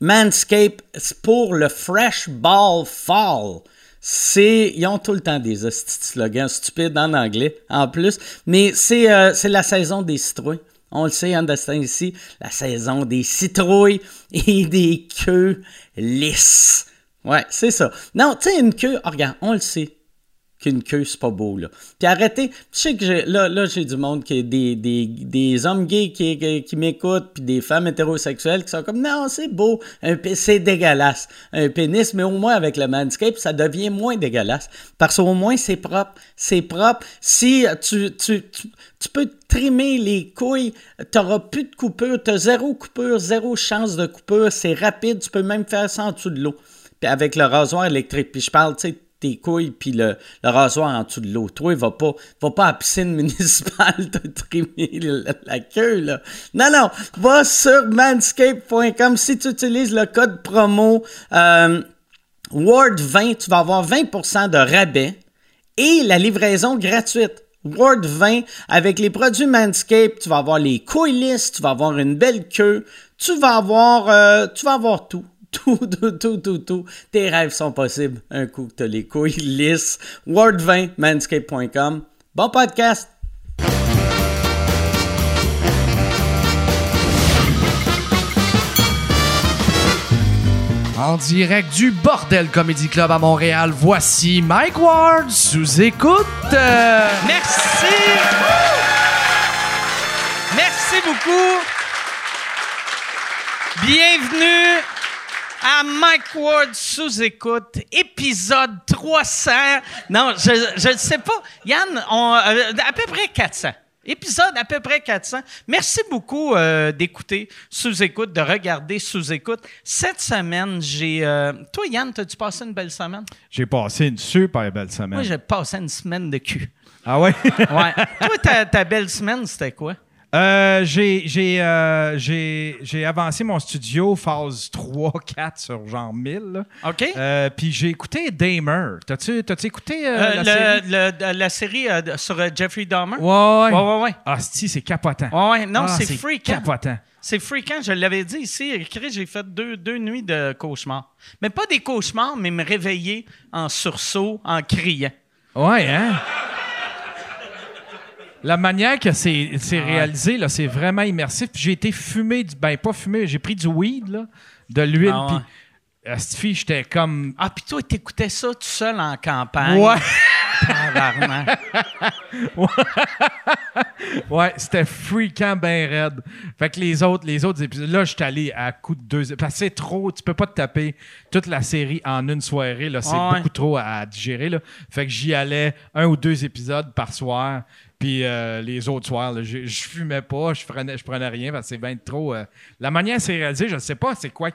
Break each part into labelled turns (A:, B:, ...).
A: Manscape pour le Fresh Ball Fall. C'est, ils ont tout le temps des hosties de slogans stupides en anglais, en plus. Mais c'est euh, c'est la saison des citrouilles. On le sait, en destin ici, la saison des citrouilles et des queues lisses. Ouais, c'est ça. Non, tu sais, une queue, oh, regarde, on le sait qu'une queue, c'est pas beau, là. Puis arrêtez, je sais que j'ai, là, là j'ai du monde, qui est des, des, des hommes gays qui, qui, qui m'écoutent, puis des femmes hétérosexuelles qui sont comme, non, c'est beau, un, p- c'est dégueulasse, un pénis, mais au moins avec le Manscape, ça devient moins dégueulasse, parce qu'au moins, c'est propre, c'est propre. Si tu, tu, tu, tu peux trimer les couilles, t'auras plus de coupure, t'as zéro coupure, zéro chance de coupure, c'est rapide, tu peux même faire ça en dessous de l'eau, puis avec le rasoir électrique, puis je parle, tu sais, tes couilles puis le, le, rasoir en dessous de l'eau. Toi, va pas, va pas à la piscine municipale te trimer la, la, queue, là. Non, non, va sur manscape.com. Si tu utilises le code promo euh, Word20, tu vas avoir 20% de rabais et la livraison gratuite. Word 20, avec les produits Manscape, tu vas avoir les couilles lisses, tu vas avoir une belle queue, tu vas avoir, euh, tu vas avoir tout tout, tout, tout, tout, tout. Tes rêves sont possibles un coup que t'as les couilles lisses. Word20, manscape.com. Bon podcast!
B: En direct du Bordel Comedy Club à Montréal, voici Mike Ward sous écoute. Euh...
C: Merci! Merci beaucoup! Bienvenue à Mike Ward sous écoute, épisode 300. Non, je ne sais pas. Yann, on, euh, à peu près 400. Épisode à peu près 400. Merci beaucoup euh, d'écouter sous écoute, de regarder sous écoute. Cette semaine, j'ai. euh, toi, Yann, t'as-tu passé une belle semaine?
D: J'ai passé une super belle semaine.
C: Moi, j'ai passé une semaine de cul.
D: Ah ouais?
C: Ouais. toi, ta, ta belle semaine, c'était quoi?
D: Euh, j'ai, j'ai, euh, j'ai, j'ai avancé mon studio phase 3, 4 sur genre 1000. là.
C: OK?
D: Euh, Puis j'ai écouté Damer. T'as-tu, t'as-tu écouté euh,
C: Euh,
D: la
C: le-
D: série?
C: le- de- la série euh, sur euh, Jeffrey Dahmer?
D: Ouais, ouais.
C: Ouais, ouais, ouais.
D: Ah, si, c'est capotant.
C: Ouais, ouais, non,
D: Ah,
C: c'est hein.
D: c'est
C: freakant.
D: capotant.
C: C'est fréquent, je l'avais dit ici. Chris, J'ai fait deux, deux nuits de cauchemars. Mais pas des cauchemars, mais me réveiller en sursaut, en criant.
D: Ouais, hein? La manière que c'est, c'est réalisé, là, c'est vraiment immersif. Puis j'ai été fumé, du, ben pas fumé, j'ai pris du weed, là, de l'huile.
C: Ah ouais.
D: Puis, Asti, j'étais comme.
C: Ah, puis toi, t'écoutais ça tout seul en campagne.
D: Ouais.
C: Tabarnak.
D: Ouais, c'était freakant ben raide. Fait que les autres, les autres épisodes, là, je suis allé à coup de deux. Parce que c'est trop, tu peux pas te taper toute la série en une soirée, là. C'est
C: Ouais, ouais.
D: beaucoup trop à digérer, là. Fait que j'y allais un ou deux épisodes par soir. Puis euh, les autres soirs, là, je, je fumais pas, je prenais, je prenais rien, parce que c'est bien trop. euh, La manière c'est réalisé, je sais pas c'est quoi,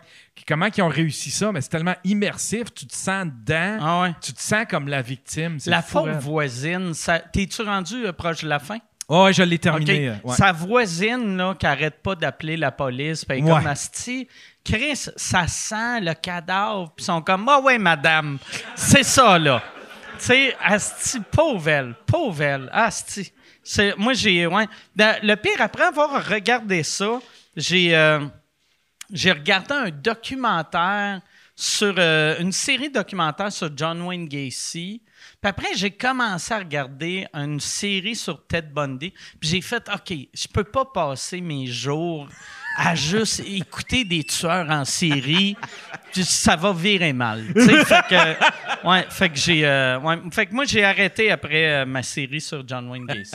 D: comment ils ont réussi ça, mais c'est tellement immersif, tu te sens dedans,
C: Ah ouais.
D: tu te sens comme la victime. c'est
C: La
D: fou,
C: faute
D: raide.
C: voisine, ça- t'es-tu rendu euh, proche de la fin?
D: Ouais, je l'ai
C: OK.
D: terminé. euh, ouais.
C: Sa voisine, là, qui arrête pas d'appeler la police, puis elle est
D: Ouais.
C: comme Asti, Chris, ça sent le cadavre, puis ils sont comme, ah ouais, madame, c'est ça, là. Tu sais, Asti, pauvre elle, pauvre elle, Asti. C'est- Moi, j'ai. Ouais. Dans- Le pire, après avoir regardé ça, j'ai. euh, j'ai regardé un documentaire sur euh, une série documentaire sur John Wayne Gacy. Puis après, j'ai commencé à regarder une série sur Ted Bundy. Puis j'ai fait, OK, je peux pas passer mes jours à juste écouter des tueurs en série. Puis ça va virer mal. Tu sais, fait que, ouais, fait que j'ai, euh, ouais, fait que moi, j'ai arrêté après euh, ma série sur John Wayne Gacy.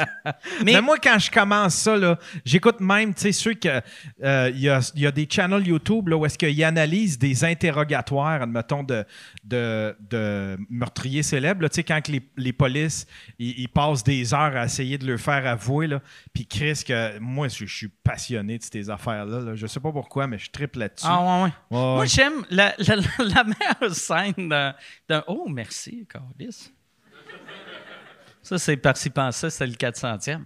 D: Mais,
C: Mais-
D: moi, quand je commence ça, là, j'écoute même, tu sais, ceux que. euh, Il y, a, il y a des channels YouTube là, où est-ce qu'ils analysent des interrogatoires, admettons, de, de, de meurtriers célèbres, là, tu sais, quand que les, les polices, ils, ils passent des heures à essayer de le faire avouer, là. Puis Chris, que moi, je, je suis passionné de ces affaires-là, là. Je sais pas pourquoi, mais je tripe là-dessus.
C: Ah, ouais, ouais.
D: Ouais,
C: Moi,
D: ouais.
C: j'aime la, la, la- la meilleure scène d'un. d'un- Oh, merci, Carlis. Ça, c'est par-ci pensait, c'est le 400e.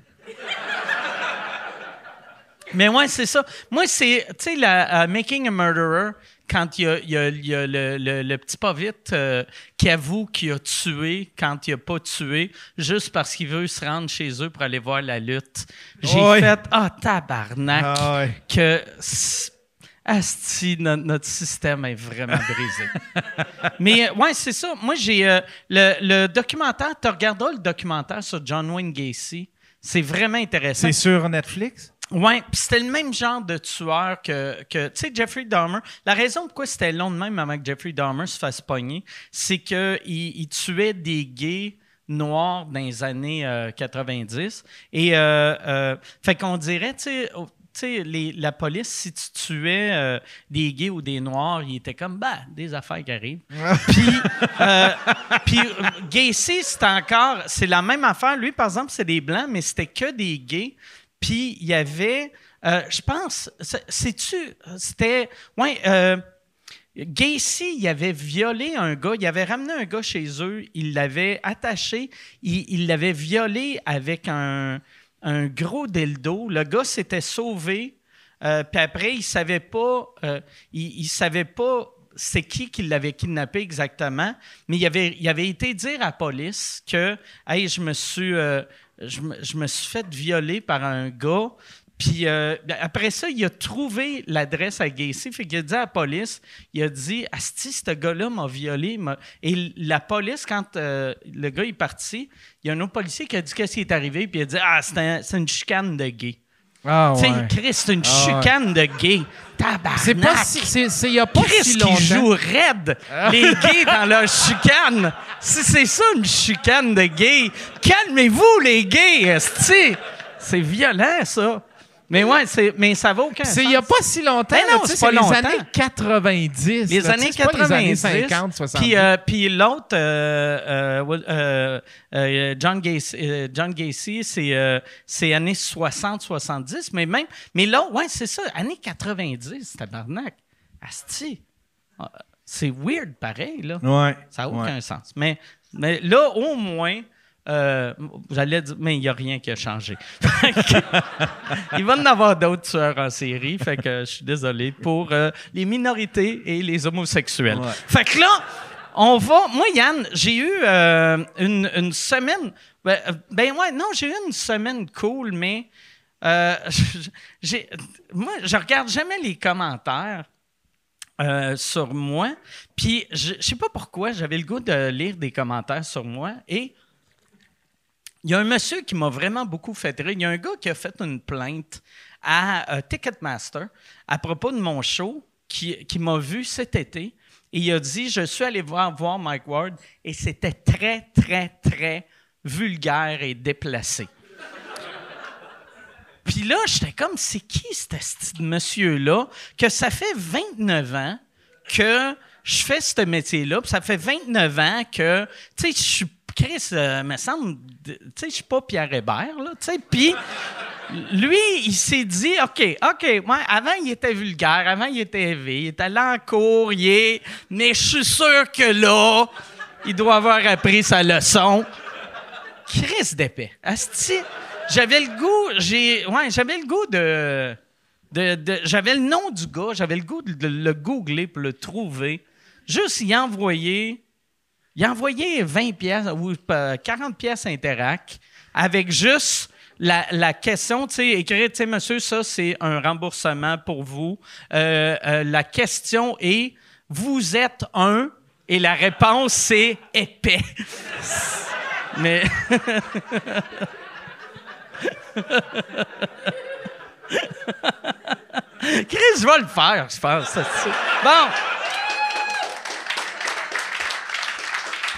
C: Mais ouais, c'est ça. Moi, c'est, tu sais, la euh, Making a Murderer, quand il y a, il y a- il y a le, le- le petit pas vite euh, qui avoue qu'il a tué quand il a pas tué, juste parce qu'il veut se rendre chez eux pour aller voir la lutte. J'ai
D: Ouais.
C: fait, ah, tabarnak
D: Ah ouais.
C: que c- Asti, no- notre système est vraiment brisé. Mais euh, ouais, c'est ça. Moi, j'ai euh, le, le documentaire. Tu regarderas le documentaire sur John Wayne Gacy. C'est vraiment intéressant.
D: C'est sur Netflix?
C: Ouais, puis c'était le même genre de tueur que, que tu sais, Jeffrey Dahmer. La raison pourquoi c'était long de même avant que Jeffrey Dahmer se fasse pogner, c'est qu'il il il tuait des gays noirs dans les années euh, 90. Et, euh, euh, fait qu'on dirait, tu sais, au- tu sais, les- la police, si tu tuais euh, des gays ou des noirs, ils étaient comme, bah, des affaires qui arrivent. Puis, euh, puis euh, Gacy, c'est encore, c'est la même affaire. Lui, par exemple, c'est des blancs, mais c'était que des gays. Puis il y avait, euh, je pense, c'est- c'est-tu, c'était, ouais, euh, Gacy, il avait violé un gars, il avait ramené un gars chez eux, il l'avait attaché, il il l'avait violé avec un, un gros dildo. Le gars s'était sauvé, euh, puis après, il savait pas, euh, il, il savait pas c'est qui qui l'avait kidnappé exactement, mais il avait, il avait été dire à la police que, hey, je me suis, euh, je, me- je me suis fait violer par un gars. Puis euh, après ça, il a trouvé l'adresse à Gacy. Fait qu'il a dit à la police, il a dit Asti, ce gars-là m'a violé. m'a- Et l- la police, quand euh, le gars est parti, il y a un autre policier qui a dit Qu'est-ce qui est arrivé Puis il a dit Ah, c'est un- c'est une chicane de gay.
B: Ah,
C: Tu sais, Chris, c'est une chicane de gay. Tabarnak.
B: C'est pas si. c'est- C'est il y a pas
C: Chris
B: si
C: qui joue
B: longtemps. Ah.
C: raide les gays dans leur chicane. Si c'est ça une chicane de gays, calmez-vous les gays, esti. C'est violent ça. Mais ouais, c'est mais ça va aucun
B: C'est il
C: sens.
B: y a pas si longtemps.
C: Ben
B: là,
C: non,
B: tu sais,
C: c'est pas
B: les
C: longtemps.
B: années 90.
C: les
B: là, tu
C: années
B: sais, c'est pas
C: 90,
B: Les années 50, 60.
C: Puis, euh, puis l'autre, euh, euh, Will- euh, euh, John Gacy, euh, John Gacy, c'est euh, c'est années 60-70, mais même, mais l'autre, ouais, c'est ça, années 90, tabarnak. Asti. Ah, C'est weird pareil, là.
D: Ouais.
C: Ça n'a aucun sens. Mais, mais là, au moins, euh, j'allais dire, mais il n'y a rien qui a changé. Fait que- il va en avoir d'autres tueurs en série. Fait que je suis désolé pour euh, les minorités et les homosexuels.
D: Ouais.
C: Fait que là, on va. Moi, Yann, j'ai eu euh, une, une semaine. Ben, euh, ben ouais, non, j'ai eu une semaine cool, mais euh, j'ai, moi, je regarde jamais les commentaires. Euh, sur moi. Puis, je je sais pas pourquoi, j'avais le goût de lire des commentaires sur moi. Et il y a un monsieur qui m'a vraiment beaucoup fait rire. Il y a un gars qui a fait une plainte à euh, Ticketmaster à propos de mon show qui, qui m'a vu cet été. Et il a dit Je suis allé voir, voir Mike Ward et c'était très, très, très vulgaire et déplacé. Puis là, j'étais comme, c'est qui cet esti de monsieur-là que ça fait 29 ans que je fais ce métier-là, puis ça fait 29 ans que, tu sais, je suis, Chris, euh, me semble, tu sais, je suis pas Pierre Hébert, là, tu sais, puis lui, il s'est dit, OK, OK, ouais, avant, il était vulgaire, avant, il était élevé, il était allé en cours, il est, mais je suis sûr que là, il doit avoir appris sa leçon. Chris d'épais. Asti, j'avais le goût, j'ai, ouais, j'avais le goût de, de- de- j'avais le nom du gars, j'avais le goût de, de le googler pour le trouver. Juste y envoyer, y envoyer 20 pièces ou euh, 40 pièces Interac avec juste la, la question, tu sais, écrire, tu sais, monsieur, ça, c'est un remboursement pour vous. Euh, euh, la question est, vous êtes un, et la réponse, c'est épais. Mais. Chris va le faire, je pense. ça, c'est- Bon.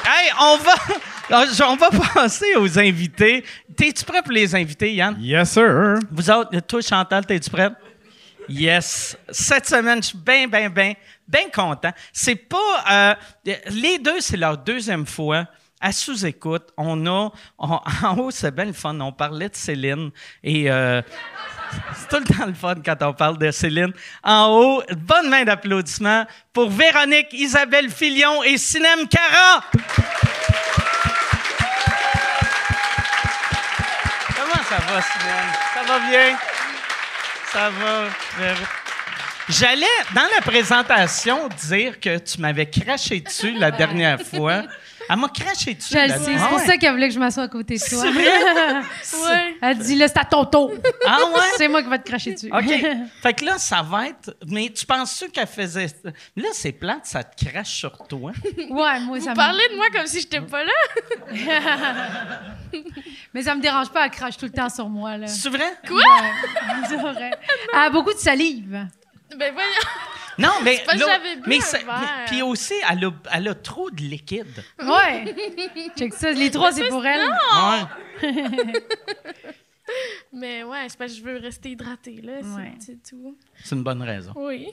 C: Hey, on va, on va passer aux invités. T'es-tu prêt pour les invités, Yann?
D: Yes, sir.
C: Vous autres, toi, Chantal, t'es-tu prête? Yes. Cette semaine, je suis bien, bien, bien, bien content. C'est pas. euh, les deux, c'est leur deuxième fois. À sous-écoute, on a. on- en haut, c'est bien le fun. On parlait de Céline. Et. euh, c'est tout le temps le fun quand on parle de Céline. En haut, bonne main d'applaudissements pour Véronique, Isabelle Filion et Sinem Cara. Comment ça va, Sylvain? Ça va bien? Ça va. Véro? J'allais, dans la présentation, dire que tu m'avais craché dessus la dernière fois, Elle m'a craché dessus.
E: Je le
C: la-
E: sais. C'est
C: Ah
E: pour
C: ouais?
E: ça qu'elle voulait que je m'assoie à côté de toi.
C: C'est vrai?
E: ouais. Elle dit, là, c'est à ton tour.
C: Ah ouais?
E: C'est moi qui vais te cracher dessus.
C: OK. Fait que là, ça va être. Mais tu penses qu'elle faisait. Là, c'est plate, ça te crache sur toi.
E: ouais, moi, ça
F: Vous
E: me-
F: parlez de moi comme si j'étais pas là.
E: Mais ça me dérange pas, elle crache tout le temps sur moi, là.
C: C'est vrai?
E: Quoi? c'est vrai. Elle a beaucoup de salive.
F: Ben voyons.
C: Non, mais.
F: pas que
C: là-
F: j'avais bu
C: mais
F: un
C: c'est-
F: verre.
C: mais- Puis aussi, elle a, elle a trop de liquide.
E: Ouais. Check ça. Les trois, c'est pour elle.
C: Ouais.
F: Mais ouais, c'est parce que je veux rester hydratée, là. c'est-
E: Ouais.
F: C'est tout.
C: C'est une bonne raison.
F: Oui.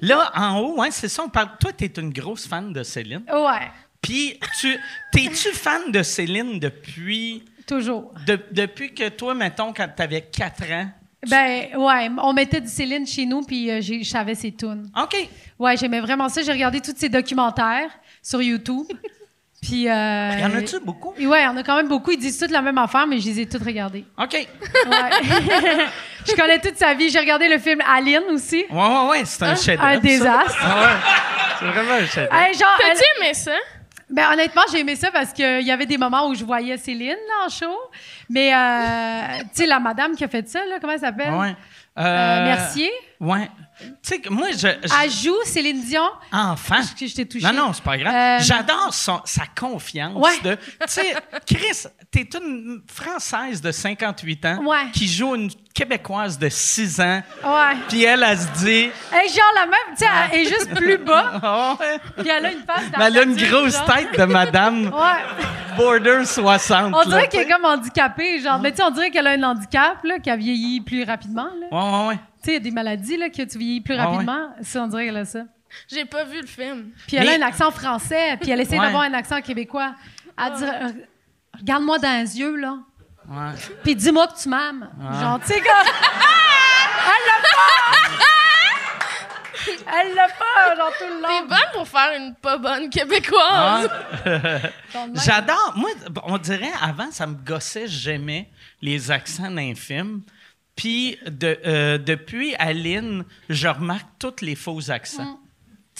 C: Là, en haut, hein, c'est ça, on parle. Toi, t'es une grosse fan de Céline.
E: Ouais.
C: Puis, tu, t'es-tu fan de Céline depuis,
E: Toujours.
C: de- depuis que toi, mettons, quand t'avais 4 ans?
E: Ben, ouais. On mettait du Céline chez nous, puis euh, j'ai- je savais ses tunes.
C: OK.
E: Ouais, j'aimais vraiment ça. J'ai regardé tous ses documentaires sur YouTube. Puis. Euh,
C: Y en a-tu beaucoup?
E: Et ouais, il y en a quand même beaucoup. Ils disent toutes la même affaire, mais je les ai toutes regardées.
C: OK. Ouais,
E: Ouais. je connais toute sa vie. J'ai regardé le film Aline aussi.
C: ouais, ouais, c'est
E: Ah,
C: un Ah chef
E: Un désastre.
C: C'est vraiment un chef
E: Hey, genre, Ah, elle-
F: T'as-tu aimé ça?
E: Ben, honnêtement, j'ai aimé ça parce qu'il y avait des moments où je voyais Céline là, en show. Mais, euh, tu sais, la madame qui a fait ça, là, comment elle s'appelle?
C: Ouais. Euh,
E: Euh, Mercier.
C: Ouais. Tu sais, que moi, je. je-
E: Elle joue Céline Dion.
C: enfant.
E: Je- je t'ai touchée.
C: Non, non, c'est pas grave.
E: Euh,
C: J'adore son- sa confiance.
E: Ouais.
C: de- Tu sais, Chris, t'es une Française de 58 ans
E: Ouais.
C: qui joue une Québécoise de 6 ans.
E: Ouais.
C: Puis elle, elle se dit.
E: Elle est genre la même, tu sais, elle est juste plus bas.
C: Ah ouais.
E: Puis elle a une face dans
C: Mais elle a une
E: sa tête,
C: grosse
E: genre.
C: tête de madame
E: Ouais.
C: Border 60.
E: On
C: là,
E: dirait qu'elle
C: tu
E: est comme handicapée, genre. Mais tu sais, on dirait qu'elle a un handicap, là, qu'elle vieillit plus rapidement, là.
C: sais. Ouais, ouais, ouais.
E: Tu sais, il y a des maladies, là, que tu vieillis plus
C: Ah ouais.
E: rapidement. Ça, on dirait qu'elle a ça.
F: J'ai pas vu le film.
E: Puis elle
C: Mais-
E: a un accent français, puis elle essaie
C: Ouais.
E: d'avoir un accent québécois. Elle dit euh, Regarde-moi dans les yeux, là.
C: Ouais.
E: Puis dis-moi que tu m'aimes. Genre, tu sais, comme. Elle l'a pas! Elle l'a pas, genre, tout le
F: T'es
E: long.
F: bonne pour faire une pas bonne
C: Ah.
F: québécoise.
E: Genre de même.
C: J'adore. Moi, on dirait, avant, ça me gossait, j'aimais les accents d'un film. Puis, de- euh, depuis Aline, je remarque tous les faux accents. Tu sais,
E: Mm.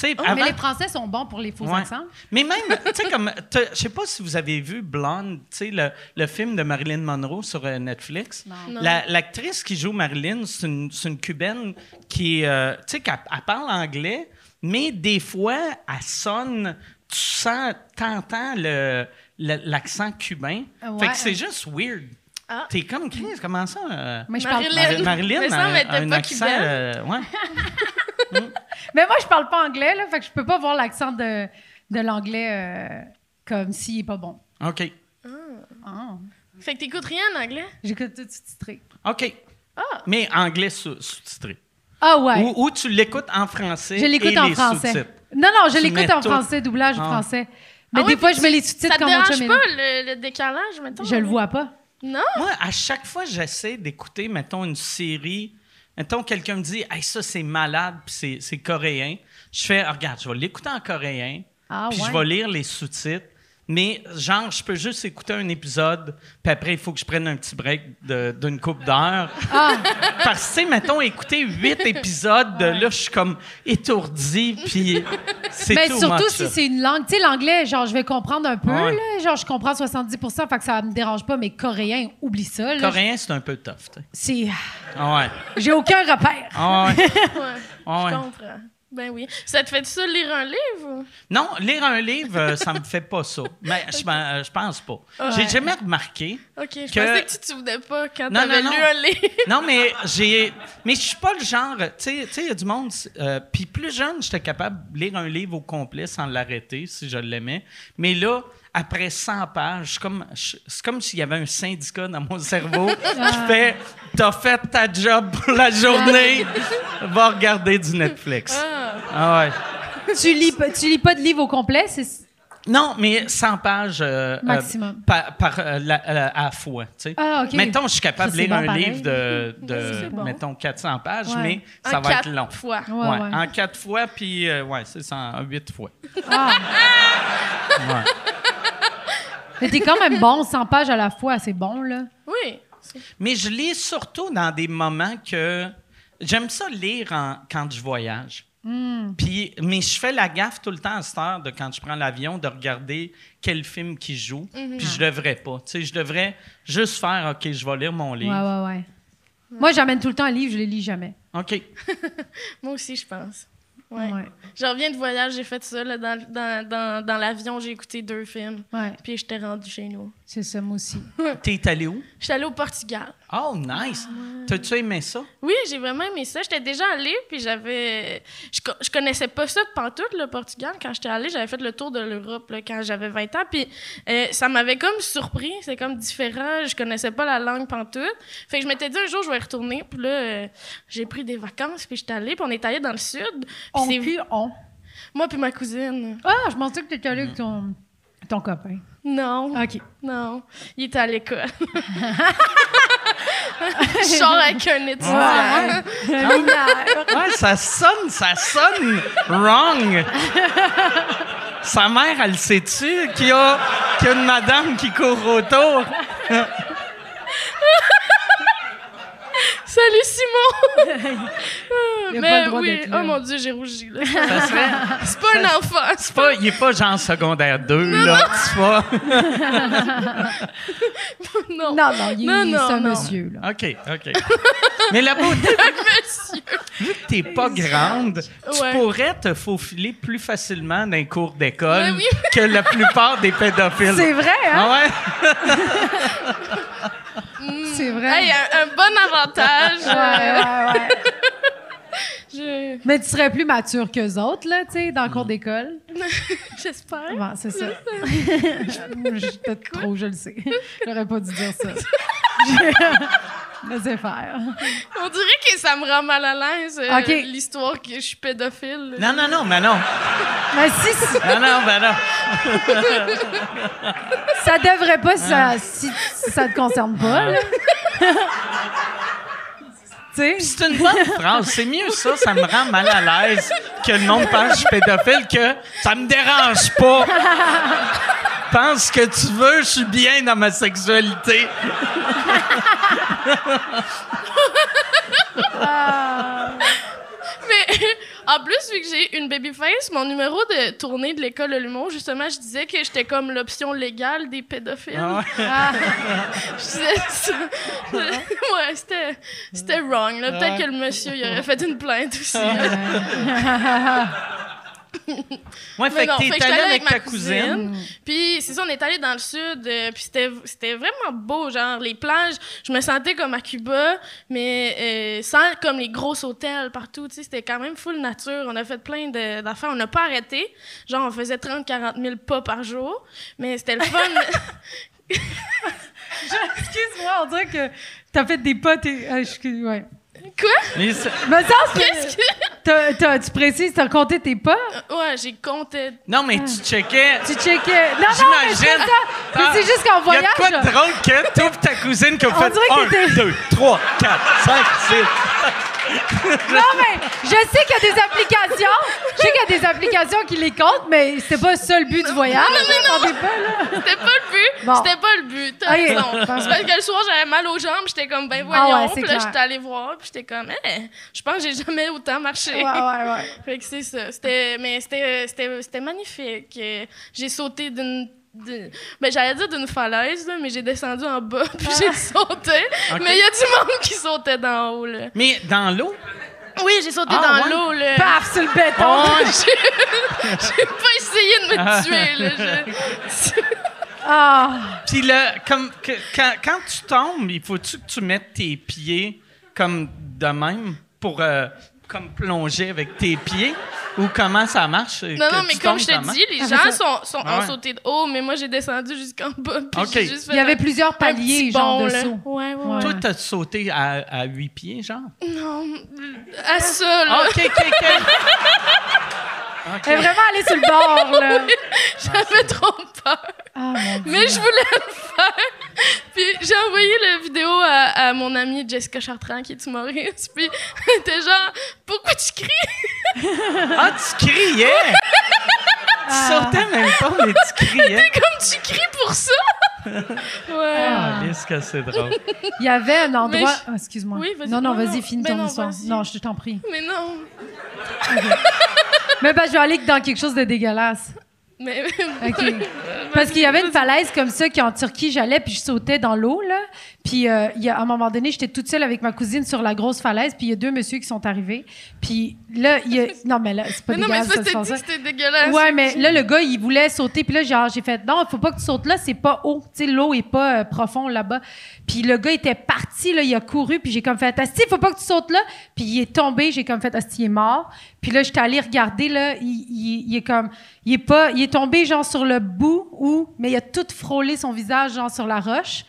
E: Oh, Mais
C: avant-
E: les Français sont bons pour les faux
C: Ah, Ouais.
E: accents.
C: Mais même, tu sais, comme, t'as- je sais pas si vous avez vu Blonde, tu sais, le, le film de Marilyn Monroe sur euh, Netflix.
F: Non.
C: La- L'actrice qui joue Marilyn, c'est une, c'est une Cubaine qui, euh, tu sais, qu'elle- elle parle anglais, mais des fois, elle sonne, tu sens, t'entends le- le- l'accent cubain.
E: Ah
C: Fait
E: ouais.
C: que c'est juste weird.
F: Ah.
C: T'es comme, Chris, comment ça? euh,
E: Mais je parle
F: Marilyn.
C: Mar-
F: Mais
C: Marilyn
F: ça,
C: a,
F: mais
C: a
F: t'es
C: un
F: pas
C: accent...
F: cubaine.
C: euh, ouais.
E: Mais moi, je parle pas anglais, là, fait que je peux pas voir l'accent de, de l'anglais euh, comme s'il est pas bon.
C: OK.
E: Ah.
F: Fait que t'écoutes rien en anglais?
E: J'écoute tout sous-titré.
C: OK.
F: Ah.
C: Mais anglais sous- sous-titré.
E: Ah ouais.
C: Ou, ou tu l'écoutes en français.
E: je l'écoute
C: et
E: en
C: les
E: français.
C: sous-titres.
E: Non, non, je
C: Tu
E: l'écoute
C: mets
E: en
C: tout.
E: français, doublage
C: Ah.
E: français. Mais
F: Ah ouais,
E: des fois,
F: puis
E: je mets
F: tu-
E: les sous-titres
F: Ça te
E: quand mon
F: dérange
E: chum est là.
F: pas le, le décalage, mettons?
E: Je le vois pas.
F: Non?
C: Moi, à chaque fois, j'essaie d'écouter, mettons, une série. Mettons, quelqu'un me dit, hey, ça, c'est malade, puis c'est, c'est coréen. Je fais, Ah, regarde, je vais l'écouter en coréen,
E: Ah,
C: puis je
E: ouais.
C: vais lire les sous-titres. Mais, genre, je peux juste écouter un épisode, puis après, il faut que je prenne un petit break de- d'une coupe d'heures.
E: Ah,
C: Parce que, tu sais, mettons, écouter huit épisodes, de là, je suis comme étourdi, puis c'est
E: mais
C: too
E: surtout
C: much,
E: si
C: là.
E: c'est une langue. Tu sais, l'anglais, genre, je vais comprendre un peu.
C: Ouais.
E: Là, genre, je comprends 70 fait que ça me dérange pas. Mais coréen, oublie ça. là.
C: Coréen, c'est un peu tough, tu sais.
E: C'est...
C: Ah ouais.
E: J'ai aucun repère.
C: Ah ouais.
F: Ouais.
C: Ah ouais.
F: Je comprends. Ben oui. Ça te fait ça lire un livre? ou?
C: Non, lire un livre, euh, ça me fait pas ça. Mais je, m'en- euh, je pense pas. J'ai jamais remarqué.
F: Ok, je
C: Que-
F: pensais que tu te souvenais pas quand
C: Non,
F: t'avais
C: non,
F: lu
C: non.
F: un livre.
C: Non, mais j'ai. Mais je suis pas le genre. Tu sais- tu sais, il y a du monde. euh, Puis plus jeune, j'étais capable de lire un livre au complet sans l'arrêter si je l'aimais. Mais là, après 100 pages, je suis comme- je- c'est comme s'il y avait un syndicat dans mon cerveau qui fait T'as fait ta job pour la journée, va regarder du Netflix. Ah ouais.
E: tu, lis, pas- tu lis pas de livre au complet, c'est...
C: Non, mais 100 pages euh,
E: Maximum.
C: euh, par, par, euh, la- euh, à la fois. tu sais.
E: Ah, OK.
C: Mettons, je suis capable
E: Ça,
C: de
E: c'est
C: lire
E: bon
C: un
E: pareil.
C: livre de, de,
F: c'est bon.
C: mettons, 400 pages,
E: Ouais.
C: mais ça
F: En
C: va
F: quatre
C: être long.
F: fois.
E: Ouais,
C: Ouais,
E: ouais.
C: En quatre fois, puis euh, ouais, c'est ça, en huit fois.
E: Ah. Mais t'es quand même bon. 100 pages à la fois, c'est bon, là.
F: Oui.
C: Mais je lis surtout dans des moments que j'aime ça lire en- quand je voyage.
E: Hmm.
C: Puis, mais je fais la gaffe tout le temps à cette heure de quand je prends l'avion de regarder quel film qui joue.
E: Mhm.
C: Puis je devrais pas. Tu sais, je devrais juste faire OK, je vais lire mon
E: Ouais, ouais,
C: livre.
E: ouais. Moi, j'amène tout le temps un livre, je le lis jamais.
C: OK.
F: Moi aussi, je pense. Ouais.
E: Ouais.
F: Je reviens de voyage, j'ai fait ça. Là, dans dans, dans, dans l'avion, j'ai écouté deux films.
E: Ouais,
F: Puis j'étais rendue chez nous.
E: c'est ça, moi aussi.
C: T'es allé où?
F: Je suis allée au Portugal.
C: Oh, nice! T'as-tu aimé ça?
F: Oui, j'ai vraiment aimé ça. J'étais déjà allée, puis j'avais. Je, co- je connaissais pas ça pantoute, le Portugal. Quand j'étais allée, j'avais fait le tour de l'Europe là, quand j'avais 20 ans, puis euh, ça m'avait comme surpris. C'est comme différent. Je connaissais pas la langue pantoute. Fait que je m'étais dit un jour, je vais y retourner. Puis là, euh, j'ai pris des vacances, puis j'étais allée, puis on est allé dans le sud. Puis
E: On
F: c'est-
E: pue, on.
F: Moi, puis ma cousine.
E: Ah, je pensais que t'étais allé avec ton, ton copain.
F: Non.
E: OK.
F: Non, il était à l'école. je sors avec un étudiant.
C: Ouais, ça sonne, ça sonne wrong. Sa mère, elle sait-tu qu'il y, a qu'il y a une madame qui court autour?
F: Salut Simon!
E: Il a
F: Mais
E: pas le droit
F: oui,
E: d'être là.
F: oh mon Dieu, j'ai rougi. là.
C: Ça se fait.
F: C'est pas un enfant. c'est pas-
C: Pas- il est pas genre secondaire 2, là, tu vois.
F: Non.
E: Non, non, il,
F: Non,
E: il-
F: non,
E: c'est un
F: non.
E: monsieur, là.
C: OK, OK. Mais la beauté,
F: Monsieur!
C: vu que t'es pas grande, tu
F: Ouais.
C: pourrais te faufiler plus facilement dans les cours d'école
F: Ben oui.
C: que la plupart des pédophiles.
E: C'est vrai, hein?
C: Ah ouais?
E: C'est vrai.
F: Ah. Hey, ah. un, un bon avantage.
E: Ouais, ouais, ouais.
F: Je-
E: Mais tu serais plus mature qu'eux autres, là, tu sais, dans
F: Mm.
E: le cours d'école.
F: J'espère.
E: Bon, c'est ça. Je suis peut-être trop, je le sais. J'aurais pas dû dire ça. Laissez faire.
F: On dirait que ça me rend mal à l'aise, euh,
E: Ok.
F: l'histoire que je suis pédophile.
C: Non, non, non, mais non.
E: Mais si, si-
C: Non, non, ben non.
E: ça devrait pas, ça,
F: Ah.
E: si ça te concerne pas, là. tu sais,
C: C'est une bonne phrase. C'est mieux ça, ça me rend mal à l'aise que le monde pense que je suis pédophile que ça me dérange pas. Pense ce que tu veux, je suis bien dans ma sexualité.
F: Mais en plus, vu que j'ai une babyface, mon numéro de tournée de l'école de l'humour, justement, je disais que j'étais comme l'option légale des pédophiles.
C: Ah ouais. Ah.
F: Je disais ça. ouais, c'était, c'était wrong. là. Peut-être que le monsieur il aurait fait une plainte aussi.
C: Ouais,
F: Mais
C: fait
F: non,
C: que
F: fait
C: t'es
F: que j'étais
C: allé
F: allée
C: avec
F: avec
C: ta
F: ma cousine.
C: cousine.
F: Puis c'est ça, on est allé dans le sud, euh, puis c'était, c'était vraiment beau, genre les plages. Je me sentais comme à Cuba, mais euh, sans comme les gros hôtels partout. Tu sais, c'était quand même full nature. On a fait plein de- d'affaires. On n'a pas arrêté. Genre, on faisait 30-40 000 pas par jour, mais c'était le fun.
E: Excuse-moi, on dirait que t'as fait des potes et. ah, excuse- ouais.
F: Quoi?
C: Mais c'est-
E: Mais ça, c'est-
F: Qu'est-ce que.
E: t'as- t'as- tu précises, t'as compté tes pas?
F: Ouais, j'ai compté.
C: Non, mais tu checkais.
E: Tu checkais. Non, non, mais c'est
C: J'imagine.
E: ça. Mais c'est juste qu'en
C: Il y a
E: voyage.
C: de quoi de drôle que t'ouvres ta cousine qui a
E: On
C: fait
E: dirait que
C: 1,
E: t'es-
C: 2, 3, 4, 5, 6.
E: Non, mais je sais qu'il y a des applications. Je sais qu'il y a des applications qui les comptent, mais c'est pas ça le but du voyage. Non, non, pas, là.
F: C'était pas le but.
E: Bon.
F: C'était pas le but. T'as
E: Ok.
F: raison. C'est parce que le soir, j'avais mal aux jambes. J'étais comme, ben voyons.
E: Ah ouais, c'est
F: puis là,
E: clair.
F: j'étais allée voir. Puis j'étais comme, eh, je pense que j'ai jamais autant marché.
E: Ouais, ouais, ouais.
F: Fait que c'est ça. C'était, mais c'était, c'était, c'était magnifique. Euh, J'ai sauté d'une. d'une- ben, j'allais dire d'une falaise, là, mais j'ai descendu en bas, puis
C: Ah.
F: j'ai sauté. Mais il y a du monde qui sautait d'en haut. Là.
C: Mais dans l'eau,
F: Oui, j'ai sauté
C: Ah,
F: dans
C: ouais?
F: l'eau. Là.
E: Paf, sur le béton.
F: J'ai, j'ai pas essayé de
C: Ah.
F: me tuer. Là, Je-
E: Ah.
C: Puis là, comme que- quand, quand tu tombes, il faut-tu que tu mettes tes pieds comme de même pour euh, comme plonger avec tes pieds ou comment ça marche euh,
F: Non,
C: que
F: non,
C: tu
F: mais comme
C: tombes
F: je te
C: comment?
F: dis, les
E: Ah,
F: gens
E: mais ça-
F: sont, sont,
C: Ah ouais.
F: ont sauté de haut, mais moi, j'ai descendu jusqu'en bas. Puis
C: Ok.
F: j'ai juste fait
E: Il y avait
F: un-
E: plusieurs
F: un
E: paliers,
F: petit
E: genre
F: bond,
E: de
F: là.
E: saut.
F: Ouais, ouais,
E: Ouais.
F: ouais.
C: Toi, t'as sauté à, à huit pieds, genre? Ah,
F: Non, à ça, là.
C: OK, OK, OK.
E: Elle est vraiment allée sur le bord,
C: Ah,
E: là.
F: J'avais trop peur.
E: Ah, mon Dieu.
F: Mais je voulais le faire. Puis j'ai envoyé la vidéo à, à mon amie Jessica Chartrand, qui est humoriste. Puis elle était genre, pourquoi tu cries?
C: Ah, tu criais! tu sortais même pas, mais tu criais.
F: Ah. Comme tu cries pour ça? ouais.
C: Ah, lisse que c'est drôle.
E: Il y avait un endroit.
F: Mais je-
E: Ah, Excuse-moi.
F: Oui, vas-y.
E: non, non,
F: Non,
E: vas-y,
F: non.
E: finis
F: Ben
E: ton
F: non,
E: histoire.
F: vas-y.
E: Non, je t'en prie.
F: Mais non.
E: Mais ben, je vais aller que dans quelque chose de dégueulasse.
F: Mais
E: OK. Parce qu'il y avait une falaise comme ça qui en Turquie, j'allais puis je sautais dans l'eau là. Puis euh, il y a, à un moment donné, j'étais toute seule avec ma cousine sur la grosse falaise, puis il y a deux messieurs qui sont arrivés. Puis là, il y a non mais là, c'est pas
F: Mais non, mais
E: dégueulasse,
F: ça,
E: ça, je
F: c'était
E: pense
F: dit que
E: ça.
F: c'était dégueulasse.
E: Ouais, mais là le gars, il voulait sauter, puis là genre j'ai fait non, faut pas que tu sautes là, c'est pas haut. Tu sais l'eau est pas euh, profond là-bas. Puis le gars était parti là, il a couru, puis j'ai comme fait asti, faut pas que tu sautes là. Puis il est tombé, j'ai comme fait asti, il est mort. Puis là, j'étais allée regarder là, il, il- il est comme il est pas il est tombé genre sur le bout où mais il a tout frôlé son visage genre sur la roche.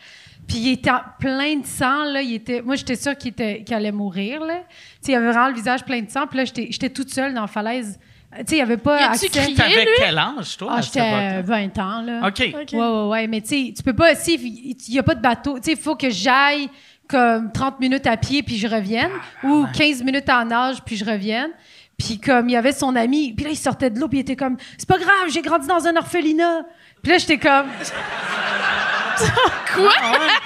E: Puis il était en plein de sang, là. Il était, moi, j'étais sûre qu'il était- qu'il allait mourir, là. Tu sais, il avait vraiment le visage plein de sang. Puis là, j'étais j'étais toute seule dans la falaise. Tu sais, il n'y avait pas
F: Y a-tu
E: accès.
F: crié?
C: T'avais
F: lui?
C: quel âge, toi,
E: Ah,
C: à cette
E: j'étais
C: époque?
E: euh, 20 ans, là.
C: OK.
F: OK.
E: Ouais, ouais, ouais. Mais tu sais, tu peux pas... Si il n'y a pas de bateau, tu sais, il faut que j'aille comme 30 minutes à pied puis je revienne
F: Ah,
E: ou 15 minutes en nage puis je revienne. Puis comme il y avait son ami, puis là, il sortait de l'eau puis il était comme « C'est pas grave, j'ai grandi dans un orphelinat. » Puis là, j'étais comme...
C: Ah,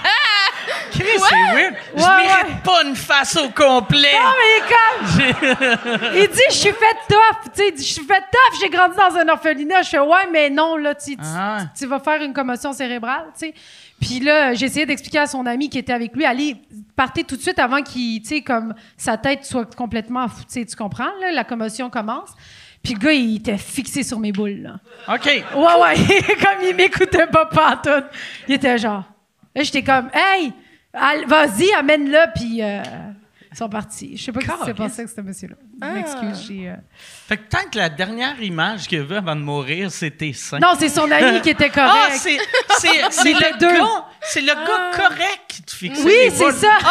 C: Chris, c'est weird. Je
E: Ouais,
C: mérite
E: ouais.
C: pas une face au complet.
E: Non, mais il est comme... Il dit, je suis faite tough. Tu sais, il dit, je suis faite tough. J'ai grandi dans un orphelinat. Je fais, ouais, mais non, là, tu, tu-
C: Ah ouais.
E: tu vas faire une commotion cérébrale, tu sais. Puis là, j'ai essayé d'expliquer à son ami qui était avec lui, allez, partez tout de suite avant qu'il, tu sais, comme sa tête soit complètement fou- Tu sais, tu comprends, là, la commotion commence. Puis le gars, il était fixé sur mes boules, là.
F: Ah.
C: OK.
E: Ouais, ouais, comme il m'écoutait pas partout. Il était genre. Là, j'étais comme, hey, al- vas-y, amène-le, puis euh, ils sont partis. Je sais pas ce qui s'est
C: Caliste.
E: passé avec ce monsieur-là. Je M'excuse, j'ai. euh,
C: Fait que tant que la dernière image qu'il a vue avant de mourir, c'était sain.
E: Non, c'est son ami qui était correct.
C: Ah, c'est c'est- c'est
E: était
C: le
E: deux. Ah.
C: gars, c'est le gars correct qui te fixait.
E: oui,
C: les
E: c'est
C: boules.
E: ça.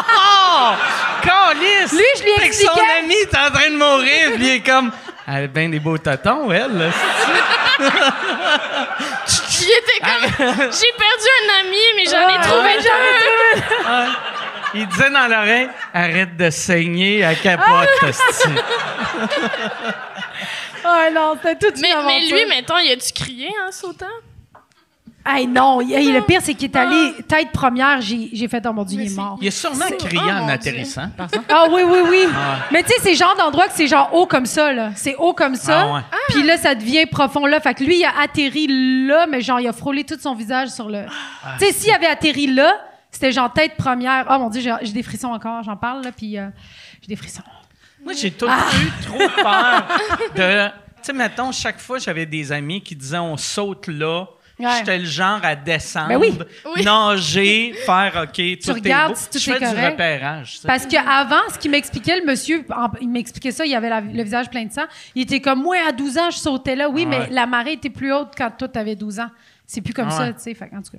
C: Oh! Calice!
E: Lui, je lui
C: Fait que son
E: expliquais.
C: ami est en train de mourir, puis il est comme. Elle a bien des beaux tatons, elle. là.
F: J'étais comme. J'ai perdu un ami, mais j'en ai
E: Ah,
F: trouvé
E: ouais, j'en ai
F: deux.
C: Il disait dans l'oreille, arrête de saigner à capote, esti.
E: Ah non, c'était tout
F: Mais, mais lui, mettons, il a-tu crié en sautant?
E: Hey, non, il- hey, le pire, c'est qu'il est allé tête première. J'ai j'ai fait, oh mon Dieu, il est mort.
C: Il est sûrement crié
F: oh,
C: en
F: mon
C: atterrissant, par exemple.
E: Ah oui, oui, oui. Mais tu sais, c'est genre d'endroit que c'est genre haut comme ça, là. C'est haut comme ça.
C: Ah ouais.
E: Puis là, ça devient profond, là. Fait que lui, il a atterri là, mais genre, il a frôlé tout son visage sur le.
C: Ah,
E: tu sais, s'il avait atterri là, c'était genre tête première. Oh mon Dieu, j'ai j'ai des frissons encore, j'en parle, là. Puis euh, j'ai des frissons.
C: Moi, j'ai tout
E: Ah!
C: eu trop peur de. Tu sais, mettons, chaque fois, j'avais des amis qui disaient on saute là.
E: Ouais.
C: J'étais le genre à descendre,
E: Ben oui.
F: Oui.
C: nager, faire OK, tout est
E: regardes
C: beau.
E: si tout
C: Je
E: est
C: fais du
E: correct.
C: repérage. tu sais.
E: Parce qu'avant, ce qu'il m'expliquait, le monsieur, en- il m'expliquait ça, il avait la- le visage plein de sang. Il était comme, moi, à 12 ans, je sautais là.
C: Ah
E: Oui, mais la marée était plus haute quand toi, t'avais 12 ans. C'est plus comme
C: Ah ouais.
E: ça, tu sais. Fait que, en tout cas.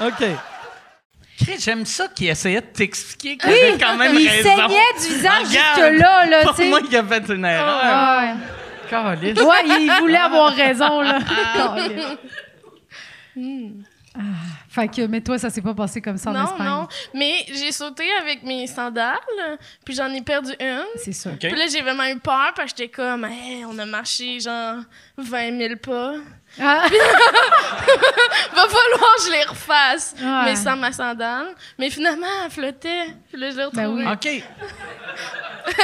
G: OK.
C: Chris, J'aime ça qu'il essayait de t'expliquer qu'il
E: Oui,
C: avait quand même
E: il
C: raison.
E: saignait du visage
C: Regarde,
E: jusque-là, là,
C: Pour
E: tu sais.
C: moi, il a fait une erreur.
E: Ah ouais.
C: Caliste.
E: Ouais, il voulait avoir raison, là. Caliste. Ah, fait que, mais toi, ça s'est pas passé comme ça en
F: Non,
E: Espagne.
F: non. Mais j'ai sauté avec mes sandales, puis j'en ai perdu une.
E: C'est sûr.
C: Ok.
F: Puis là, j'ai vraiment eu peur parce que j'étais comme, Hey, on a marché genre 20 000 pas.
E: Ah,
F: Va falloir que je les refasse.
E: Ouais.
F: Mais sans ma sandale. Mais finalement, elle flottait. Puis là, je l'ai
E: Ben
F: retrouvée.
E: oui.
C: OK.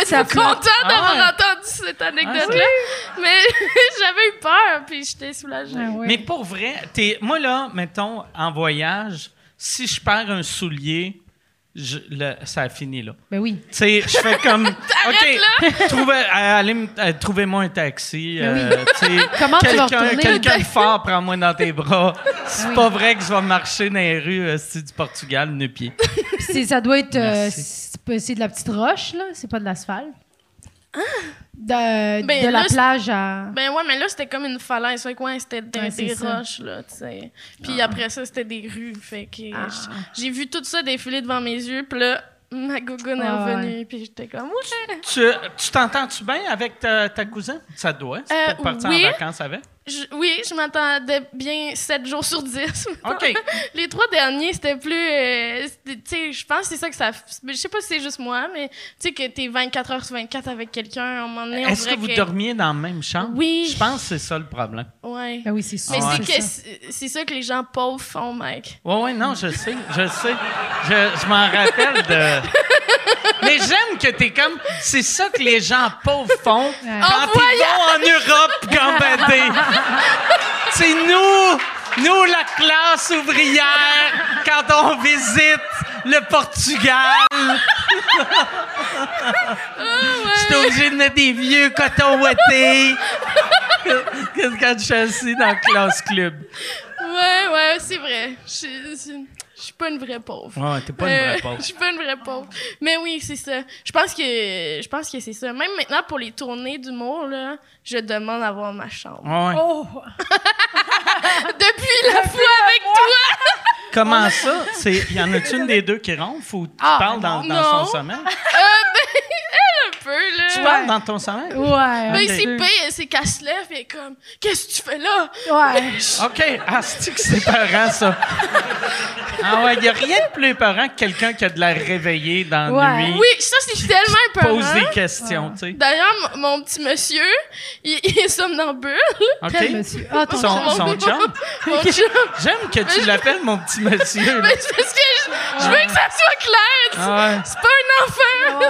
E: ça
F: Contente
E: flotte.
F: d'avoir
C: Ah
F: entendu cette
C: Ah,
F: anecdote-là. mais j'avais eu peur, puis j'étais soulagée.
E: Ah ouais.
C: Mais pour vrai, t'es- moi, là, mettons, en voyage, si je perds un soulier, je- le- ça a fini, là.
E: Ben oui.
C: Tu sais, je fais comme. OK, trouvez, euh, allez me- euh, trouvez-moi un taxi. euh, tu sais,
E: Comment tu vas
C: quelqu'un,
E: retourner?
C: quelqu'un de fort, prends-moi dans tes bras. C'est pas vrai que je vais marcher dans les rues euh, c'est du Portugal, nu-pied.
E: Puis c'est- ça doit être. euh,
C: Merci.
E: c'est pas- c'est de la petite roche, là. C'est pas de l'asphalte. De,
F: Ah. Ben
E: de la
F: là, c'est-
E: plage à.
F: Ben ouais, mais là, c'était comme une falaise. Fait que ouais, c'était des,
E: Ouais, c'est
F: des
E: ça. Ah.
F: roches, là, tu sais. Puis après ça, c'était des rues. Fait que j- j'ai vu tout ça défiler devant mes yeux. Puis là, ma gougoune est
E: Ah ouais.
F: revenue, puis j'étais comme, ouais!
C: Tu tu t'entends-tu bien avec ta, ta cousine? Ça doit. Tu
F: Euh,
C: peux partir
F: oui.
C: en vacances avec.
F: Je- oui, je m'attendais bien 7 jours sur 10.
C: OK.
F: Les trois derniers, c'était plus. euh, c'était- tu sais, je pense que c'est ça que ça. f- mais Je sais pas si c'est juste moi, mais tu sais, que t'es 24 heures sur 24 avec quelqu'un, à un moment donné, on
C: Est-ce que
F: dirait
C: vous dormiez dans la même chambre?
F: Oui.
C: Je pense que c'est ça le problème.
F: Ouais.
E: Ben oui, c'est sûr.
F: Mais
E: c'est
F: c'est que
E: ça.
F: c'est- c'est ça que les gens pauvres font, mec.
C: Oui, oui, non, je sais, je sais. Je, je m'en rappelle de. Mais j'aime que t'es comme. C'est ça que les gens pauvres font quand ils vont en Europe gambader. C'est nous, nous, la classe ouvrière, quand on visite le Portugal. J'étais obligé de mettre des vieux cotons ouatés. Qu'est-ce que je suis assis dans la classe club?
F: Ouais, ouais, c'est vrai. Je suis- je- je suis pas une vraie pauvre.
C: Ouais, t'es pas
F: Euh,
C: une vraie pauvre.
F: Je suis pas une vraie pauvre. Mais oui, c'est ça. Je pense que je pense que c'est ça. Même maintenant pour les tournées d'humour là, je demande à avoir ma chambre.
C: Ouais.
E: Oh!
F: Depuis la fois avec toi.
C: Comment ça? C'est, y en a-tu une des deux qui ronfle ou tu
E: Ah,
C: parles dans,
F: non.
C: dans
F: Non.
C: son sommeil?
F: Un peu là.
C: Tu parles dans ton sommeil?
E: Ouais.
F: Ben,
C: Ok.
F: c'est pire, c'est qu'elle se lève et elle est comme Qu'est-ce que tu fais là?
E: Ouais.
C: OK. Ah, c'est-tu que c'est parent, ça? ah ouais, y a rien de plus parent que quelqu'un qui a de la réveillée dans la
E: Ouais.
C: nuit.
F: Oui, ça c'est tellement
C: Pose
F: important.
C: des questions, tu sais.
F: D'ailleurs, m- mon petit monsieur, il, il est somnambule.
E: Quel
C: OK?
E: monsieur? Ah, ton
C: Son-
E: chum.
C: son chum?
F: Mon chum.
C: J'aime que tu l'appelles mon petit monsieur.
F: Mais c'est parce que je, je veux que ça soit clair. tu-
C: Ah ouais.
F: C'est pas un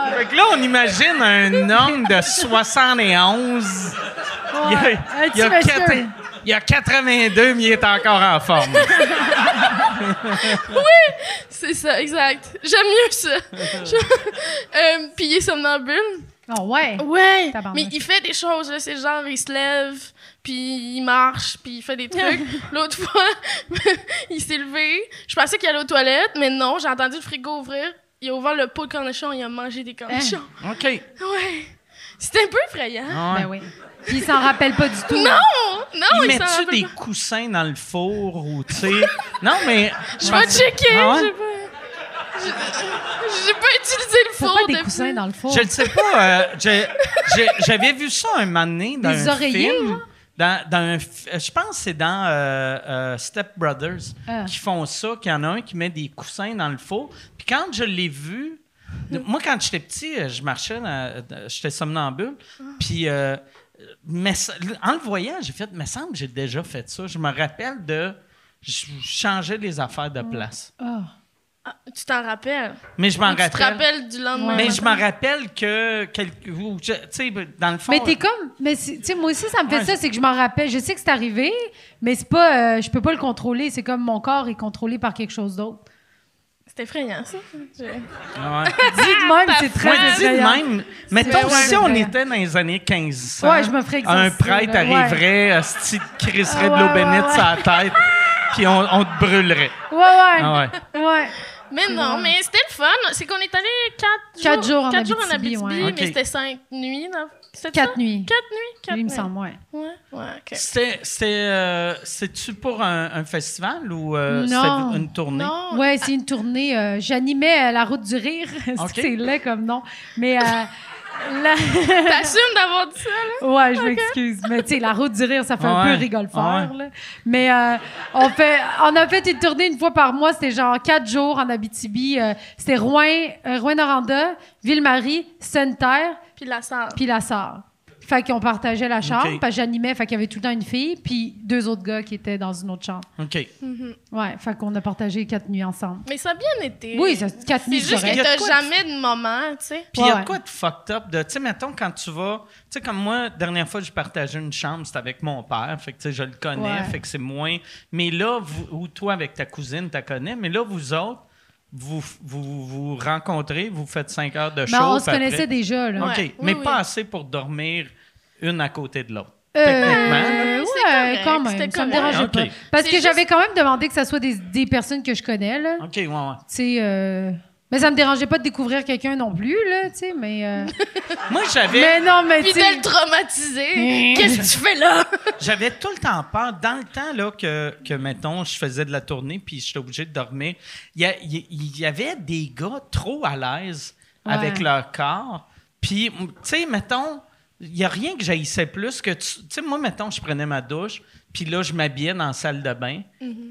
F: enfant.
C: Fait que là, on imagine un homme de 71. Il a,
E: Ouais. Un
C: il a
E: petit monsieur.
C: quatre- il a 82, mais il est encore en forme.
F: C'est ça, exact. J'aime mieux ça. Je- Euh, Puis il est somnambule.
E: Oh, ouais.
F: Ouais.
E: Tabarnak.
F: Mais il fait des choses, là. C'est genre, il se lève, puis il marche, puis il fait des trucs. L'autre fois, il s'est levé. Je pensais qu'il allait aux toilettes, mais non, j'ai entendu le frigo ouvrir. Il a ouvert le pot de cornichons, il a mangé
E: Hein?
F: des cornichons.
C: OK.
F: Ouais. C'était un peu effrayant.
C: Ah ouais.
E: Ben oui. Puis il s'en rappelle pas du tout.
F: Non! Non,
C: Ils
F: il s'en
C: mettent-tu
F: rappelle
C: des
F: pas.
C: coussins dans le four ou, tu sais... Non, mais...
F: Je vais checker,
C: Ah ouais?
F: j'ai pas... j'ai- J'ai pas utilisé le
E: Faut
F: four
E: pas des
F: depuis.
E: coussins dans le four.
C: Je ne sais pas. euh, j'ai- j'ai- J'avais vu ça un moment donné dans
E: Des
C: un
E: oreillers,
C: film.
E: genre?
C: Dans, dans un fi- euh, je pense que c'est dans euh, euh, Step Brothers
E: Ah.
C: qui font ça, qu'il y en a un qui met des coussins dans le four. Puis quand je l'ai vu, de- moi, quand j'étais petit, euh, je marchais, dans- dans- j'étais somnambule. Puis, euh, mais ça- en le voyant, j'ai fait, me semble, que j'ai déjà fait ça. Je me rappelle de. Je changeais les affaires de place.
E: Ah.
F: Ah, tu t'en rappelles?
C: Mais je m'en
F: Tu te
C: rappelle.
F: rappelles du lendemain.
C: Mais
F: matin.
C: je m'en rappelle que. quelque- ou je- Tu sais, dans le fond.
E: Mais t'es comme, mais c'est- tu sais, moi aussi, ça me fait
C: Ouais.
E: ça, c'est que je m'en rappelle. Je sais que c'est arrivé, mais c'est pas, euh, je peux pas le contrôler. C'est comme mon corps est contrôlé par quelque chose d'autre.
F: C'était effrayant, ça. Je-
C: euh, Ouais.
E: Dit de même, c'est très
C: Moi, dit de
E: effrayant.
C: même. Mettons,
E: vrai,
C: si
E: c'est
C: on
E: vrai.
C: était dans les années 1500,
E: Ouais, je me ferais
C: un
E: exorciser,
C: prêtre
E: là.
C: arriverait, asti, te crisserait de
E: Ah,
C: l'eau
E: ouais,
C: bénite
E: ouais, ouais.
C: sur la tête, puis on, on te brûlerait.
E: Ouais, ouais,
C: Ah
E: ouais.
F: Mais non, mais c'était le fun. C'est qu'on est allé quatre,
E: Quatre jours en
F: quatre
E: Abitibi, ouais.
C: Ok.
F: mais c'était cinq nuits. non? C'était
E: Quatre
F: ça?
E: nuits.
F: Quatre nuits. Quatre
E: Il me
F: nuits.
E: semble, ouais.
F: Ouais, ouais, ok.
C: C'était, c'était, euh, c'est-tu pour un, un festival ou euh,
E: Non.
C: c'était une tournée?
F: Non.
E: Ouais, c'est une tournée. euh, J'animais euh, la route du rire. Est-ce que
C: Ok.
E: c'est laid comme nom? Mais euh, la-
F: T'assumes d'avoir dit ça, là?
E: Ouais, je m'excuse. Mais tu sais, la route du rire, ça fait un
C: Ouais.
E: peu rigole
C: Ah ouais.
E: là. Mais euh, on, fait, on a fait une tournée une fois par mois. C'était genre quatre jours en Abitibi. Euh, c'était Rouen, euh, Rouen-Noranda, Ville-Marie, Sainte-Terre,
F: Puis la sort.
E: puis La Sarre. Fait qu'on partageait la chambre,
C: Ok.
E: parce que j'animais, fait qu'il y avait tout le temps une fille, puis deux autres gars qui étaient dans une autre chambre.
C: OK.
E: Ouais, fait qu'on a partagé quatre nuits ensemble.
F: Mais ça a bien été.
E: Oui, ça, quatre
F: C'est
E: nuits,
F: juste
E: correct.
F: que
C: Il y a
F: t'as
C: de quoi de-
F: jamais de moment, tu sais.
C: Puis il y a
E: Ouais.
C: de quoi de fucked up de, tu sais, mettons, quand tu vas, tu sais, comme moi, dernière fois, je partageais une chambre, c'était avec mon père, fait que, tu sais, je le connais,
E: Ouais.
C: fait que c'est moins. Mais là, vous, ou toi avec ta cousine, tu connais, mais là, vous autres, vous vous, vous rencontrez, vous faites cinq heures de show.
E: Mais Ben, on se
C: puis après-
E: connaissait déjà, là.
C: OK,
F: Ouais. Oui,
C: mais
F: oui.
C: pas assez pour dormir une à côté de l'autre.
E: Euh,
C: Techniquement, là.
E: ouais,
F: Ah, C'est correct,
E: quand
F: c'était
E: même. Ça me
F: correct.
C: Ouais,
E: dérangeait
C: Ah, ok.
E: pas. Parce
F: C'est
E: que
F: juste-
C: Ah.
E: j'avais quand même demandé que ça soit des, des personnes que je connais, là.
C: OK, ouais, ouais.
E: Tu sais, euh, Mais ça me dérangeait pas de découvrir quelqu'un non plus, là, tu sais, mais... euh,
C: Moi, j'avais,
E: mais non, mais
F: Puis
E: tu
F: de
E: sais...
F: le traumatiser. Qu'est-ce que tu fais là?
C: j'avais tout le temps peur. Dans le temps là, que, que, mettons, je faisais de la tournée puis j'étais obligé de dormir, il y, a- il- il y avait des gars trop à l'aise
E: Ouais.
C: avec leur corps. Puis, m- tu sais, mettons, il n'y a rien que j'haïssais plus que... Tu tu sais, moi, mettons, je prenais ma douche, puis là, je m'habillais dans la salle de bain.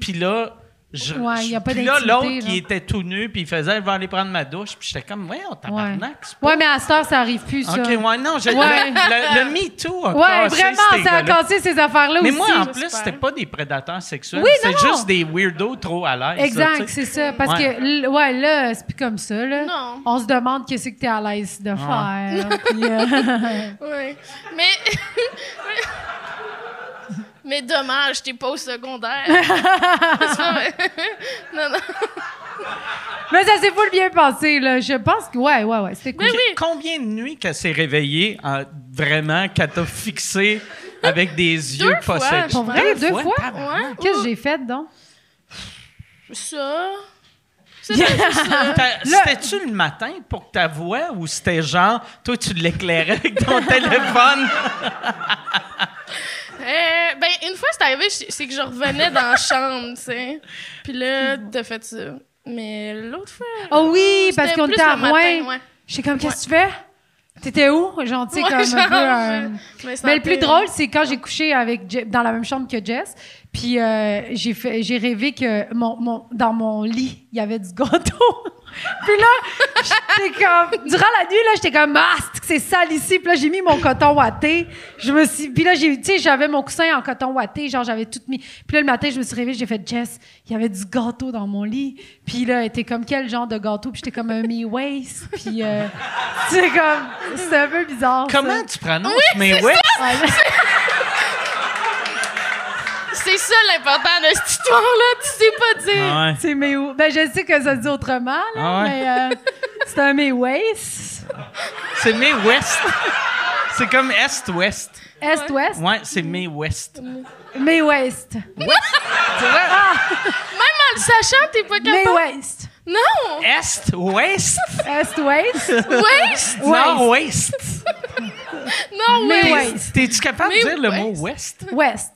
C: Puis là... Je,
E: Mm-hmm. Ouais, il y a
C: je-
E: pas
C: puis là,
E: d'intimité,
C: l'autre,
E: genre.
C: il était tout nu, puis il faisait « Je vais aller prendre ma douche. » Puis j'étais comme « Voyons,
E: Ouais.
C: tabarnak, c'est pas
E: ouais, mais à cette heure, ça arrive plus, ça.
C: OK, ouais, non, j'ai-
E: Ouais.
C: le, le, le Me Too a
E: Ouais,
C: cassé ces
E: vraiment, ça a
C: gars-là.
E: cassé ces affaires-là
C: Mais
E: aussi.
C: moi, en plus,
F: j'espère.
C: c'était pas des prédateurs sexuels.
E: Oui, non,
C: c'est
E: non.
C: juste des weirdos trop à l'aise. là,
E: Exact,
C: tu sais.
E: c'est ça. Parce
C: Ouais.
E: que, l- ouais, là, c'est plus comme ça, là.
F: Non.
E: On se demande qu'est-ce que t'es à l'aise de faire. puis, euh,
F: Oui. Mais. Mais dommage, t'es pas au secondaire. C'est pas vrai. non, non.
E: Mais ça s'est full bien passé, là. Je pense que, ouais, ouais, ouais, c'était cool.
F: Mais oui.
C: Combien de nuits qu'elle s'est réveillée en- vraiment, qu'elle t'a fixé
E: Euh,
C: avec des
F: Deux
C: yeux
F: fois,
C: possèdes?
F: je Pour
E: vrai, deux fois?
C: tabarnak.
F: Ouais.
E: Ah, Qu'est-ce que j'ai fait, donc?
F: Ça. C'est
E: hein.
C: T'as- C'était-tu le matin pour ta voix ou c'était genre, toi, tu l'éclairais avec ton téléphone?
F: Euh, ben, une fois, c'est arrivé, c'est c'est que je revenais dans la chambre, tu sais. Puis là, t'as fait ça. Mais l'autre fois.
E: Oh oui, parce
F: C'était
E: qu'on
F: plus
E: était à
F: le matin,
E: Rouen.
F: ouais.
E: J'étais comme, qu'est-ce que tu fais? T'étais où? Genre, tu sais,
F: Ouais,
E: comme un
F: genre,
E: peu... euh,
F: je- me
E: Mais le plus
F: sentais-
E: drôle, c'est quand j'ai couché avec Je- dans la même chambre que Jess, puis euh, j'ai fait- j'ai rêvé que mon, mon- dans mon lit, il y avait du gâteau. puis là, j'étais comme durant la nuit là, j'étais comme ah, c'est que c'est sale ici. Puis là, j'ai mis mon coton ouaté. Je me suis puis là, j'ai tu sais, j'avais mon coussin en coton ouaté, genre j'avais tout mis. Puis là le matin, je me suis réveillée, j'ai fait Jess, il y avait du gâteau dans mon lit. Puis là, elle était comme quel genre de gâteau Puis j'étais comme un mi waist. Puis euh, c'est comme c'est un peu bizarre. ça.
C: Comment tu prononces? mais ouais,
E: Ouais.
F: C'est ça l'important de cette histoire-là, tu sais pas dire.
C: Ouais.
E: C'est mes ou- Ben, je sais que ça se dit autrement, là,
C: Ah ouais?
E: mais euh, c'est un mes waist.
C: C'est mes West. C'est comme Est-Ouest.
E: Est-ouest?
C: Ouais, c'est mes West.
E: Mes waist.
F: Même en le sachant, t'es pas
E: Mes
F: capable.
E: waist.
F: Non!
C: Est-Ouest?
E: Est-ouest?
F: Waste!
C: Nord-Ouest.
F: Non,
E: Mes
F: waste!
E: waist.
C: T'es-tu capable de
F: Mais
C: dire le
F: ouest.
C: mot West?
E: West.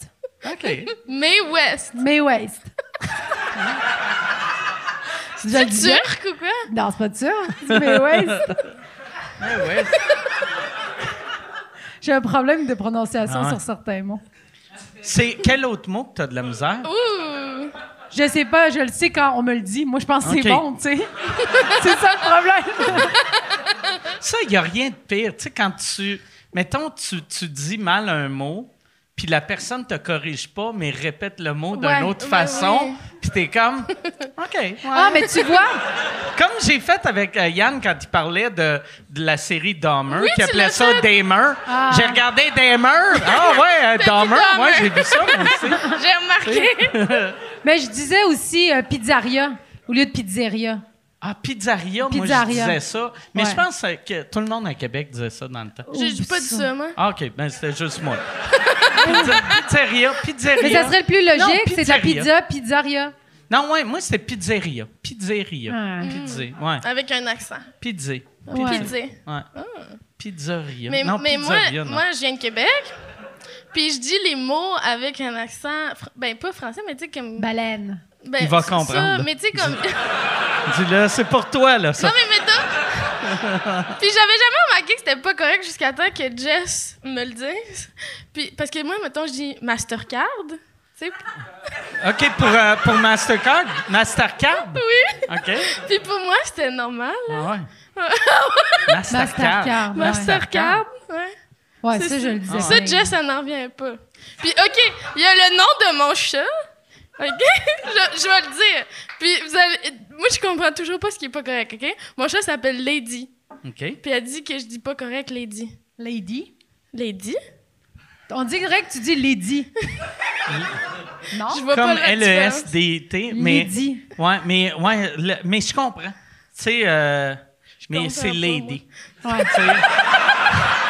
C: OK.
F: Mais West!
E: Mes waist. Je le
F: C'est
E: disais?
F: turc ou quoi?
E: Non, c'est pas sûr. C'est mes waist.
C: Ah
E: J'ai un problème de prononciation
C: Ah ouais.
E: sur certains mots.
C: C'est quel autre mot que t'as de la misère?
F: Ouh!
E: Je sais pas, je le sais quand on me le dit. Moi, je pense que c'est
C: Ok.
E: bon, tu sais. c'est ça le problème.
C: Ça, il n'y a rien de pire. Tu sais, quand tu... Mettons, tu, tu dis mal un mot, puis la personne te corrige pas, mais répète le mot d'une
E: Ouais,
C: autre
F: ouais,
C: façon,
F: ouais.
C: puis t'es comme... OK. ouais.
E: Ah, mais tu vois,
C: Comme j'ai fait avec euh, Yann quand il parlait de, de la série Dahmer,
F: Oui,
C: qui
F: tu
C: appelait
F: l'as
C: ça
F: fait.
C: Dahmer.
E: Ah.
C: J'ai regardé Dahmer. Ah ouais, euh,
F: T'as dit
C: Dahmer.
F: Dahmer.
C: Ouais, j'ai vu ça, moi aussi.
F: J'ai remarqué!
E: mais je disais aussi euh, pizzeria au lieu de pizzeria.
C: Ah, pizzeria, moi, je
E: Pizzeria.
C: disais ça. Mais
E: Ouais.
C: je pense euh, que tout le monde à Québec disait ça dans le temps.
F: J'ai j'ai
E: Oh,
F: pas dit ça, moi.
C: Ah, OK, ben c'était juste moi. Pizza- pizzeria, pizzeria.
E: Mais ça serait le plus logique,
C: Non,
E: c'est de la
C: pizzeria.
E: pizza, pizzeria.
C: Non, ouais, moi, c'était pizzeria. Pizzeria.
E: Ah.
C: Pizza, ouais.
F: Avec un accent.
C: Pizza.
E: Ouais.
F: Puis
C: Pizza.
F: dire.
C: Ouais. Pizzeria.
F: Mais,
C: non,
F: mais moi,
C: pizzeria, non.
F: moi, je viens de Québec. Puis je dis les mots avec un accent, fr- ben pas français, mais tu sais comme.
E: Baleine.
F: ben,
C: Il va
F: ça,
C: comprendre, là.
F: mais tu sais comme. non
C: Dis-le, c'est pour toi, là, ça.
F: mais mettons. puis j'avais jamais remarqué que c'était pas correct jusqu'à temps que Jess me le dise. Puis parce que moi, mettons, je dis Mastercard. Tu sais.
C: OK, pour, euh, pour Mastercard. Mastercard?
F: Oui.
C: OK.
F: Puis pour moi, c'était normal.
C: Ah ouais.
E: Mastercard. ouais.
F: Mastercard. Ouais.
E: Ouais,
F: C'est
E: ça, je le disais.
F: Ça, Jess, elle n'en revient pas. Puis, OK, il y a le nom de mon chat. OK? je, je vais le dire. Puis, vous allez- moi, je comprends toujours pas ce qui est pas correct, OK? Mon chat s'appelle Lady.
C: OK.
F: Puis, elle dit que je dis pas correct Lady.
E: Lady.
F: Lady?
E: On dirait que tu dis lady. non?
F: Je vois pas
C: Comme E
F: la différence.
C: LESDT, mais...
E: Lady.
C: Ouais, mais, ouais, le- mais je comprends. Tu sais, euh, mais
F: comprends
C: c'est
F: pas,
C: lady.
E: Ouais.
C: Tu sais.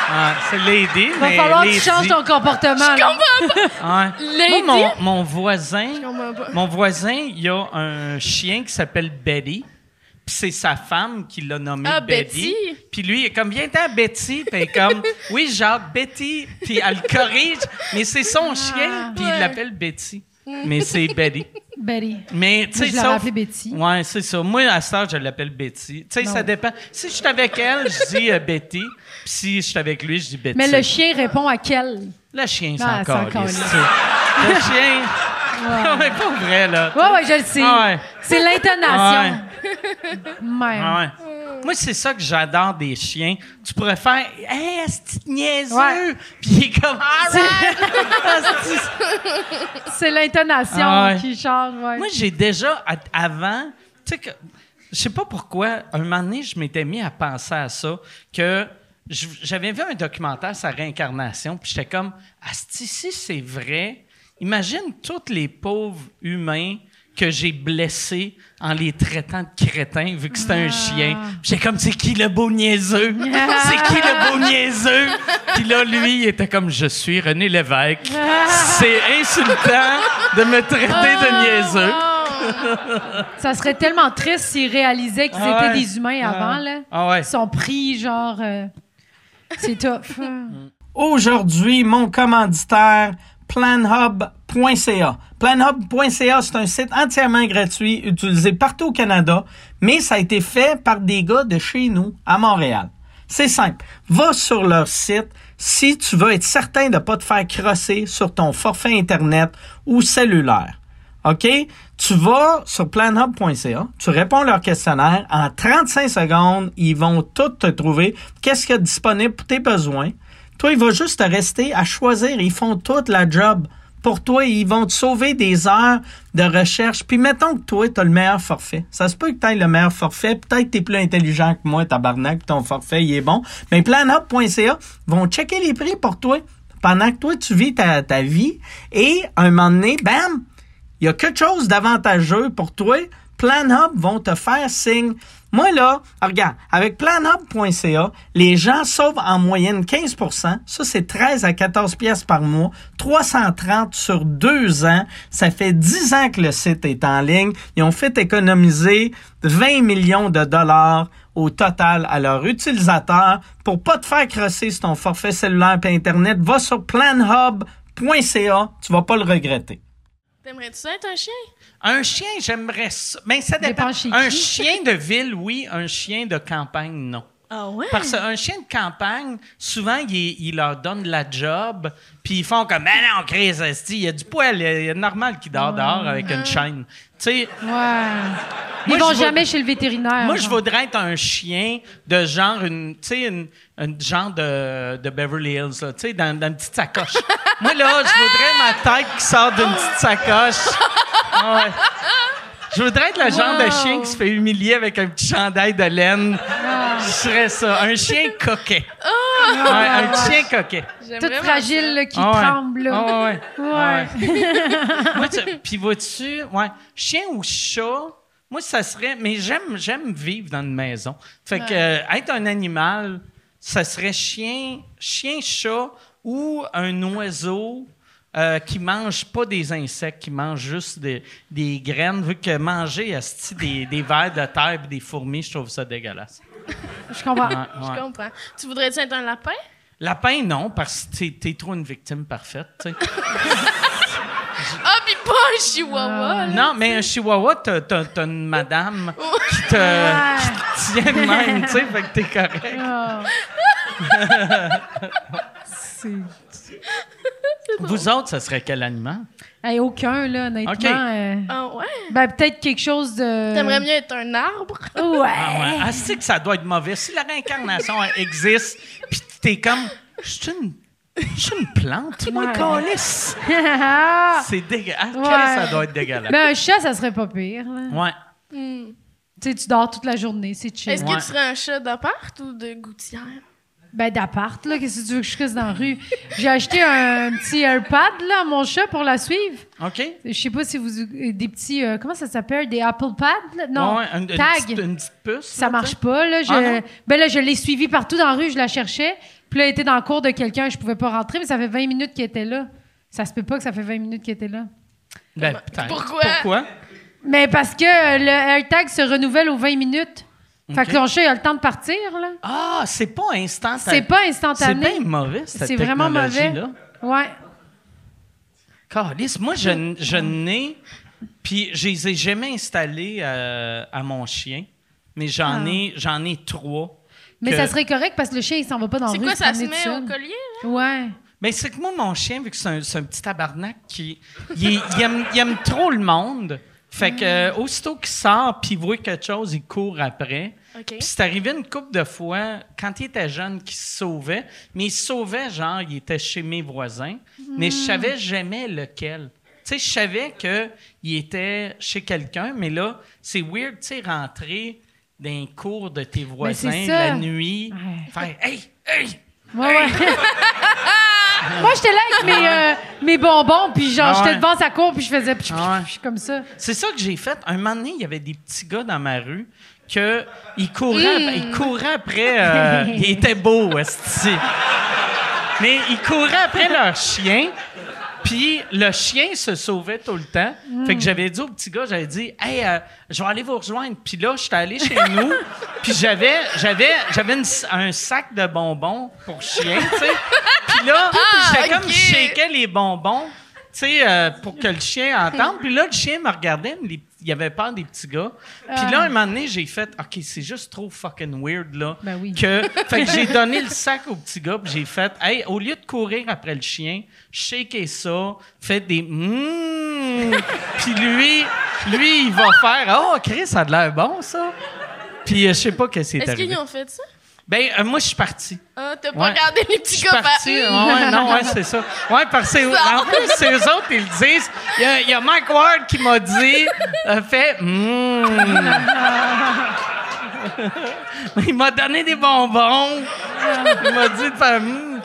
C: Ouais, c'est lady,
E: Va
C: mais
E: falloir que tu
C: lady.
E: changes ton comportement.
F: Je comprends
C: Ouais.
F: Lady?
C: Moi, mon, mon voisin,
F: Je comprends pas.
C: mon voisin, il y a un chien qui s'appelle Betty. Puis c'est sa femme qui l'a nommé
F: Ah,
C: Betty.
F: Betty.
C: Puis lui, il est comme, viens-t'en, Betty. Puis elle est comme, oui, genre, Betty. Puis elle le corrige, mais c'est son chien. Puis il
F: Ouais.
C: l'appelle Betty. Mais c'est Betty.
E: Betty.
C: Mais tu sais,
E: Moi, je l'aurais
C: sauf-
E: appelée Betty.
C: Ouais, c'est ça. Moi, à cette heure, je l'appelle Betty. Tu sais,
E: Non.
C: ça dépend. Si je suis avec elle, je dis euh, Betty. Puis si je suis avec lui, je dis Betty.
E: Mais le chien répond à quel?
C: Le chien, c'est
E: Ah, c'est
C: encore.
E: encore
C: Le
E: lui.
C: chien. Non, mais pas vrai, là.
E: Ouais, ouais, je le sais.
C: Ah ouais.
E: C'est l'intonation. Même.
C: Ah ouais. Moi, c'est ça que j'adore des chiens. Tu pourrais faire Hey, esti de niaiseux!
E: Ouais.
C: Puis il est comme Ah, Alright!
E: C'est l'intonation
C: Ah ouais.
E: qui change, ouais.
C: Moi, j'ai déjà, à- avant, tu sais que, je sais pas pourquoi, un moment donné, je m'étais mis à penser à ça, que je- j'avais vu un documentaire sur la réincarnation, puis j'étais comme, Asti, si c'est vrai, imagine tous les pauvres humains que j'ai blessés en les traitant de crétins, vu que c'était un chien. Puis J'étais comme, c'est qui le beau niaiseux? C'est qui le beau niaiseux? Puis là, lui, il était comme, je suis René Lévesque. C'est insultant de me traiter
E: Ah,
C: de niaiseux.
E: Ça serait tellement triste s'ils réalisaient qu'ils
C: Ah
E: étaient
C: ouais.
E: des humains avant, là.
C: Ah ouais.
E: Ils sont pris, genre... euh, C'est tough. hein.
C: Mm.
G: Aujourd'hui, mon commanditaire, planhub.ca. Planhub.ca, c'est un site entièrement gratuit, utilisé partout au Canada, mais ça a été fait par des gars de chez nous, à Montréal. C'est simple. Va sur leur site si tu veux être certain de ne pas te faire crosser sur ton forfait Internet ou cellulaire. OK? Tu vas sur planhub.ca, tu réponds à leur questionnaire. En 35 secondes, ils vont tout te trouver. Qu'est-ce qu'il y a de disponible pour tes besoins? Toi, il va juste te rester à choisir. Ils font toute la job pour toi. Ils vont te sauver des heures de recherche. Puis mettons que toi, tu as le meilleur forfait. Ça se peut que tu aies le meilleur forfait. Peut-être que tu es plus intelligent que moi, tabarnak, puis ton forfait, il est bon. Mais planhub.ca vont checker les prix pour toi pendant que toi, tu vis ta, ta vie. Et un moment donné, bam, il y a quelque chose d'avantageux pour toi, PlanHub vont te faire signe. Moi, là, regarde, avec planhub.ca, les gens sauvent en moyenne 15 Ça, c'est 13 à 14 pièces par mois. 330 sur deux ans. Ça fait 10 ans que le site est en ligne. Ils ont fait économiser 20 millions de dollars au total à leurs utilisateurs. Pour pas te faire crosser sur ton forfait cellulaire et Internet, va sur planhub.ca. Tu vas pas le regretter.
F: T'aimerais-tu ça être un chien?
C: Un chien, j'aimerais ça. Mais ça dépend.
E: Dépend chez
C: un
E: qui.
C: chien de ville, oui. Un chien de campagne, non.
F: Ah ouais?
C: Parce qu'un chien de campagne, souvent, il, il leur donne la job, puis ils font comme, ah non, Chris, esti, il y a du poil, il y a normal qu'il dort dehors avec
E: Ah.
C: une chaîne. Tu sais,
E: Ouais.
C: Moi,
E: Ils vont
C: je vais-
E: jamais chez le vétérinaire.
C: Moi, je
E: genre.
C: voudrais être un chien de genre, une, tu sais, une, une genre de, de Beverly Hills, là, tu sais, dans, dans une petite sacoche. Moi, là, je voudrais ma tête qui sort d'une petite sacoche. Ah ouais. Je voudrais être le genre de
E: Wow.
C: chien qui se fait humilier avec un petit chandail de laine. Je serais ça. Un chien coquet.
E: Oh,
C: Ouais, un chien coquet.
E: Tout
F: J'aimerais
E: fragile, là, qui
C: Ah ouais.
E: tremble, là.
C: Ah ouais. Ah
E: Ouais.
C: Moi, tu- Puis vois-tu, ouais, chien ou chat, moi, ça serait. Mais j'aime, j'aime vivre dans une maison. Fait que euh, être un animal, ça serait chien, chien, chat ou un oiseau. euh, qui mange pas des insectes, qui mange juste des, des graines, vu que manger asti, des, des vers de terre et des fourmis, je trouve ça dégueulasse.
E: Je comprends.
C: Ouais,
F: Je
C: ouais.
F: comprends. Tu voudrais-tu être un lapin?
C: Lapin, non, parce que t'es- t'es trop une victime parfaite. tu sais.
F: Ah, pis pas un chihuahua, là.
C: Non, mais un chihuahua, t'as, t'as- t'as une madame qui te, qui te tient de même, tu sais, fait que t'es correct.
E: Ah. C'est...
C: Vous autres, ça serait quel aliment?
E: Hey, aucun, là, honnêtement.
C: Ok.
E: euh,
F: Ah ouais?
E: Ben, peut-être quelque chose de...
F: T'aimerais mieux être un arbre?
E: Ouais.
C: Ah ouais, ah, c'est que ça doit être mauvais. Si la réincarnation elle existe, pis t'es comme, je suis une, je suis une plante, moi,
E: Ouais.
C: câlisse.
E: Ah!
C: C'est dégueulasse.
E: Ouais.
C: Ça doit être dégueulasse.
E: Mais un chat, ça serait pas pire. là.
C: Ouais.
E: Tu sais, tu dors toute la journée, c'est chill.
F: Est-ce
C: Ouais.
F: que tu serais un chat d'appart ou de gouttière?
E: Ben, d'appart, là, qu'est-ce que tu veux que je fasse dans la rue? J'ai acheté un petit AirPad, là, à mon chat pour la suivre.
C: OK?
E: Je sais pas si vous... Des petits... euh, comment ça s'appelle? Des Apple Pads? là? Non,
C: Ouais, ouais, une, une
E: tag.
C: petite- une petite puce.
E: Ça
C: là,
E: marche
C: t'sais.
E: pas, là. Je,
C: Ah, non?
E: ben là, je l'ai suivi partout dans la rue, je la cherchais. Puis là, elle était dans le cours de quelqu'un, je pouvais pas rentrer, mais ça fait 20 minutes qu'elle était là. Ça se peut pas que ça fait 20t 20 minutes qu'elle était là.
C: Ben, peut-être.
F: Pourquoi?
C: Pourquoi?
E: Mais parce que euh, le AirTag se renouvelle aux 20 minutes. Fait que ton chat il a le temps de partir, là.
C: Ah, c'est pas instantané.
E: C'est pas instantané.
C: C'est bien mauvais, cette
E: C'est vraiment mauvais.
C: technologie-là.
E: Ouais.
C: Calisse, moi, je, n- je n'ai... Puis, je les ai jamais installés euh, à mon chien, mais j'en ai, j'en ai trois.
E: Ah. Mais
C: que-
E: ça serait correct parce que le chien, il s'en va pas dans la
F: C'est
E: rue,
F: quoi,
E: il
F: ça se
E: promener
F: met
E: tout
F: au
E: seul.
F: collier? hein? là?
E: Ouais.
C: Mais c'est que moi, mon chien, vu que c'est un, c'est un petit tabarnak qui. Il, est- il aime, il aime trop le monde. Fait que, euh,
E: Mm.
C: aussitôt qu'il sort puis il voit quelque chose, il court après.
F: OK.
C: Puis c'est arrivé une couple de fois, quand il était jeune, qu'il se sauvait. Mais il se sauvait, genre, il était chez mes voisins. Mais
E: Mm.
C: je savais jamais lequel. Tu sais, je savais qu'il était chez quelqu'un, mais là, c'est weird, tu sais, rentrer dans les cours de tes voisins
E: c'est
C: la
E: ça.
C: nuit.
E: Ouais.
C: Faire, hey, hey!
E: Ouais, ouais. Moi, j'étais là avec mes, euh, mes bonbons, puis genre,
C: Ah ouais.
E: j'étais devant sa cour, puis je faisais... puis
C: Ah ouais.
E: je suis comme ça.
C: C'est ça que j'ai fait. Un moment donné, il y avait des petits gars dans ma rue que ils couraient, ap- ils couraient après. euh, ils étaient beaux, esti. Mais ils couraient après leur chien. Puis le chien se sauvait tout le temps. Fait que j'avais dit au petit gars, j'avais dit, hey, euh, je vais aller vous rejoindre. Puis là, j'étais allé chez nous. Puis j'avais, j'avais, j'avais une s- un sac de bonbons pour chien, tu sais. Puis là, j'étais comme,
F: ok.
C: je shakeais les bonbons, tu sais, euh, pour que le chien entende. Puis là, le chien me regardait, mais les- il avait peur des petits gars. Puis
F: Ah.
C: là, un moment donné, j'ai fait, OK, c'est juste trop fucking weird, là.
E: Ben oui.
C: Que, fait que j'ai donné le sac au petit gars, puis j'ai fait, hey, au lieu de courir après le chien, shaker ça, fait des mmm. Puis lui, lui, il va faire, oh, Chris, ça a de l'air bon, ça. Puis euh, je sais pas qu'est-ce qui est
F: Est-ce
C: arrivé.
F: qu'ils ont fait ça?
C: Ben, euh, moi, je suis parti.
F: Ah, t'as pas
C: Ouais.
F: regardé les petits
C: Je
F: gars
C: suis parti. hein,
F: faire, Hum.
C: Ouais, non, ouais, c'est ça. Ouais, parce que en plus, c'est eux autres, ils le disent. Il y a- il y, a Mike Ward qui m'a dit, euh, fait, Hmm. Il m'a donné des bonbons. Il m'a dit de faire, Hmm.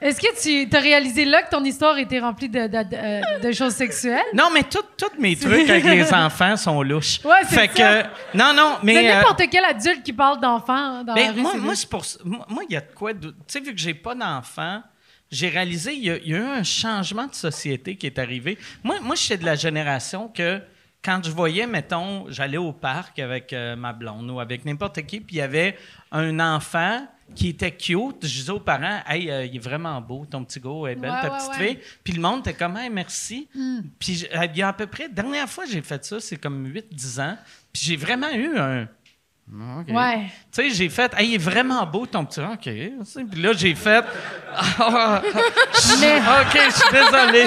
E: Est-ce que tu as réalisé là que ton histoire était remplie de, de- de- euh, de choses sexuelles?
C: Non, mais tous tous mes trucs avec les enfants sont louches.
E: Ouais, c'est
C: Fait
E: ça.
C: que, non, non, mais.
E: C'est
C: euh,
E: n'importe quel adulte qui parle d'enfant hein, dans la
C: Ben,
E: rue,
C: moi,
E: c'est
C: moi,
E: vrai.
C: c'est pour ça- moi- moi, il y a de quoi. de- Tu sais, vu que j'ai pas d'enfant, j'ai réalisé il y, a- il y a eu un changement de société qui est arrivé. Moi, moi, je suis de la génération que quand je voyais, mettons, j'allais au parc avec euh, ma blonde ou avec n'importe qui, puis il y avait un enfant qui était cute, je disais aux parents, hey, euh, il est vraiment beau, ton petit gars est belle,
E: Ouais,
C: ta
E: ouais,
C: petite
E: ouais. Hmm.
C: fille. Puis le monde était comme, Hey, merci. Puis je- euh, il y a à peu près, dernière fois que j'ai fait ça, c'est comme 8-10 ans. Puis j'ai vraiment eu un. Ok.
E: Ouais.
C: Tu sais, j'ai fait, hey, il est vraiment beau ton petit. OK. tu sais. Puis là, j'ai fait, Ah,
E: Mais-
C: OK, je suis désolé.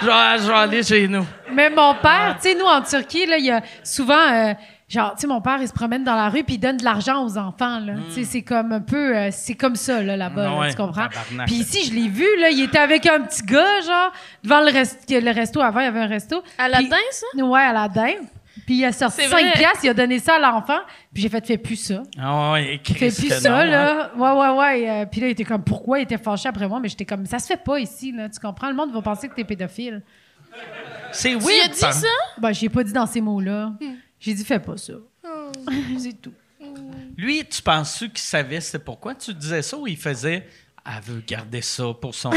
C: Je vais, je vais aller chez nous.
E: Mais
C: Ah.
E: mon père, tu sais, nous, en Turquie, là, il y a souvent... euh, Genre, tu sais, mon père, il se promène dans la rue puis il donne de l'argent aux enfants, là. Tu sais, c'est comme un peu... euh, c'est comme ça, là, là-bas, là,
C: Hmm. Ouais,
E: tu comprends?
C: tabarnak.
E: Puis ici, je l'ai vu, là, il était avec un petit gars, genre, devant le, rest- le resto. Avant, il y avait un resto.
F: Aladdin,
E: Puis-
F: ça?
E: Ouais, Aladdin. Puis il a sorti
F: C'est
E: 5
F: vrai.
E: piastres, il a donné ça à l'enfant. Puis j'ai fait, fais plus ça.
C: Ah ouais,
E: Fais
C: Christ,
E: plus
C: non,
E: ça,
C: hein.
E: là. Ouais, ouais, ouais. Euh, puis là, il était comme, pourquoi? Il était fâché après moi, mais j'étais comme, ça se fait pas ici, là. Tu comprends? Le monde va penser que t'es pédophile.
C: C'est
F: Tu lui as
C: weird.
F: dit
C: par-
F: ça?
E: Ben, j'ai pas dit dans ces mots-là. J'ai dit, fais pas ça. C'est tout.
C: Lui, tu penses-tu qu'il savait c'est pourquoi tu disais ça ou il faisait, elle veut garder ça pour son,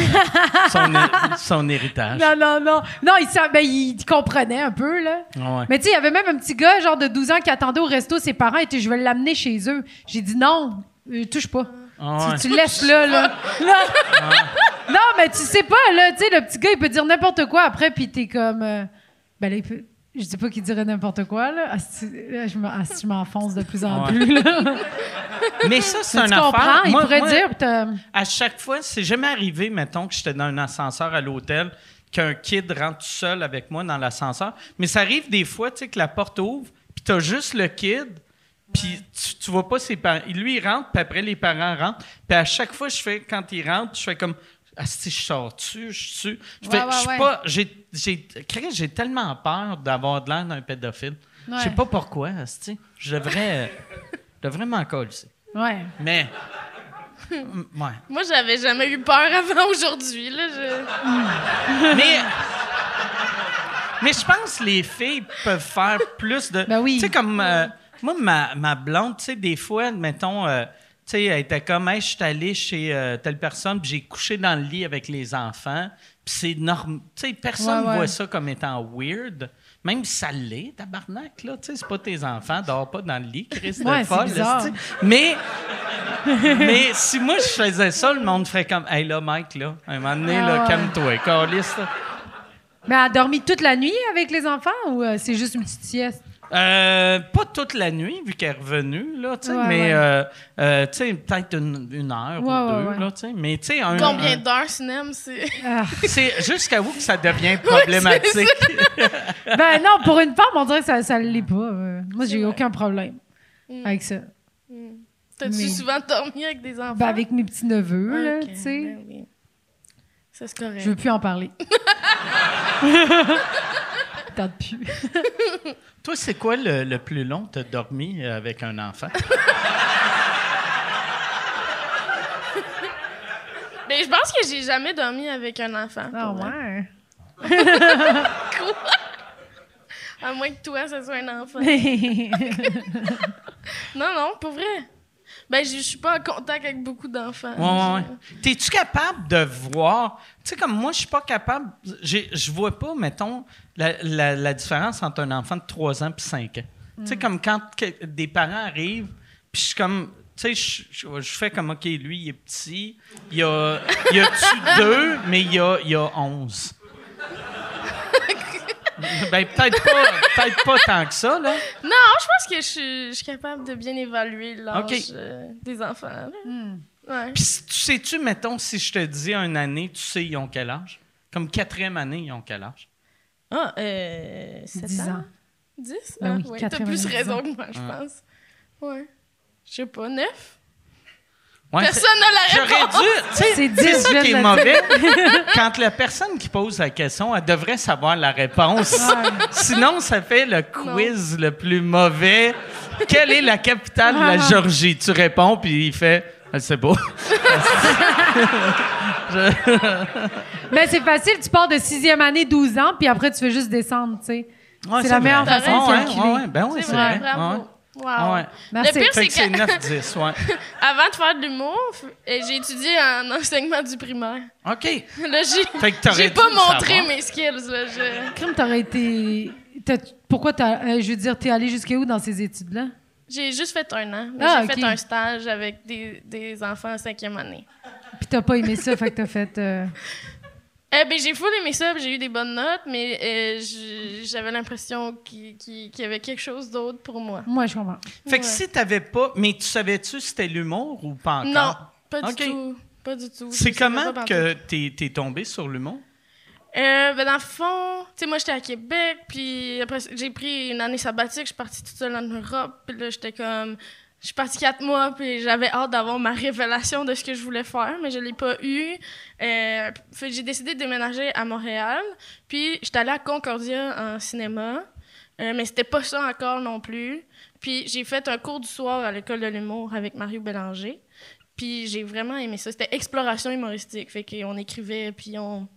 C: son, hé- son héritage?
E: Non, non, non. Non, il, sa- ben, il comprenait un peu, là.
C: Ah, Ouais.
E: Mais tu sais, il y avait même un petit gars, genre de 12 ans, qui attendait au resto ses parents et je vais l'amener chez eux. J'ai dit, non, euh, touche pas.
C: Ah
E: Tu-
C: ouais. Ah.
E: Tu, le laisses là, là. Non. Non, mais tu sais pas, là, tu sais, le petit gars, il peut dire n'importe quoi après, puis t'es comme... euh, ben là, il peut- Je dis pas qu'il dirait n'importe quoi, là. Ah, si- là, je me- ah, si je m'enfonce de plus en
C: Ouais.
E: plus, là.
C: Mais ça, c'est
E: Tu
C: un
E: comprends?
C: affaire.
E: il
C: Moi-
E: pourrait
C: moi-
E: dire... t'as-
C: À chaque fois, c'est jamais arrivé, mettons, que j'étais dans un ascenseur à l'hôtel, qu'un kid rentre tout seul avec moi dans l'ascenseur. Mais ça arrive des fois, tu sais, que la porte ouvre, puis t'as juste le kid, puis tu, tu vois pas ses parents. Lui, il rentre, puis après, les parents rentrent. Puis à chaque fois, je fais, quand il rentre, je fais comme... Ah, si je sors-tu, je suis. Je fais,
E: Ouais, ouais,
C: je suis
E: ouais.
C: pas. J'ai, j'ai, Chris, j'ai tellement peur d'avoir de l'air d'un pédophile. Je sais
E: Ouais.
C: pas pourquoi, asti. Je devrais. je devrais m'en coller.
E: Ouais.
C: Mais. Mm, Ouais.
F: Moi, j'avais jamais eu peur avant aujourd'hui. Là, je...
C: Mais, mais je pense que les filles peuvent faire plus de.
E: Ben oui.
C: Tu sais, comme. euh, moi, ma, ma blonde, tu sais, des fois, mettons, euh, sais, elle était comme, hey, je suis allée chez euh, telle personne, puis j'ai couché dans le lit avec les enfants. Puis c'est normal. Tu sais, personne
E: Ouais, ouais.
C: voit ça comme étant weird. Même si ça l'est, tabarnak, là. Tu sais, c'est pas tes enfants, dors pas dans le lit, Chris
E: Ouais,
C: de
E: c'est
C: folle.
E: bizarre.
C: esti. Mais, mais si moi, je faisais ça, le monde ferait comme, hey, là, Mike, là, à un moment donné,
E: Ah,
C: là,
E: ouais.
C: calme-toi, calisse, là.
E: Mais elle a dormi toute la nuit avec les enfants ou euh, c'est juste une petite sieste?
C: Euh, pas toute la nuit, vu qu'elle est revenue, là, tu sais,
E: Ouais,
C: mais
E: ouais.
C: euh, euh, tu sais, peut-être une, une heure
E: Ouais,
C: ou deux,
E: ouais, ouais.
C: là, tu sais. Mais tu sais, un.
F: Combien
C: un-
F: d'heures cinéma, c'est.
E: Ah.
C: C'est jusqu'à vous que ça devient problématique.
E: Ben non, pour une femme, on dirait que ça, ça l'est pas. euh. Moi, j'ai aucun problème avec ça.
F: T'as-tu
E: Mais-
F: souvent dormi avec des enfants?
E: Ben, avec mes petits-neveux,
F: Ah,
E: là,
F: ok,
E: tu sais.
F: ben oui. Ça, c'est correct.
E: Je veux plus en parler. T'as plus.
C: Toi, c'est quoi le, le plus long que t'as dormi euh, avec un enfant?
F: Mais Ben, je pense que j'ai jamais dormi avec un enfant.
E: Ah
F: pour vrai.
E: ouais.
F: Quoi? À moins que toi, ce soit un enfant. non, non, pour vrai. Ben, je je suis pas en contact avec beaucoup d'enfants.
C: Ouais, ouais,
F: Je-
C: ouais. T'es-tu capable de voir? Tu sais, comme moi, je suis pas capable. j'ai- Je vois pas, mettons, la, la- la différence entre un enfant de 3 ans et 5 ans. Tu sais, comme quand que- des parents arrivent, puis je suis comme. Tu sais, je, je- je fais comme, OK, lui, il est petit. Il y a, il y a-tu deux, mais il y a, il y a 11. ben, peut-être pas, peut-être pas tant que ça, là.
F: Non, je pense que je suis, je suis capable de bien évaluer l'âge
C: Ok.
F: euh, des enfants. là.
E: Hmm.
F: Ouais.
C: Puis si- tu sais-tu, mettons, si je te dis une année, tu sais, ils ont quel âge? Comme quatrième année, ils ont quel âge?
F: Ah, euh, 7
E: 10 ans.
F: 10?
E: Ben
F: Ah,
E: oui,
F: ouais,
E: quatre
F: T'as plus
E: ans.
F: raison que moi, je pense. Ouais. Je sais pas, 9?
C: Ouais,
F: Personne n'a
C: c'est-
F: la
C: J'aurais
F: réponse.
C: dû. tu sais,
E: C'est
C: C'est
E: dix, je
C: ça
E: viens
C: qui
E: de
C: est
E: le
C: mauvais. Quand la personne qui pose la question, elle devrait savoir la réponse. Sinon, ça fait le quiz le plus mauvais. Quelle est la capitale de la Georgie? Tu réponds, puis il fait. C'est beau.
E: Mais c'est facile, tu pars de sixième année, 12 ans, puis après, tu fais juste descendre, tu sais. c'est la meilleure
F: vrai.
E: façon de
C: ouais,
E: calculer.
C: ouais, ouais, Ben oui,
F: C'est
C: c'est
F: vrai,
C: vrai.
F: bravo.
C: Ouais. Ah,
F: Wow.
C: Ouais.
E: Merci.
F: Le pire,
C: Fait
F: c'est
C: que c'est
F: que
C: 9-10, ouais.
F: avant de faire de l'humour, f- euh, j'ai étudié en enseignement du primaire.
C: OK.
F: Là, j'ai
C: Fait que t'aurais
F: j'ai
C: dû
F: pas
C: le
F: montré
C: savoir.
F: mes skills. Là, je-
E: Crime, t'aurais été. t'as- Pourquoi t'as. euh, je veux dire, t'es allé jusqu'à où dans ces études-là?
F: J'ai juste fait un an. mais
E: Ah, ok.
F: j'ai fait un stage avec des, des enfants en cinquième année.
E: Puis t'as pas aimé ça, fait que t'as fait. euh,
F: Eh ben, j'ai full aimé ça, puis j'ai eu des bonnes notes, mais euh, j- j'avais l'impression qu'il qu'il- qu'il y avait quelque chose d'autre pour moi.
E: Moi, je comprends.
C: Fait que
F: Ouais.
C: si t'avais pas. Mais tu savais-tu si c'était l'humour ou pas encore?
F: Non, pas du
C: Ok.
F: tout. Pas du tout.
C: C'est
F: Je savais
C: comment
F: pas pantoute.
C: que t'es es tombé sur l'humour?
F: Euh, ben, dans le fond, tu sais, moi, j'étais à Québec, puis après, j'ai pris une année sabbatique, je suis partie toute seule en Europe, puis là, j'étais comme. Je suis partie quatre mois, puis j'avais hâte d'avoir ma révélation de ce que je voulais faire, mais je l'ai pas eu. Euh, fait que j'ai décidé de déménager à Montréal, puis j'étais allée à Concordia en cinéma, euh, mais c'était pas ça encore non plus. Puis j'ai fait un cours du soir à l'école de l'humour avec Mario Bélanger, puis j'ai vraiment aimé ça. C'était exploration humoristique, fait qu'on écrivait, puis on,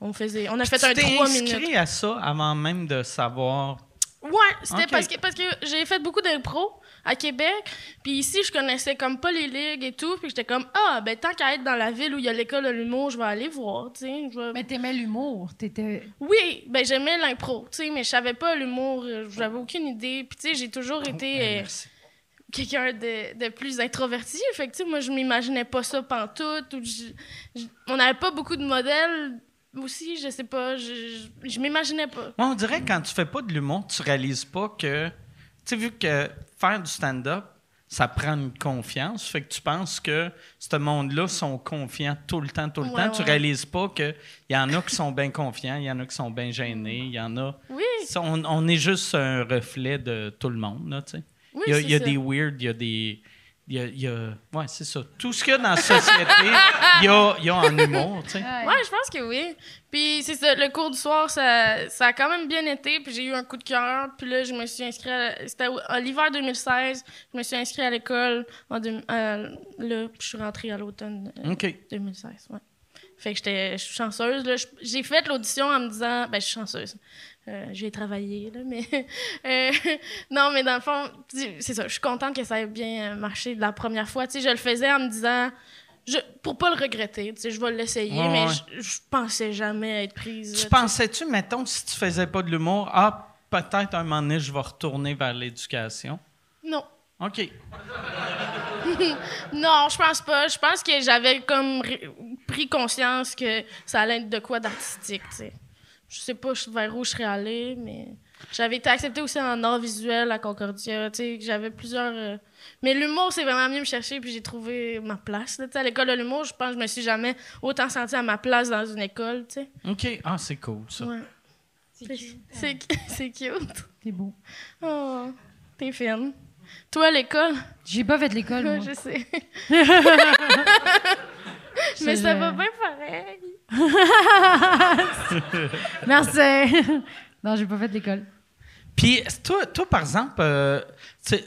F: on faisait... On a fait un
C: tu t'es
F: trois minutes.
C: inscrit à ça avant même de savoir.
F: Ouais, c'était
C: Ok.
F: parce que, parce que j'ai fait beaucoup d'impro à Québec. Puis ici, je connaissais comme pas les ligues et tout. Puis j'étais comme, ah, ben tant qu'à être dans la ville où il y a l'école de l'humour, je vais aller voir, tu sais. je vais-
E: Mais t'aimais l'humour. T'étais.
F: Oui, ben j'aimais l'impro, tu sais, mais je savais pas l'humour. euh, J'avais aucune idée. Puis tu sais, j'ai toujours été... euh,
C: Oh, Merci.
F: quelqu'un de, de plus introverti. Fait que, tu sais, moi, je m'imaginais pas ça pantoute. Ou je- je- on n'avait pas beaucoup de modèles aussi, je sais pas. Je, je, je m'imaginais pas.
C: Moi, on dirait que quand tu fais pas de l'humour, tu réalises pas que. Tu sais, vu que faire du stand-up, ça prend une confiance. Fait que tu penses que ce monde-là sont confiants tout le temps, tout le
F: Ouais,
C: temps. Tu
F: ouais.
C: réalises pas qu'il y en a qui sont bien confiants, il y en a qui sont bien gênés, il y en a.
F: Oui,
C: Ça, On, on est juste un reflet de tout le monde, là, tu sais.
F: Oui,
C: il y a,
F: c'est
C: il y a
F: ça.
C: des weird, il y a des. Il y a, il y a- ouais, c'est ça. Tout ce qu'il y a dans la société, il y a, il y a en humour, tu sais.
F: ouais, je pense que oui. Puis, c'est ça, le cours du soir, ça, ça a quand même bien été. Puis, j'ai eu un coup de cœur. Puis là, je me suis inscrite. à- C'était au- à l'hiver 2016. Je me suis inscrite à l'école. En deux- euh, là, puis je suis rentrée à l'automne euh,
C: OK.
F: 2016, ouais. Fait que j'étais je suis chanceuse. là. Je- J'ai fait l'audition en me disant, ben, je suis chanceuse. Euh, j'ai travaillé, là, mais. euh, non, mais dans le fond, tu- c'est ça. Je suis contente que ça ait bien euh, marché la première fois. Tu sais, je le faisais en me disant, je, pour pas le regretter, tu sais, je vais l'essayer,
C: Ouais,
F: mais
C: ouais.
F: je- je pensais jamais être prise. là,
C: Tu
F: tu sais.
C: pensais-tu, mettons, si tu faisais pas de l'humour, ah, peut-être un moment donné, je vais retourner vers l'éducation?
F: Non.
C: OK.
F: Non, je pense pas. Je pense que j'avais comme ré- pris conscience que ça allait être de quoi d'artistique, tu sais. Je sais pas je- vers où je serais allée, mais j'avais été acceptée aussi en art visuel à Concordia, tu sais, que j'avais plusieurs... euh, Mais l'humour, c'est vraiment venu me chercher, puis j'ai trouvé ma place, là, tu sais. À l'école de l'humour, je pense que je me suis jamais autant sentie à ma place dans une école, tu sais.
C: OK. Ah, c'est cool, ça.
F: Ouais.
E: C'est
F: C'est
E: cute. hein.
F: c'est cu- c'est cute.
E: C'est beau.
F: Oh, t'es fine. Toi, à l'école,
E: J'ai pas fait de l'école, moi.
F: je sais.
E: Je-
F: Mais ça va
E: je-
F: bien pareil.
E: Merci. non, j'ai pas fait de l'école.
C: Puis, toi, toi, par exemple, euh, tu sais,